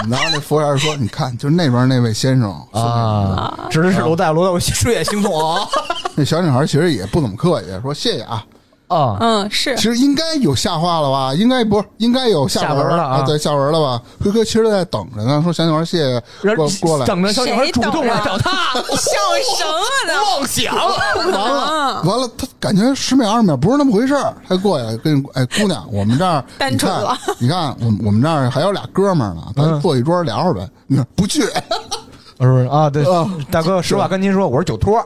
[SPEAKER 1] 然后那服务员说，你看，就是那边那位先生送给
[SPEAKER 3] 啊，指的是罗大夫，罗大夫睡眼惺忪啊
[SPEAKER 1] 那小女孩其实也不怎么客气，说谢谢啊，
[SPEAKER 3] 啊，
[SPEAKER 2] 嗯，
[SPEAKER 1] (laughs)
[SPEAKER 2] 是
[SPEAKER 1] 其实应该有下话了吧？应该不是，应该有下
[SPEAKER 3] 下文了啊
[SPEAKER 1] 啊！对，下文了吧？辉哥其实在等着呢，说小女孩谢谢
[SPEAKER 3] (laughs) 然
[SPEAKER 1] 过
[SPEAKER 3] 后
[SPEAKER 1] 过来，
[SPEAKER 3] 等着小女孩主动
[SPEAKER 2] 谁等啊
[SPEAKER 3] 来
[SPEAKER 2] 着
[SPEAKER 3] 找
[SPEAKER 2] (laughs)
[SPEAKER 3] 他，
[SPEAKER 2] (laughs) 笑什么呢？嗯
[SPEAKER 3] (laughs) 妄想，
[SPEAKER 1] 完
[SPEAKER 2] 不可能
[SPEAKER 1] 了。完了，他感觉十秒二十秒不是那么回事儿，他就过来跟你哎姑娘，我们这儿
[SPEAKER 2] (laughs) 单
[SPEAKER 1] 你
[SPEAKER 2] 纯
[SPEAKER 1] 看
[SPEAKER 2] 了，
[SPEAKER 1] 你看我们我们这儿还有俩哥们儿呢，咱
[SPEAKER 3] 嗯
[SPEAKER 1] 坐一桌聊会儿呗。你说不去， (laughs)
[SPEAKER 3] 我说啊，对
[SPEAKER 1] 啊，
[SPEAKER 3] 大哥，实话跟您说，我是酒 (laughs) 托，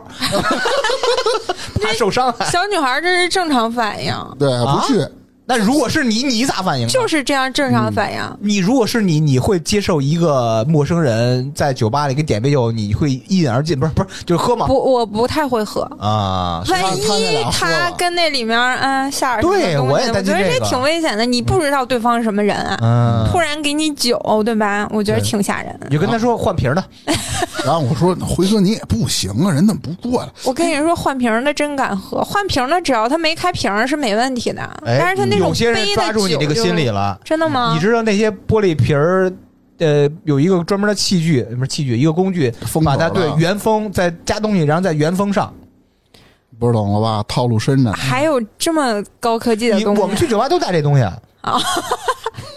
[SPEAKER 3] 怕受伤 (laughs) 害。
[SPEAKER 2] 小女孩这是正常反应，
[SPEAKER 3] 啊
[SPEAKER 1] 对，不去。
[SPEAKER 3] 那如果是你，你咋反应啊？
[SPEAKER 2] 就是这样正常反应。
[SPEAKER 3] 你如果是你，你会接受一个陌生人在酒吧里给你点杯酒，你会一饮而尽，不是不是，就是喝嘛
[SPEAKER 2] 不，我不太会喝。
[SPEAKER 3] 啊，
[SPEAKER 1] 他
[SPEAKER 2] 万
[SPEAKER 1] 他那
[SPEAKER 2] 一
[SPEAKER 1] 俩喝
[SPEAKER 2] 他
[SPEAKER 1] 了
[SPEAKER 2] 跟那里面嗯下点什么
[SPEAKER 3] 对
[SPEAKER 2] 东西
[SPEAKER 3] 我也
[SPEAKER 2] 我
[SPEAKER 3] 担
[SPEAKER 2] 觉
[SPEAKER 3] 心
[SPEAKER 2] 得
[SPEAKER 3] 这
[SPEAKER 2] 这
[SPEAKER 3] 个
[SPEAKER 2] 挺危险的。你不知道对方是什么人啊，
[SPEAKER 3] 嗯，
[SPEAKER 2] 突然给你酒，对吧？我觉得挺吓人的
[SPEAKER 3] 你。就跟他说换瓶的，
[SPEAKER 1] (laughs) 然后我说辉哥你也不行啊，人怎么不过来？
[SPEAKER 2] 我跟你说，换瓶儿的真敢喝，换瓶儿的只要他没开瓶儿是没问题的。
[SPEAKER 3] 哎，
[SPEAKER 2] 但是他那种
[SPEAKER 3] 有些人
[SPEAKER 2] 杯的
[SPEAKER 3] 抓住你
[SPEAKER 2] 酒
[SPEAKER 3] 这个
[SPEAKER 2] 就
[SPEAKER 3] 心理了，
[SPEAKER 2] 真的吗？
[SPEAKER 3] 你知道那些玻璃瓶儿，呃，有一个专门的器具，不是器具，一个工具，
[SPEAKER 1] 封
[SPEAKER 3] 把
[SPEAKER 1] 口
[SPEAKER 3] 它对
[SPEAKER 1] 了
[SPEAKER 3] 原封再加东西，然后再原封上。
[SPEAKER 1] 不是懂了吧？套路深着呢。
[SPEAKER 2] 还有这么高科技的
[SPEAKER 3] 你
[SPEAKER 2] 东西？
[SPEAKER 3] 我们去酒吧都带这东西啊，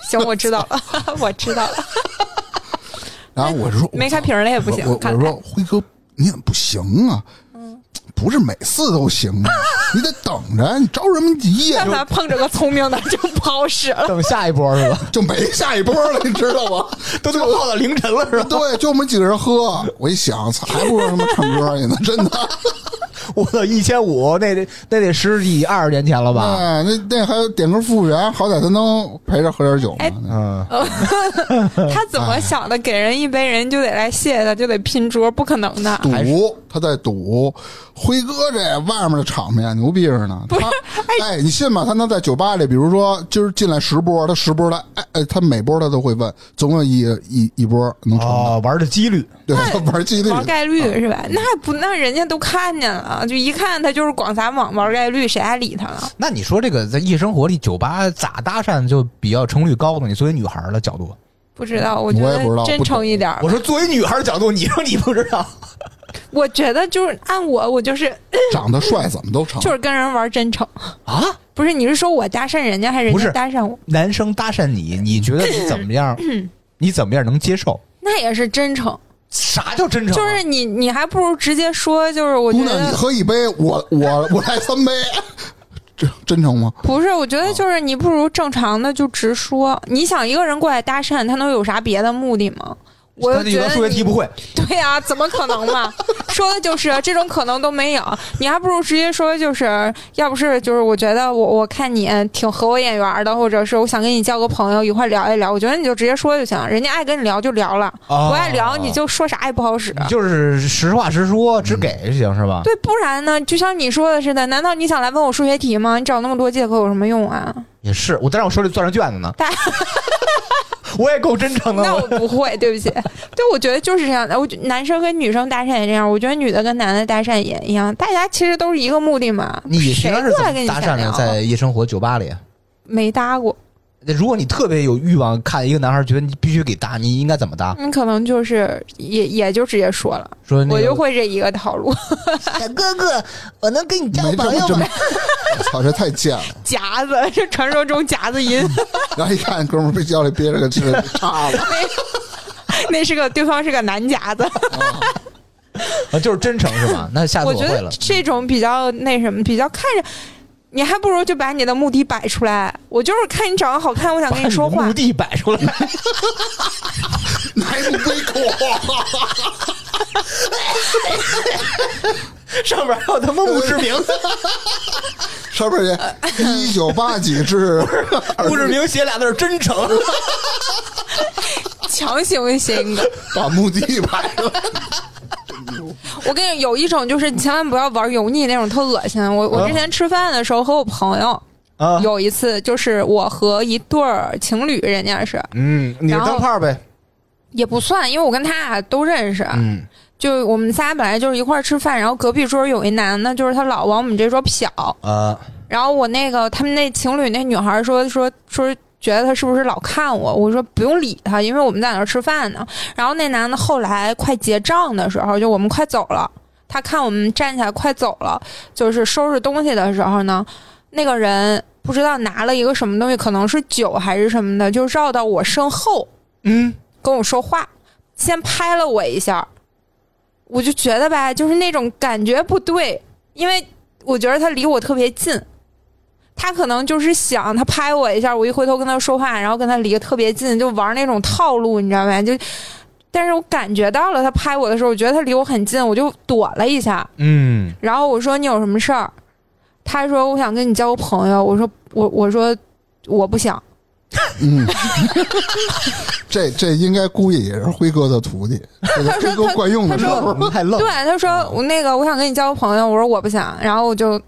[SPEAKER 2] 行，我知道了， (laughs) 我知道了，
[SPEAKER 1] 然后我就说
[SPEAKER 2] 没开瓶儿的也不行
[SPEAKER 1] 我。我
[SPEAKER 2] 看嗯
[SPEAKER 1] 我
[SPEAKER 2] 来
[SPEAKER 1] 说辉哥，你怎么不行啊？不是每次都行啊，你得等着，你着什么
[SPEAKER 2] (laughs)
[SPEAKER 1] 急呀、
[SPEAKER 2] 但凡碰着个聪明的就不好使
[SPEAKER 1] (laughs)
[SPEAKER 2] 了。
[SPEAKER 3] 等下一波是吧？
[SPEAKER 1] 就没下一波了，你知道吗？
[SPEAKER 3] (laughs)
[SPEAKER 1] (laughs)
[SPEAKER 3] 都他妈泡到凌晨了是吧？
[SPEAKER 1] 对，就我们几个人喝，我一想，操还不如他妈唱歌去呢，真的。
[SPEAKER 3] 我操，一千五，那得那得十几二十年前了吧？
[SPEAKER 1] 哎，那那还有点歌服务员，好歹他能陪着喝点酒
[SPEAKER 2] 哎
[SPEAKER 1] 嘛。那
[SPEAKER 3] 嗯，
[SPEAKER 1] 嗯
[SPEAKER 2] 他怎么想的？给人一杯，人就得来谢他，就得拼桌，不可能的。
[SPEAKER 3] 还
[SPEAKER 1] 赌，他在赌。辉哥这外面的场面啊牛逼着呢，他哎，你信吗？他能在酒吧里，比如说今儿进来十波，他十波他哎哎，他每波他都会问，总有一一一波能成的，
[SPEAKER 3] 哦，玩的几率，
[SPEAKER 1] 对，他玩几率。嗯
[SPEAKER 2] 玩概率是吧？那不，那人家都看见了，就一看他就是广撒网玩概率，谁还理他了？
[SPEAKER 3] 那你说这个在夜生活里，酒吧咋搭讪就比较成功率高呢？你作为女孩儿的角度，
[SPEAKER 2] 不知道，我
[SPEAKER 1] 也
[SPEAKER 2] 觉
[SPEAKER 1] 不知道
[SPEAKER 2] 得真
[SPEAKER 1] 不懂
[SPEAKER 2] 诚一点儿吧。
[SPEAKER 3] 我说作为女孩儿角度，你说你不知道，
[SPEAKER 2] 我觉得就是按我，我就是
[SPEAKER 1] 长得帅怎么都成，
[SPEAKER 2] 就是跟人玩真诚
[SPEAKER 3] 啊？
[SPEAKER 2] 不是，你是说我搭讪人家，还是人
[SPEAKER 3] 不是
[SPEAKER 2] 家搭讪我？
[SPEAKER 3] 男生搭
[SPEAKER 2] (clears throat)
[SPEAKER 3] 讪你，你觉得你怎么样？你怎么样能接受？
[SPEAKER 2] 那也是真诚，
[SPEAKER 3] 啥叫真诚啊？
[SPEAKER 2] 就是你，你还不如直接说，就是我觉
[SPEAKER 1] 姑娘你
[SPEAKER 2] 得
[SPEAKER 1] 喝一杯，我我我来三杯，这真诚吗？
[SPEAKER 2] 不是，我觉
[SPEAKER 3] 哦
[SPEAKER 2] 得就是你不如正常的就直说。你想一个人过来搭讪，他能有啥别的目的吗？我
[SPEAKER 3] 他
[SPEAKER 2] 就
[SPEAKER 3] 就
[SPEAKER 2] 觉
[SPEAKER 3] 觉得
[SPEAKER 2] 得
[SPEAKER 3] 数学题
[SPEAKER 2] 你 (laughs)
[SPEAKER 3] 不会，
[SPEAKER 2] 对呀、怎么可能
[SPEAKER 3] (laughs)
[SPEAKER 2] 嘛？说的就是这种可能都没有，你还不如直接说，就是要不是就是我觉得我我看你挺合我眼缘的，或者是我想跟你交个朋友，一块聊一聊，我觉得你就直接说就行，人家爱跟你聊就聊了，
[SPEAKER 3] 哦嗯
[SPEAKER 2] 不爱聊你就说啥也不好使。
[SPEAKER 3] 你就是实话实说，只给就行是吧？
[SPEAKER 2] 啊嗯对，不然呢？就像你说的似的，难道你想来问我数学题吗？你找那么多借口有什么用啊？
[SPEAKER 3] 也是，我但是我手里攥着卷子呢
[SPEAKER 2] 大，
[SPEAKER 3] (laughs) 我也够真诚的
[SPEAKER 2] 那
[SPEAKER 3] 了 (laughs)
[SPEAKER 2] 我。不会，对不起。对，我觉得就是这样的。我觉得男生跟女生搭讪也这样，我觉得女的跟男的搭讪也一样，大家其实都是一个目的嘛。
[SPEAKER 3] 你
[SPEAKER 2] 谁
[SPEAKER 3] 平常是
[SPEAKER 2] 过
[SPEAKER 3] 怎
[SPEAKER 2] 来跟
[SPEAKER 3] 么
[SPEAKER 2] 你
[SPEAKER 3] 搭
[SPEAKER 2] 闲
[SPEAKER 3] 讪的？
[SPEAKER 2] 聊啊
[SPEAKER 3] 在夜生活酒吧里，
[SPEAKER 2] 没搭过，
[SPEAKER 3] 那如果你特别有欲望看一个男孩，觉得你必须给搭，你应该怎么搭？
[SPEAKER 2] 嗯，可能就是也也就直接说了，
[SPEAKER 3] 说那个
[SPEAKER 2] 我就会这一个套路， (laughs)
[SPEAKER 3] 小哥哥，我能跟你
[SPEAKER 1] 没这么真，？我操，这太贱了！
[SPEAKER 2] 夹子，这传说中夹子
[SPEAKER 3] (laughs)
[SPEAKER 2] 音，
[SPEAKER 1] 然后一看哥们儿被腰里憋着个
[SPEAKER 2] (laughs)
[SPEAKER 1] 这个叉子，
[SPEAKER 2] 那是个对方是个男夹子。
[SPEAKER 3] 啊，就是真诚是吧？那下次
[SPEAKER 2] 我
[SPEAKER 3] 我
[SPEAKER 2] 觉
[SPEAKER 3] 会
[SPEAKER 2] 得
[SPEAKER 3] 了。
[SPEAKER 2] 这种比较那什么，比较看着，你还不如就把你的目的摆出来。我就是看你长得好看，我想跟你说
[SPEAKER 3] 把
[SPEAKER 2] 话
[SPEAKER 3] 目。的摆出来，
[SPEAKER 1] 拿一杯口，
[SPEAKER 3] 上面还有他妈墓志铭，
[SPEAKER 1] (laughs) 上面写一九八几
[SPEAKER 2] (laughs)
[SPEAKER 1] 至
[SPEAKER 3] 墓志铭写俩字儿真诚。 (laughs)
[SPEAKER 2] 强行谐音梗。
[SPEAKER 1] 把墓地摆了。
[SPEAKER 2] (laughs) 我跟你有一种就是，你千万不要玩油腻那种，特恶心。我我之前吃饭的时候和我朋友
[SPEAKER 3] 嗯啊
[SPEAKER 2] 有一次，就是我和一对儿情侣，人家是
[SPEAKER 3] 嗯，你
[SPEAKER 2] 然后
[SPEAKER 3] 炮呗，
[SPEAKER 2] 也不算，因为我跟他俩都认识。
[SPEAKER 3] 嗯，
[SPEAKER 2] 就我们仨本来就是一块儿吃饭，然后隔壁桌有一男的，就是他老往我们这桌瞟，
[SPEAKER 3] 啊，
[SPEAKER 2] 然后我那个他们那情侣那女孩说说说觉得他是不是老看我？我说不用理他，因为我们在那儿吃饭呢。然后那男的后来快结账的时候，就我们快走了，他看我们站起来快走了，就是收拾东西的时候呢，那个人不知道拿了一个什么东西，可能是酒还是什么的，就绕到我身后
[SPEAKER 3] 嗯，
[SPEAKER 2] 跟我说话，先拍了我一下，我就觉得吧，就是那种感觉不对，因为我觉得他离我特别近，他可能就是想他拍我一下，我一回头跟他说话，然后跟他离得特别近，就玩那种套路，你知道吗？就，但是我感觉到了他拍我的时候，我觉得他离我很近，我就躲了一下，
[SPEAKER 3] 嗯，
[SPEAKER 2] 然后我说你有什么事儿？他说我想跟你交个朋友，我说我我说我不想。
[SPEAKER 1] 嗯，这这应该估计也是辉哥的
[SPEAKER 2] (laughs)
[SPEAKER 1] 徒弟，这是辉哥惯用的
[SPEAKER 2] 他
[SPEAKER 1] 事
[SPEAKER 2] 说
[SPEAKER 1] 儿。
[SPEAKER 3] 太愣
[SPEAKER 2] 对，他说我那个我想跟你交个朋友，我说我不想，然后我就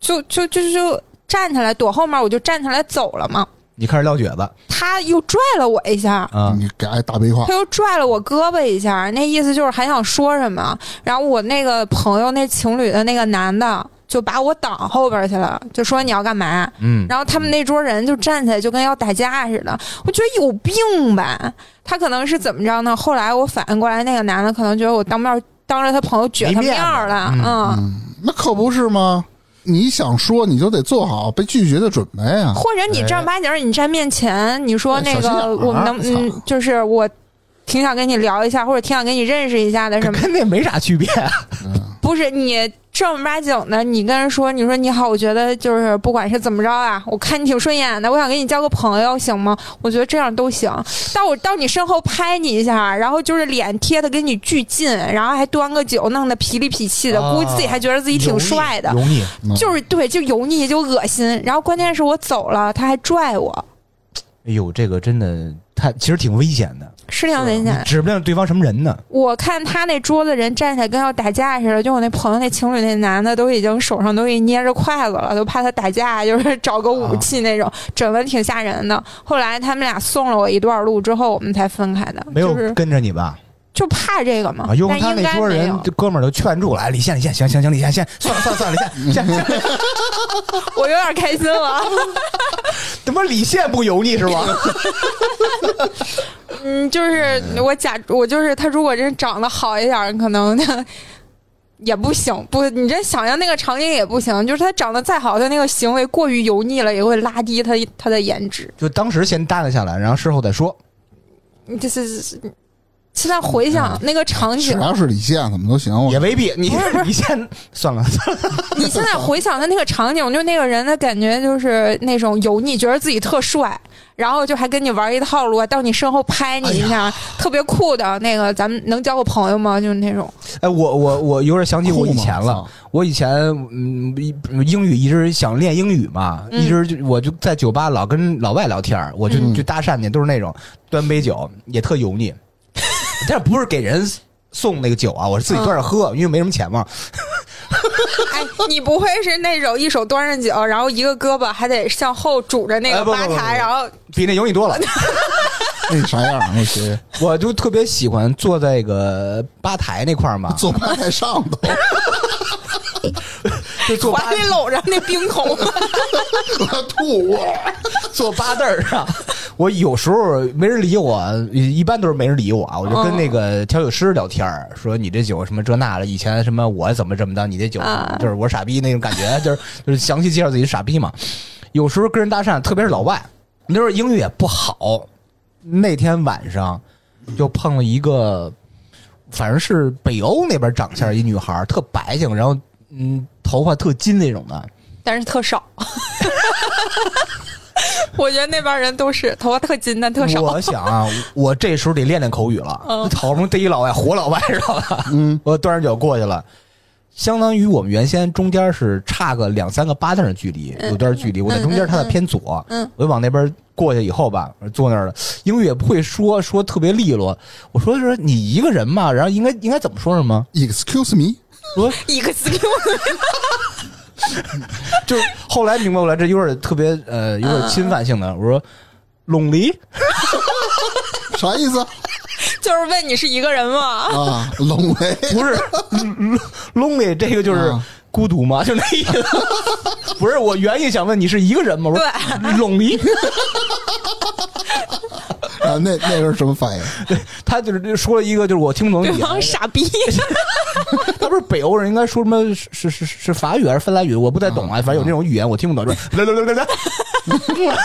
[SPEAKER 2] 就就就就站起来躲后面，我就站起来走了嘛。
[SPEAKER 3] 你开始撂蹶子
[SPEAKER 2] 他又拽了我一下，
[SPEAKER 3] 啊，
[SPEAKER 1] 你给挨大背话
[SPEAKER 2] 他，又拽了我胳膊一下，那意思就是还想说什么。然后我那个朋友那情侣的那个男的就把我挡后边去了，就说你要干嘛？
[SPEAKER 3] 嗯，
[SPEAKER 2] 然后他们那桌人就站起来，就跟要打架似的。我觉得有病吧？他可能是怎么着呢？后来我反应过来，那个男的可能觉得我当面当着他朋友撅他
[SPEAKER 3] 没面子
[SPEAKER 2] 儿了，
[SPEAKER 3] 嗯
[SPEAKER 1] 那可不是吗？你想说，你就得做好被拒绝的准备啊！
[SPEAKER 2] 或者你正儿八经儿你站面前，你说那
[SPEAKER 1] 小心眼儿
[SPEAKER 2] 个我们能
[SPEAKER 1] 操
[SPEAKER 2] 嗯，就是我挺想跟你聊一下，或者挺想跟你认识一下的什么，
[SPEAKER 3] 跟那没啥区别，
[SPEAKER 2] 不是你正儿八经的，你跟人说，你说你好，我觉得就是不管是怎么着啊，我看你挺顺眼的，我想跟你交个朋友，行吗？我觉得这样都行。到我到你身后拍你一下，然后就是脸贴的跟你巨近，然后还端个酒，弄得痞里痞气的，
[SPEAKER 3] 啊
[SPEAKER 2] 估计自己还觉得自己挺帅的，
[SPEAKER 3] 油腻，
[SPEAKER 1] 嗯
[SPEAKER 2] 就是对，就油腻就恶心。然后关键是我走了，他还拽我，
[SPEAKER 3] 哎呦，这个真的太其实挺危险的，
[SPEAKER 2] 是挺危险。
[SPEAKER 3] 指不定对方什么人呢。
[SPEAKER 2] 我看他那桌子人站起来跟要打架似的，就我那朋友那情侣那男的都已经手上都给捏着筷子了，都怕他打架，就是找个武器那种，整的挺吓人
[SPEAKER 3] (laughs)
[SPEAKER 2] 的。后来他们俩送了我一段路之后，我们才分开的，
[SPEAKER 3] 没有
[SPEAKER 2] 就是
[SPEAKER 3] 跟着你吧？
[SPEAKER 2] 就怕这个嘛。
[SPEAKER 3] 啊，因为
[SPEAKER 2] 但
[SPEAKER 3] 他
[SPEAKER 2] 应
[SPEAKER 3] 那
[SPEAKER 2] 该
[SPEAKER 3] 桌
[SPEAKER 2] 没
[SPEAKER 3] 人
[SPEAKER 2] 有，
[SPEAKER 3] 这哥们儿都劝住了，哎李现，李现，行行行，李现，现算了算了算了，李现，现现，
[SPEAKER 2] (laughs) 我有点开心了。
[SPEAKER 3] 怎么李现不油腻是吧？
[SPEAKER 2] 嗯，就是我假，我就是他，如果真长得好一点，可能也不行。不，你这想象那个场景也不行，就是他长得再好，他那个行为过于油腻了，也会拉低他他的颜值。
[SPEAKER 3] 就当时先搭了下来，然后事后再说。
[SPEAKER 2] 你这是现在回想那个场
[SPEAKER 1] 只
[SPEAKER 2] 景，
[SPEAKER 1] 要是李现，怎么都行。我
[SPEAKER 3] 也未必，你你先算了，算了
[SPEAKER 2] 你现在回想他那个场景，就那个人的感觉就是那种油腻，觉得自己特帅，然后就还跟你玩一套路，到你身后拍你一下，特别酷的那个，咱们能交个朋友吗？就是那种，
[SPEAKER 3] 哎，我我我有点想起我以前了
[SPEAKER 1] 酷吗，
[SPEAKER 3] 我以前嗯一英语一直想练英语嘛，
[SPEAKER 2] 嗯
[SPEAKER 3] 一直就我就在酒吧老跟老外聊天儿，我就、
[SPEAKER 1] 嗯
[SPEAKER 3] 就搭讪去，都是那种端杯酒也特油腻， (laughs) 但是不是给人送那个酒啊，我是自己端着喝，因为没什么钱嘛。
[SPEAKER 2] (laughs) 哎，你不会是那种一手端着酒，然后一个胳膊还得向后拄着那
[SPEAKER 3] 哎
[SPEAKER 2] 个
[SPEAKER 3] 不不
[SPEAKER 2] 吧
[SPEAKER 3] 不不
[SPEAKER 2] 台，然 (laughs) 后
[SPEAKER 3] 比那油腻多了，
[SPEAKER 1] 那啥样啊？我学
[SPEAKER 3] 我就特别喜欢坐在那个吧台那块儿嘛，
[SPEAKER 1] 坐吧台上头，
[SPEAKER 3] 就坐吧
[SPEAKER 2] 怀里搂着那冰桶，
[SPEAKER 1] 我吐啊！
[SPEAKER 3] (laughs) 坐吧凳儿上，我有时候没人理我，一般都是没人理我啊。我就跟那个调酒师聊天儿，说你这酒什么这那的，以前什么我怎么怎么的，你这酒
[SPEAKER 2] 啊
[SPEAKER 3] 就是我傻逼那种感觉，就是就是详细介绍自己傻逼嘛。有时候跟人搭讪，特别是老外，那时候英语也不好。那天晚上就碰了一个，反正是北欧那边长相儿一女孩儿，特白净，然后嗯头发特金那种的。
[SPEAKER 2] 但是特少。 (laughs) 我觉得那帮人都是头发特金，但特少。
[SPEAKER 3] 我想啊，我这时候得练练口语了。
[SPEAKER 2] 嗯
[SPEAKER 3] (laughs) 好不容易逮一老外，活老外知道吧？ (laughs) 嗯，我端着酒过去了，相当于我们原先中间是差个两三个八凳的距离，有段距离。我在中间，他在偏左。
[SPEAKER 2] 嗯嗯嗯
[SPEAKER 3] 我就往那边过去以后吧，我坐那儿了，英语也不会说，说特别利落。我说说你一个人嘛，然后应该应该怎么说什么？
[SPEAKER 1] Excuse me，
[SPEAKER 3] 说
[SPEAKER 2] excuse
[SPEAKER 3] 就是后来明白过来，这有点特别呃，有
[SPEAKER 2] 嗯
[SPEAKER 3] 点侵犯性的。我说。lonely
[SPEAKER 1] 啥意思
[SPEAKER 2] 就是问你是一个人吗？
[SPEAKER 1] 啊？龙威
[SPEAKER 3] 不是 lonely 这个就是
[SPEAKER 1] 啊
[SPEAKER 3] 孤独吗？就那意思。不是我原意想问你是一个人吗？我说 lonely，
[SPEAKER 1] 啊，那那是什么反应？ (laughs)
[SPEAKER 3] 他就是说了一个就是我听不懂的
[SPEAKER 2] 对
[SPEAKER 3] 语
[SPEAKER 2] 方
[SPEAKER 3] 言。
[SPEAKER 2] 傻逼，
[SPEAKER 3] 他不是北欧人，应该说什么是是是是法语还是芬兰语？我不太懂啊，反正有那种语言我听不懂。就是来来来来来，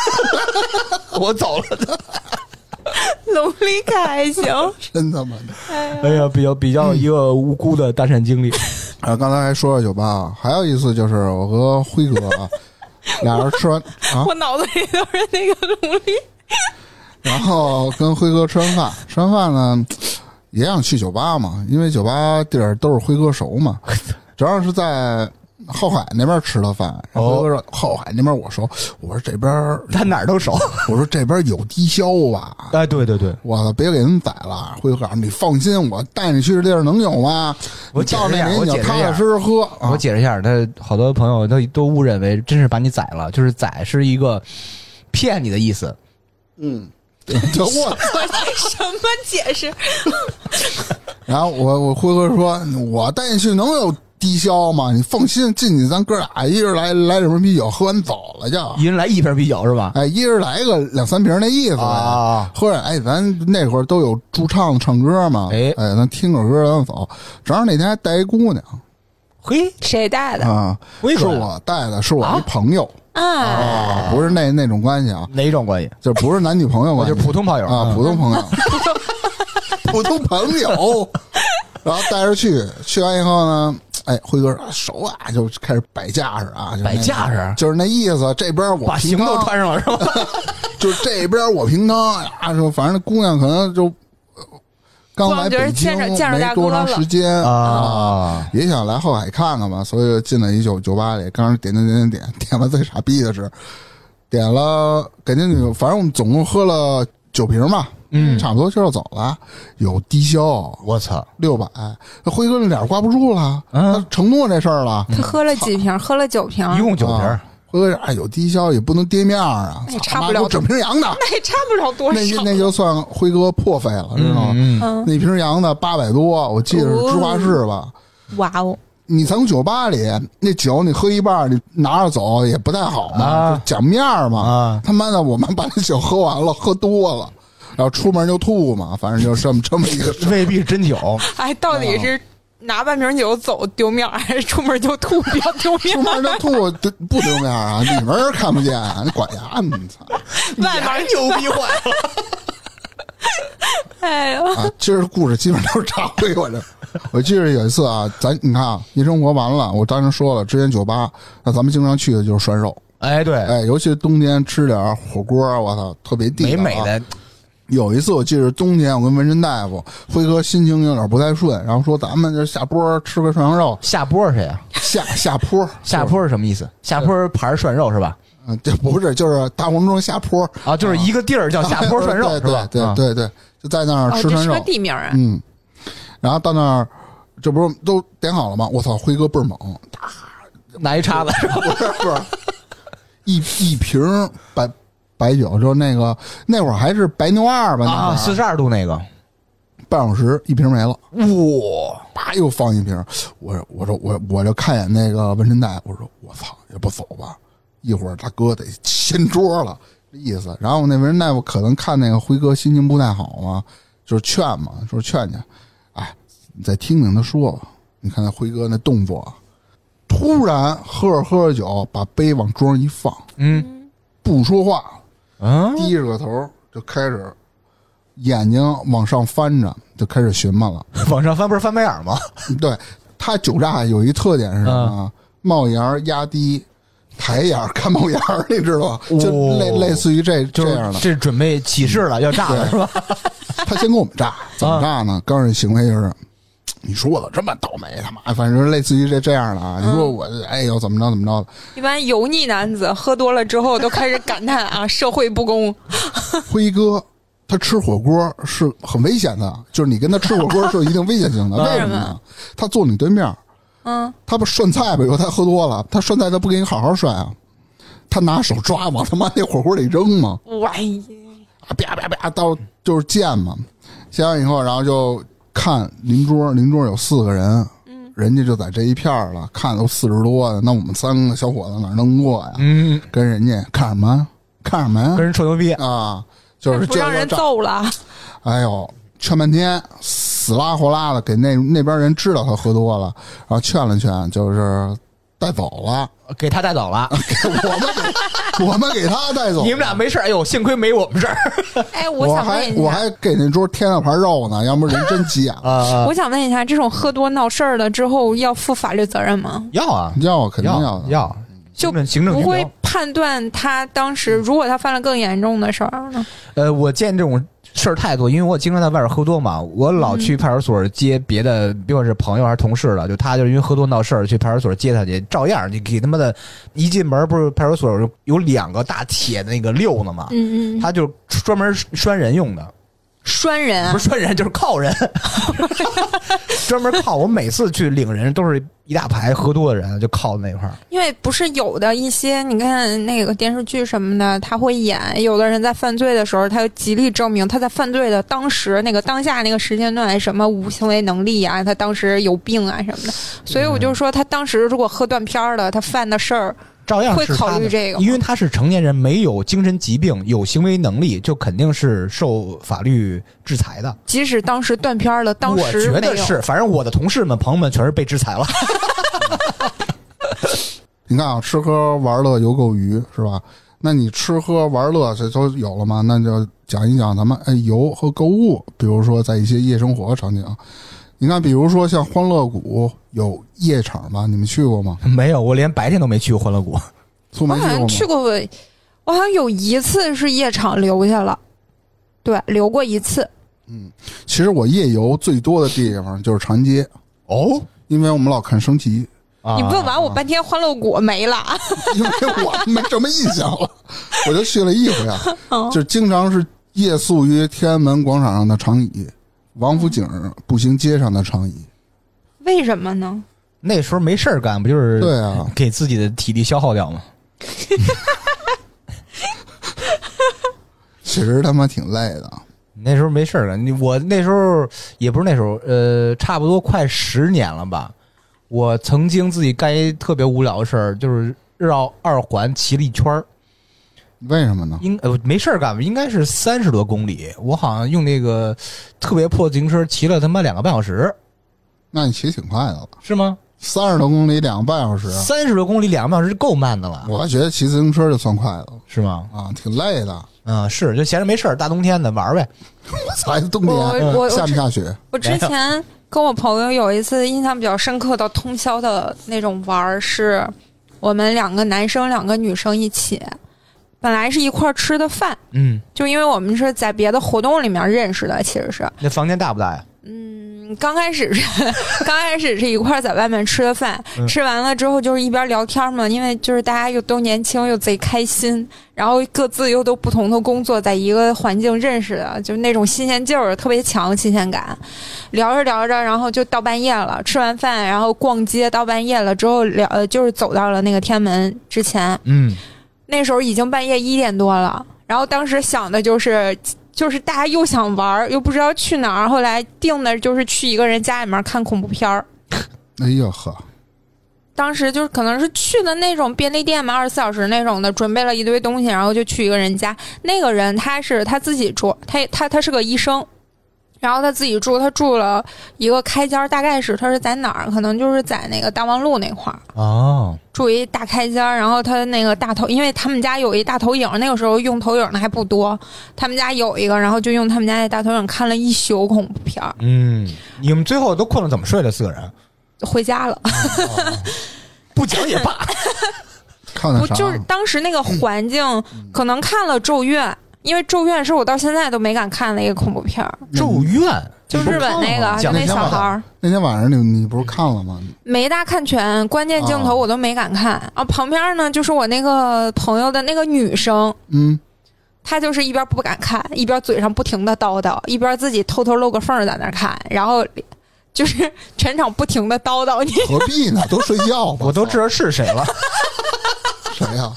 [SPEAKER 3] 我走了。
[SPEAKER 2] (laughs) 龙力还 (laughs) 行。
[SPEAKER 1] 真他妈的！
[SPEAKER 3] 哎呀，比较比较一个无辜的搭讪经历。
[SPEAKER 1] 然后啊刚才还说了酒吧，啊还有一次就是我和辉哥啊俩人吃完啊，
[SPEAKER 2] 我脑子里都是那个龙力。
[SPEAKER 1] 然后跟辉哥吃完饭，吃完饭呢也想去酒吧嘛，因为酒吧地儿都是辉哥熟嘛，主要是在。后海那边吃的饭，然后辉哥说后海那边我熟，我说这边儿，
[SPEAKER 3] 他哪儿都熟。
[SPEAKER 1] 我说这边儿有低消吧，
[SPEAKER 3] 哎，对对对，
[SPEAKER 1] 我操，别给人宰了！辉哥，你放心，我带你去的地儿能有吗？
[SPEAKER 3] 我
[SPEAKER 1] 你
[SPEAKER 3] 解
[SPEAKER 1] 到
[SPEAKER 3] 释一
[SPEAKER 1] 那
[SPEAKER 3] 下
[SPEAKER 1] 里
[SPEAKER 3] 我
[SPEAKER 1] 你就
[SPEAKER 3] 解释一
[SPEAKER 1] 踏踏
[SPEAKER 3] 下
[SPEAKER 1] 实实喝
[SPEAKER 3] 我
[SPEAKER 1] 啊！
[SPEAKER 3] 解释一下，他好多朋友都都误认为真是把你宰了，就是宰是一个骗你的意思。
[SPEAKER 1] (laughs) 就我，
[SPEAKER 2] 我什么解释？
[SPEAKER 1] 然后我我辉哥说，我带你去能有低消吗？你放心，进去咱哥俩一人来来两瓶啤酒，喝完走了就。
[SPEAKER 3] 一人来一瓶啤酒是吧？
[SPEAKER 1] 哎，一人来个两三瓶那意思呗
[SPEAKER 3] 啊
[SPEAKER 1] 喝着，哎，咱那会儿都有驻唱唱歌嘛，
[SPEAKER 3] 哎
[SPEAKER 1] 哎，咱听个歌咱走。正好那天还带一姑娘
[SPEAKER 3] 嘿，
[SPEAKER 2] 谁带的？
[SPEAKER 1] 啊，
[SPEAKER 3] 辉哥
[SPEAKER 1] 是我带的，是我一
[SPEAKER 3] 啊
[SPEAKER 1] 朋友
[SPEAKER 2] 啊，
[SPEAKER 1] 啊，不是那那种关系啊，
[SPEAKER 3] 哪种关系？
[SPEAKER 1] 就不是男女朋友关
[SPEAKER 3] 我 (laughs) 就
[SPEAKER 1] 系，
[SPEAKER 3] 是普通炮友
[SPEAKER 1] 啊，普通
[SPEAKER 3] 通。
[SPEAKER 1] 朋友，普通朋友。然后带着去，去完以后呢，哎，辉哥说手啊，就开始摆架势啊，就那
[SPEAKER 3] 摆架势
[SPEAKER 1] 就是那意思。这边我
[SPEAKER 3] 把
[SPEAKER 1] 平
[SPEAKER 3] 行头
[SPEAKER 1] 汤，
[SPEAKER 3] 穿上了是吧？
[SPEAKER 1] 就是这边我平汤啊，说反正那姑娘可能就呃刚来
[SPEAKER 2] 光觉得
[SPEAKER 1] 北京
[SPEAKER 2] 见着见着大
[SPEAKER 1] 没
[SPEAKER 2] 哥
[SPEAKER 1] 多长
[SPEAKER 2] 了
[SPEAKER 1] 时间
[SPEAKER 3] 啊，
[SPEAKER 1] 也想来后海看看吧，所以就进了一酒酒吧里，刚是点点点点点，点完最傻逼的是，点了给那女，反正我们总共喝了九瓶嘛，
[SPEAKER 3] 嗯，
[SPEAKER 1] 差不多就要走了，有低消
[SPEAKER 3] 我操，
[SPEAKER 1] 六百，那辉哥那脸挂不住了，
[SPEAKER 3] 嗯
[SPEAKER 1] 他承诺这事儿了，
[SPEAKER 2] 他喝了几瓶？喝了九瓶，
[SPEAKER 3] (laughs) 一共九瓶儿
[SPEAKER 1] 啊，辉哥说哎有低消也不能跌面儿啊，
[SPEAKER 2] 那也
[SPEAKER 1] 操
[SPEAKER 2] 差不
[SPEAKER 1] 妈
[SPEAKER 2] 了
[SPEAKER 1] 给我整瓶羊的，
[SPEAKER 2] 那也差不了多
[SPEAKER 1] 那就那就算辉哥破费了，知道吗？
[SPEAKER 3] 嗯，
[SPEAKER 2] 嗯，
[SPEAKER 1] 那瓶羊的八百多，我记得是芝华士吧。
[SPEAKER 2] 哇哦，
[SPEAKER 1] 你从酒吧里那酒你喝一半儿，你拿着走也不太好嘛，
[SPEAKER 3] 啊
[SPEAKER 1] 就讲面儿嘛。
[SPEAKER 3] 啊
[SPEAKER 1] 他妈的，我们把那酒喝完了，喝多了，然后出门就吐嘛，反正就这么这么一个
[SPEAKER 3] (laughs)
[SPEAKER 1] 事儿。
[SPEAKER 3] 未必是真酒，
[SPEAKER 2] 哎，到底
[SPEAKER 1] 哦
[SPEAKER 2] 是拿半瓶酒走丢面儿，还是出门就吐比较丢面
[SPEAKER 1] 出
[SPEAKER 2] 儿？
[SPEAKER 1] 门就吐，对不丢面儿啊，里面儿看不见啊，那管牙呢，你操！
[SPEAKER 2] 外边
[SPEAKER 3] 还
[SPEAKER 2] 儿
[SPEAKER 3] 牛逼坏了，
[SPEAKER 2] 哎呦，
[SPEAKER 1] 啊，今儿故事基本都是常规，我这。我记得有一次啊，咱你看啊，夜生活完了，我当时说了，之前酒吧，那咱们经常去的就是涮肉，
[SPEAKER 3] (laughs) 哎，对，
[SPEAKER 1] 哎，尤其是冬天吃点儿火锅儿，我操，特别地道
[SPEAKER 3] 美
[SPEAKER 1] 啊
[SPEAKER 3] 美的，
[SPEAKER 1] 有一次我记得冬天，我跟纹身大夫辉哥心情有点不太顺，然后说咱们就下坡吃个涮羊
[SPEAKER 3] (laughs)
[SPEAKER 1] 肉，
[SPEAKER 3] 下坡是谁啊？
[SPEAKER 1] 下下坡，
[SPEAKER 3] 下坡是什么意思？下坡盘涮肉是吧？
[SPEAKER 1] 嗯，这不是就是大黄钟下坡
[SPEAKER 3] 啊，就是一个地儿叫下坡涮肉
[SPEAKER 1] 对
[SPEAKER 3] 是吧？
[SPEAKER 1] 对
[SPEAKER 3] 啊
[SPEAKER 1] 对对对，就在那儿
[SPEAKER 2] 哦，
[SPEAKER 1] 吃
[SPEAKER 2] 这
[SPEAKER 1] 涮
[SPEAKER 2] 是
[SPEAKER 1] 肉
[SPEAKER 2] 个，地名儿啊！
[SPEAKER 1] 嗯，然后到那儿，这不是都点好了吗？我操，辉哥倍儿猛， (laughs)
[SPEAKER 3] 拿一叉子是吧？
[SPEAKER 1] 不是不是，一一瓶白白酒，就是那个那会儿还是白牛二吧，那
[SPEAKER 3] 啊，
[SPEAKER 1] 会
[SPEAKER 3] 四
[SPEAKER 1] 儿
[SPEAKER 3] 十二度那个，
[SPEAKER 1] 半小时一瓶没了。
[SPEAKER 3] 哇，
[SPEAKER 1] 啪又放一瓶，我说我说我我就看眼那个纹身带，我说我操，也不走吧，一会儿大哥得掀桌了，这意思。然后那纹身大夫可能看那个辉哥心情不太好嘛，就是劝嘛，就是劝劝，哎，你再听听他说吧。你看那辉哥那动作，啊突然喝着喝着酒，把杯往桌上一放，
[SPEAKER 3] 嗯
[SPEAKER 1] 不说话了。
[SPEAKER 3] 嗯，
[SPEAKER 1] 低着个头就开始，眼睛往上翻着，就开始寻摸了。
[SPEAKER 3] (laughs) (laughs) 往上翻不是翻白眼吗？
[SPEAKER 1] 对，他酒炸有一特点是什么啊？帽檐儿压低，抬眼儿看帽檐儿，你知道吗？就类、
[SPEAKER 3] 哦
[SPEAKER 1] 类似于这
[SPEAKER 3] 就
[SPEAKER 1] 这
[SPEAKER 3] 是
[SPEAKER 1] 样的。
[SPEAKER 3] 这准备起事了，要炸了是吧？
[SPEAKER 1] 他先给我们炸，怎么炸
[SPEAKER 3] 啊
[SPEAKER 1] 呢？刚开始行为就是。你说我这么倒霉，他妈，反正类似于这这样的啊。你说我，哎呦，怎么着怎么着的，
[SPEAKER 2] 一般油腻男子喝多了之后都开始感叹啊，社会
[SPEAKER 1] (laughs)
[SPEAKER 2] 不公。
[SPEAKER 1] 辉哥他吃火锅是很危险的，就是你跟他吃火锅是有一定危险性的。
[SPEAKER 3] 嗯
[SPEAKER 1] 为什么呢？他坐你对面，
[SPEAKER 2] 嗯，
[SPEAKER 1] 他不涮菜吧？以后他喝多了，他涮菜他不给你好好涮啊，他拿手抓往他妈那火锅里扔嘛，
[SPEAKER 2] 哇，
[SPEAKER 1] 啊啪啪啪到就是溅嘛，溅完以后，然后就看邻桌，邻桌有四个人，嗯，人家就在这一片儿了，看都四十多的，那我们三个小伙子哪能过呀？
[SPEAKER 3] 嗯，
[SPEAKER 1] 跟人家看什么呀？看什么
[SPEAKER 3] 跟
[SPEAKER 1] 呀？
[SPEAKER 3] 人吹牛逼，
[SPEAKER 1] 啊，就是
[SPEAKER 2] 不让
[SPEAKER 1] 这
[SPEAKER 2] 人
[SPEAKER 1] 这
[SPEAKER 2] 揍了，
[SPEAKER 1] 哎呦，劝半天，死拉活拉的，给那那边人知道他喝多了，然后劝了劝，就是带走了， (laughs)
[SPEAKER 3] 给他带走了。
[SPEAKER 1] 我们给我们给他啊带走。
[SPEAKER 3] 你们俩没事儿，哎呦，幸亏没我们事儿
[SPEAKER 2] 哎，
[SPEAKER 1] 我
[SPEAKER 2] 想
[SPEAKER 1] 还
[SPEAKER 2] 问一
[SPEAKER 1] 我
[SPEAKER 2] 下，
[SPEAKER 1] 还给那桌添了盘肉呢，要不人真急眼了。
[SPEAKER 3] 啊
[SPEAKER 2] 我想问一下，这种喝多闹事儿的之后要负法律责任吗？
[SPEAKER 3] 要啊，
[SPEAKER 1] 要啊肯定
[SPEAKER 3] 要
[SPEAKER 1] 的，
[SPEAKER 3] 要，
[SPEAKER 2] 就
[SPEAKER 3] 行政行政
[SPEAKER 2] 不
[SPEAKER 3] 拘
[SPEAKER 2] 会
[SPEAKER 3] 留。
[SPEAKER 2] 判断他当时，如果他犯了更严重的事儿呢？
[SPEAKER 3] 呃，我见这种事儿太多，因为我经常在外边喝多嘛，我老去派出所接别的，不管是朋友还是同事了，就他就是因为喝多闹事儿去派出所接他去，照样儿你给他妈的，一进门不是派出所有有两个大铁的那个溜子嘛，
[SPEAKER 2] 嗯嗯，
[SPEAKER 3] 他就是专门拴人用的，
[SPEAKER 2] 拴人啊
[SPEAKER 3] 不，是拴人就是铐人， (laughs) 专门铐。我每次去领人都是一大排喝多的人，就铐那块儿。
[SPEAKER 2] 因为不是有的一些，你看那个电视剧什么的，他会演有的人在犯罪的时候，他就极力证明他在犯罪的当时那个当下那个时间段什么无行为能力啊，他当时有病啊什么的。所以我就说，他当时如果喝断片儿了，他犯的事儿，
[SPEAKER 3] 照样
[SPEAKER 2] 会
[SPEAKER 3] 是
[SPEAKER 2] 考
[SPEAKER 3] 他
[SPEAKER 2] 虑
[SPEAKER 3] 的
[SPEAKER 2] 这个吗
[SPEAKER 3] 因为他是成年人，没有精神疾病，有行为能力，就肯定是受法律制裁的。
[SPEAKER 2] 即使当时断片儿了，当
[SPEAKER 3] 我
[SPEAKER 2] 时
[SPEAKER 3] 觉
[SPEAKER 2] 没有
[SPEAKER 3] 得是，反正我的同事们、朋友们全是被制裁了。
[SPEAKER 1] 你看啊，吃喝玩乐游购娱是吧？那你吃喝玩乐这都有了吗？那就讲一讲咱们哎游和购物，比如说在一些夜生活场景，你看，比如说像欢乐谷有夜场吧，你们去过吗？
[SPEAKER 3] (laughs) 没有，我连白天都没去过欢乐谷。
[SPEAKER 1] 苏
[SPEAKER 2] 我
[SPEAKER 1] 梅
[SPEAKER 2] 好
[SPEAKER 1] 去过
[SPEAKER 2] 像
[SPEAKER 1] 吗？
[SPEAKER 2] 去过，我好像有一次是夜场留下了，对，留过一次。
[SPEAKER 1] 其实我夜游最多的地方就是长安街，
[SPEAKER 3] 哦，啊
[SPEAKER 1] 因为我们老看升旗，
[SPEAKER 2] 你问完我半天欢乐谷没了， (laughs)
[SPEAKER 1] 因为我没什么印象了，我就去了一回
[SPEAKER 2] (laughs)
[SPEAKER 1] 啊，
[SPEAKER 2] 哦
[SPEAKER 1] 就经常是夜宿于天安门广场上的长椅、王府井步行街上的长椅。
[SPEAKER 2] 为什么呢？
[SPEAKER 3] 那时候没事儿干，不就是
[SPEAKER 1] 对啊，
[SPEAKER 3] 给自己的体力消耗掉吗？
[SPEAKER 1] 其实他妈挺累的，
[SPEAKER 3] 那时候没事儿干，你我那时候也不是那时候，呃，差不多快十年了吧。我曾经自己干一特别无聊的事儿，就是绕二环骑了一圈儿，
[SPEAKER 1] 为什么呢？
[SPEAKER 3] 应呃没事儿干吧，应该是三十多公里。我好像用那个特别破自行车骑了他妈两个半小时，
[SPEAKER 1] 那你骑挺快的了，
[SPEAKER 3] 是吗？
[SPEAKER 1] 三十多公里两个半小时，
[SPEAKER 3] 三十多公里两个半小时够慢的了，
[SPEAKER 1] 我还觉得骑自行车就算快的了
[SPEAKER 3] 是吗？
[SPEAKER 1] 啊，挺累的。
[SPEAKER 3] 嗯，是就闲着没事儿，大冬天的玩儿呗。
[SPEAKER 1] 我操，冬
[SPEAKER 2] 我我
[SPEAKER 1] 天
[SPEAKER 2] 我我
[SPEAKER 1] 下不
[SPEAKER 2] 之
[SPEAKER 1] 下雪？
[SPEAKER 2] 我之前跟我朋友有一次印象比较深刻的通宵的那种玩儿，是我们两个男生两个女生一起，本来是一块儿吃的饭，
[SPEAKER 3] 嗯，
[SPEAKER 2] 就因为我们是在别的活动里面认识的，其实是。
[SPEAKER 3] 那房间大不大呀？
[SPEAKER 2] 嗯，刚开始是刚开始是一块儿在外面吃的饭，
[SPEAKER 3] 嗯
[SPEAKER 2] 吃完了之后就是一边聊天嘛，因为就是大家又都年轻又贼开心，然后各自又都不同的工作，在一个环境认识的，就是那种新鲜劲儿特别强，新鲜感。聊着聊着，然后就到半夜了，吃完饭然后逛街到半夜了之后聊，呃，就是走到了那个天安门之前，
[SPEAKER 3] 嗯，
[SPEAKER 2] 那时候已经半夜一点多了，然后当时想的就是，就是大家又想玩儿，又不知道去哪儿，后来定的就是去一个人家里面看恐怖片儿。
[SPEAKER 1] 哎呦呵，
[SPEAKER 2] 当时就是可能是去的那种便利店嘛，二十四小时那种的，准备了一堆东西，然后就去一个人家。那个人他是他自己住，他他他是个医生，然后他自己住，他住了一个开间儿，大概是他是在哪儿？可能就是在那个大望路那块儿。
[SPEAKER 3] 哦，
[SPEAKER 2] 住一大开间儿，然后他那个大投，因为他们家有一大投影，那个时候用投影的还不多，他们家有一个，然后就用他们家那大投影看了一宿恐怖片儿， (laughs)
[SPEAKER 3] 嗯，你们最后都困了，怎么睡的？四个人
[SPEAKER 2] 回家了。
[SPEAKER 3] 不讲也罢。
[SPEAKER 1] 看的
[SPEAKER 2] 我
[SPEAKER 1] 啥？
[SPEAKER 2] 就是当时那个环境，可能看了《咒怨》，因为《咒怨》是我到现在都没敢看的一个恐怖片儿，
[SPEAKER 3] 咒怨
[SPEAKER 2] 就日本那个，就
[SPEAKER 3] 哦讲
[SPEAKER 2] 那
[SPEAKER 3] 一下
[SPEAKER 2] 小
[SPEAKER 3] 吧
[SPEAKER 2] 孩儿。
[SPEAKER 1] 那天晚上你你不是看了吗？
[SPEAKER 2] 没大看全，关键镜
[SPEAKER 1] 啊
[SPEAKER 2] 头我都没敢看啊旁边呢，就是我那个朋友的那个女生，
[SPEAKER 1] 嗯，
[SPEAKER 2] 他就是一边不敢看，一边嘴上不停的叨叨，一边自己偷偷露个缝儿在那儿看，然后就是 (laughs) 全场不停的叨叨你。 (laughs)
[SPEAKER 1] 何必呢？都睡觉吧。
[SPEAKER 3] 哦 (laughs) 我都知道是谁了。
[SPEAKER 1] 谁呀？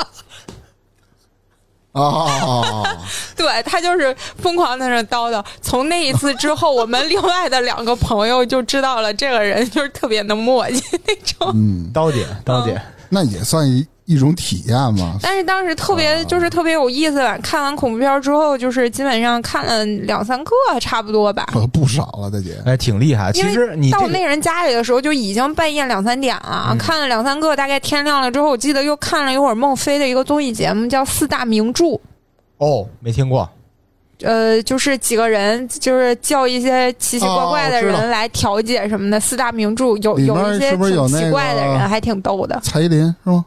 [SPEAKER 1] 啊啊啊！啊
[SPEAKER 2] 对他就是疯狂在那儿叨叨。从那一次之后，我们另外的两个朋友就知道了，这个人就是特别能磨叽那种。
[SPEAKER 1] 嗯，
[SPEAKER 3] 刀姐，刀姐，
[SPEAKER 1] 那也算一一种体验嘛。
[SPEAKER 2] 但是当时特别就是特别有意思吧，看完恐怖片儿之后，就是基本上看了两三个差不多吧。
[SPEAKER 1] 可不少了，大姐。
[SPEAKER 3] 哎，挺厉害。
[SPEAKER 2] 因
[SPEAKER 3] 其
[SPEAKER 2] 为
[SPEAKER 3] 实你
[SPEAKER 2] 到
[SPEAKER 3] 这个
[SPEAKER 2] 那人家里的时候，就已经半夜两三点了，
[SPEAKER 1] 嗯
[SPEAKER 2] 看了两三个，大概天亮了之后，我记得又看了一会儿孟非的一个综艺节目，叫《四大名著》。
[SPEAKER 3] 哦，没听过。
[SPEAKER 2] 呃，就是几个人，就是叫一些奇奇怪怪的
[SPEAKER 1] 哦我知
[SPEAKER 2] 人来调解什么的。四大名著有
[SPEAKER 1] 里面
[SPEAKER 2] 有一些
[SPEAKER 1] 是不是有
[SPEAKER 2] 挺
[SPEAKER 1] 那个
[SPEAKER 2] 奇怪的人，还挺逗的。
[SPEAKER 1] 蔡依林是吗？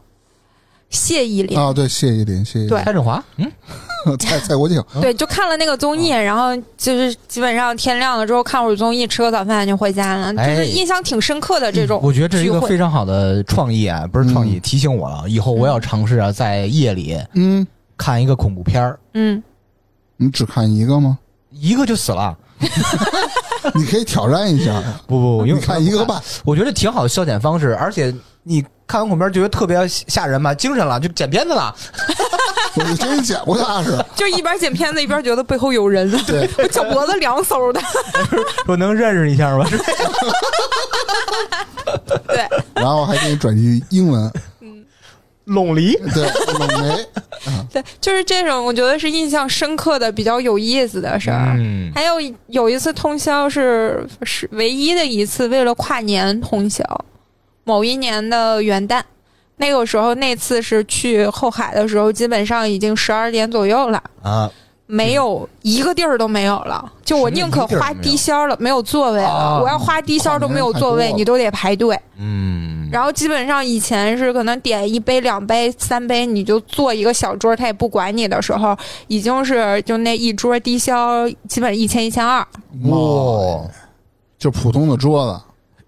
[SPEAKER 2] 谢依霖，
[SPEAKER 1] 啊，对，谢依霖，谢依
[SPEAKER 2] 对
[SPEAKER 1] 霖，
[SPEAKER 3] 蔡振华，嗯，
[SPEAKER 1] (laughs) 蔡蔡国庆，
[SPEAKER 2] 对，就看了那个综艺，
[SPEAKER 1] 啊
[SPEAKER 2] 然后就是基本上天亮了之后看会儿综艺，吃个早饭就回家了，
[SPEAKER 3] 哎
[SPEAKER 2] 就是印象挺深刻的
[SPEAKER 1] 嗯
[SPEAKER 2] 这种。
[SPEAKER 3] 嗯我觉得这是一
[SPEAKER 2] 聚
[SPEAKER 3] 个
[SPEAKER 2] 会嗯
[SPEAKER 3] 非常好的创意啊，不是创意，提醒我了，以后我要尝试啊，在夜里
[SPEAKER 1] 嗯，
[SPEAKER 3] 看一个恐怖片儿，
[SPEAKER 2] 嗯，
[SPEAKER 1] 你只看一个吗？
[SPEAKER 3] 一个就死了。
[SPEAKER 1] 你可以挑战一
[SPEAKER 3] (laughs)
[SPEAKER 1] 下，
[SPEAKER 3] 不不，不因
[SPEAKER 1] 你
[SPEAKER 3] 为
[SPEAKER 1] 看一个，半。
[SPEAKER 3] 我觉得挺好的消遣方式，而且你看完恐怖片儿觉得特别吓人嘛，精神了就剪片子了。
[SPEAKER 1] 我就真捡过大是，
[SPEAKER 2] 就一边剪片子一边觉得背后有人，
[SPEAKER 1] 对，
[SPEAKER 2] (laughs) 我脚脖子凉飕的。
[SPEAKER 3] 说能认识一下
[SPEAKER 1] (laughs)
[SPEAKER 3] 吗？
[SPEAKER 2] 对，
[SPEAKER 1] 然后还给你转句英文，
[SPEAKER 3] 拢梨，
[SPEAKER 1] 对，冷梅，
[SPEAKER 2] 对，就是这种，我觉得是印象深刻的、比较有意思的事儿。
[SPEAKER 3] 嗯
[SPEAKER 2] 还有有一次通宵是是唯一的一次，为了跨年通宵，某一年的元旦，那个时候那次是去后海的时候，基本上已经十二点左右了。
[SPEAKER 3] 啊，
[SPEAKER 2] 没有一个地儿都没有了，就我宁可花低消了，没有座位
[SPEAKER 3] 啊
[SPEAKER 2] 了。我要花低消都没有座
[SPEAKER 1] 跨年太多
[SPEAKER 2] 位，
[SPEAKER 1] 了
[SPEAKER 2] 你都得排队。
[SPEAKER 3] 嗯，
[SPEAKER 2] 然后基本上以前是可能点一杯、两杯、三杯，你就坐一个小桌，他也不管你的时候，已经是就那一桌低消，基本一千一千二。
[SPEAKER 3] 哇，
[SPEAKER 1] 就普通的桌子，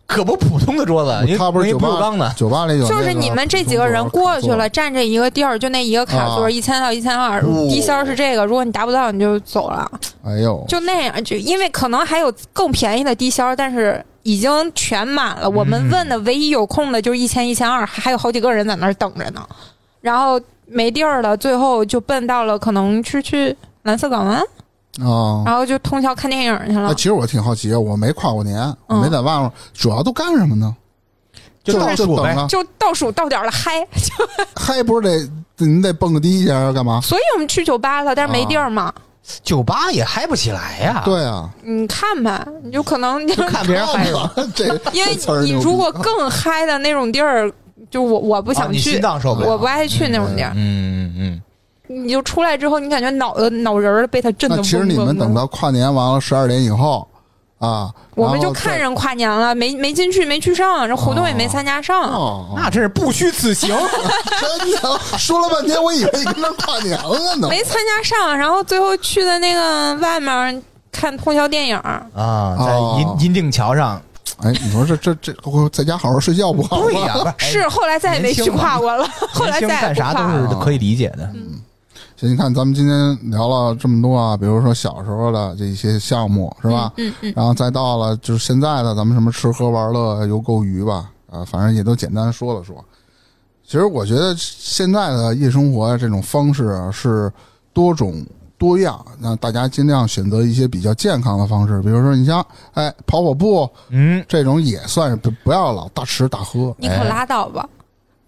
[SPEAKER 3] 可不普通的桌子，啊因为
[SPEAKER 1] 他不是
[SPEAKER 3] 因
[SPEAKER 1] 酒
[SPEAKER 3] 为不锈钢
[SPEAKER 1] 吧
[SPEAKER 3] 的，
[SPEAKER 1] 酒吧里有那
[SPEAKER 2] 就
[SPEAKER 1] 个
[SPEAKER 2] 是你们这几个人过去了，占这一个地儿，就那一个卡
[SPEAKER 1] 啊
[SPEAKER 2] 座，一千到一千二，低消是这个。如果你达不到，你就走了，
[SPEAKER 1] 哎呦，
[SPEAKER 2] 就那样。就因为可能还有更便宜的低消，但是已经全满
[SPEAKER 3] 嗯
[SPEAKER 2] 了。我们问的唯一有空的就是一千一千二，还有好几个人在那儿等着呢。然后没地儿了，最后就奔到了可能是去蓝色港湾，
[SPEAKER 3] 哦
[SPEAKER 1] 啊。
[SPEAKER 2] 然后就通宵看电影去
[SPEAKER 1] 哎
[SPEAKER 2] 了
[SPEAKER 3] 啊
[SPEAKER 1] 其。实我挺好奇，我没跨过年，我
[SPEAKER 2] 嗯
[SPEAKER 1] 没在外面，主要都干什么呢？
[SPEAKER 3] 就哎
[SPEAKER 1] 就就
[SPEAKER 3] 到处
[SPEAKER 1] 等啊
[SPEAKER 3] 呗
[SPEAKER 1] 着，
[SPEAKER 2] 就倒数到点儿了嗨，
[SPEAKER 3] (laughs)
[SPEAKER 2] 就
[SPEAKER 1] 嗨，不是得你得蹦个迪去还是干嘛？
[SPEAKER 2] 所以我们去酒吧了，但是没地儿
[SPEAKER 3] 啊
[SPEAKER 2] 嘛。
[SPEAKER 3] 酒吧也嗨不起来呀。，
[SPEAKER 1] 对啊，
[SPEAKER 2] 你看吧，你就可能
[SPEAKER 3] (laughs) 就看别人嗨吧。
[SPEAKER 1] 这
[SPEAKER 2] 因为
[SPEAKER 1] 这词儿
[SPEAKER 2] 你
[SPEAKER 1] 牛逼
[SPEAKER 2] 如果更嗨的那种地儿，就我我不
[SPEAKER 3] 啊
[SPEAKER 2] 想
[SPEAKER 3] 你
[SPEAKER 2] 去，
[SPEAKER 3] 心脏受不了
[SPEAKER 2] 我不爱去那种地儿。
[SPEAKER 3] 嗯嗯
[SPEAKER 2] 你就出来之后，你感觉脑呃脑仁儿被他震得
[SPEAKER 1] 那
[SPEAKER 2] 嗡
[SPEAKER 1] 其实你
[SPEAKER 2] 嗡
[SPEAKER 1] 们
[SPEAKER 2] 的
[SPEAKER 1] 等，到跨年完了十二点以后啊，
[SPEAKER 2] 我们
[SPEAKER 1] 然后
[SPEAKER 2] 就看
[SPEAKER 1] 再
[SPEAKER 2] 人跨年了，没没进去，没去上，这活动也没参加上。
[SPEAKER 1] 哦
[SPEAKER 3] 嗯，，那真是不虚此行。
[SPEAKER 1] 真的说了半天，我以为跟那跨年了呢。
[SPEAKER 2] 没参加上，然后最后去的那个外面看通宵电影，
[SPEAKER 3] 啊，在
[SPEAKER 1] 哦
[SPEAKER 3] 银银锭桥上，
[SPEAKER 1] 哎，你说这这这，我在家好好睡觉不好吗？啊
[SPEAKER 3] 对呀，不哎
[SPEAKER 2] 是后来再也没去跨过了， (laughs) 后来
[SPEAKER 3] 年轻
[SPEAKER 2] 再也不嗯
[SPEAKER 3] 干啥
[SPEAKER 2] 跨了。
[SPEAKER 3] 都是可以理解的。
[SPEAKER 1] 行，你看咱们今天聊了这么多啊，比如说小时候的这一些项目是吧？
[SPEAKER 2] 嗯嗯，
[SPEAKER 1] 然后再到了就是现在的咱们什么吃喝玩乐游购娱吧，啊，反正也都简单说了说。其实我觉得现在的夜生活啊这种方式啊是多种多样，那大家尽量选择一些比较健康的方式，比如说你像哎跑跑步
[SPEAKER 3] 嗯，
[SPEAKER 1] 这种也算是不不要老大吃大喝。
[SPEAKER 2] (laughs) (laughs) 你可拉倒吧，
[SPEAKER 3] 嗯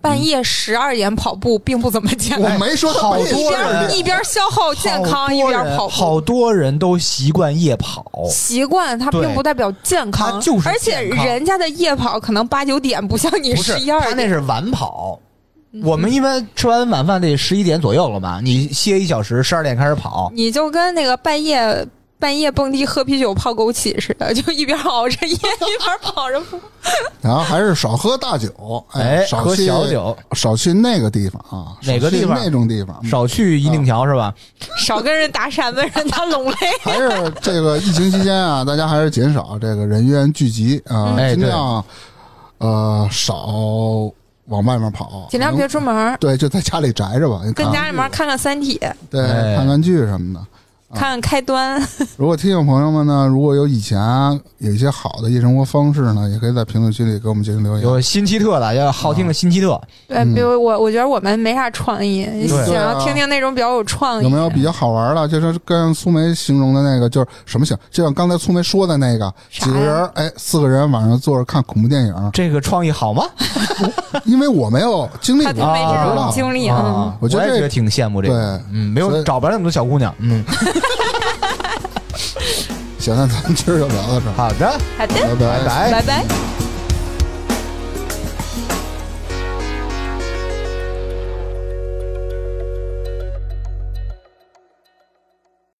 [SPEAKER 2] 半夜十二点跑步并不怎么健
[SPEAKER 1] 我
[SPEAKER 2] 康。
[SPEAKER 1] 没说他
[SPEAKER 3] 好
[SPEAKER 1] 没
[SPEAKER 3] 多
[SPEAKER 2] 一
[SPEAKER 1] 说
[SPEAKER 2] 边
[SPEAKER 3] 人
[SPEAKER 2] 儿一边儿消耗健康，一
[SPEAKER 3] 好多
[SPEAKER 2] 边儿
[SPEAKER 3] 人
[SPEAKER 2] 跑步。
[SPEAKER 3] 好多人都习惯夜跑，
[SPEAKER 2] 习惯它并
[SPEAKER 3] 对
[SPEAKER 2] 不代表健康，
[SPEAKER 3] 它就是
[SPEAKER 2] 而且
[SPEAKER 3] 健康
[SPEAKER 2] 人家的夜跑可能八九点，不像你
[SPEAKER 3] 不是
[SPEAKER 2] 十一二
[SPEAKER 3] 他那
[SPEAKER 2] 点。嗯
[SPEAKER 3] 是晚跑。我们一般吃完晚饭得十一点左右了吧？你歇一小时，十二点开始跑，
[SPEAKER 2] 你就跟那个半夜半夜蹦迪喝啤酒泡枸杞似的， (laughs) 就一边熬着夜一边跑着 (laughs) 步。
[SPEAKER 1] 然后还是少喝大酒，
[SPEAKER 3] 哎，
[SPEAKER 1] 少
[SPEAKER 3] 喝
[SPEAKER 1] 去
[SPEAKER 3] 小，酒，
[SPEAKER 1] 少去那个地方啊，
[SPEAKER 3] 哪个地方
[SPEAKER 1] 少去那种地方，
[SPEAKER 3] 少去
[SPEAKER 1] 啊
[SPEAKER 3] 银锭桥是吧？
[SPEAKER 2] 少跟人搭讪，问人家拢 (laughs) 嘞。
[SPEAKER 1] 还是这个疫情期间啊，大家还是减少这个人员聚集啊，
[SPEAKER 3] 哎
[SPEAKER 1] 尽量呃少往外面跑，
[SPEAKER 2] 尽量别出门儿，
[SPEAKER 1] 对，就在家里宅着吧，你
[SPEAKER 2] 跟
[SPEAKER 1] 看
[SPEAKER 2] 家里面看看《三体》，
[SPEAKER 1] 对
[SPEAKER 3] 哎
[SPEAKER 1] 看看剧什么的。
[SPEAKER 2] 看看《开端》
[SPEAKER 1] 如果听众朋友们呢，如果有以前有一些好的夜生活方式呢，也可以在评论区里给我们进行留言。
[SPEAKER 3] 有新奇特的，要好
[SPEAKER 1] 啊
[SPEAKER 3] 听的新奇特，，
[SPEAKER 2] 对，呃比如我，我觉得我们没啥创意，想要听听那种比较有创意。
[SPEAKER 1] 啊有没有比较好玩的？就是跟苏梅形容的那个，就是什么型？就像刚才苏梅说的那个，
[SPEAKER 2] 啥呀
[SPEAKER 1] 几个人，哎，四个人晚上坐着看恐怖电影
[SPEAKER 3] 这个创意好吗？
[SPEAKER 1] 因为我没有经历
[SPEAKER 2] 他
[SPEAKER 1] 过
[SPEAKER 2] 就，没这
[SPEAKER 1] 啊
[SPEAKER 2] 种经历，嗯
[SPEAKER 3] 啊，
[SPEAKER 1] 我觉得
[SPEAKER 3] 也
[SPEAKER 1] 这
[SPEAKER 3] 觉得挺羡慕这个
[SPEAKER 1] 对，
[SPEAKER 3] 嗯，没
[SPEAKER 1] 所
[SPEAKER 3] 有
[SPEAKER 1] 以
[SPEAKER 3] 找不着那么多小姑娘，
[SPEAKER 1] (laughs)
[SPEAKER 3] 嗯，
[SPEAKER 1] 行，那咱们今儿就聊到这儿，
[SPEAKER 3] 好的。
[SPEAKER 2] 好的，
[SPEAKER 1] 拜拜
[SPEAKER 3] 拜拜
[SPEAKER 1] 哎
[SPEAKER 2] 拜拜。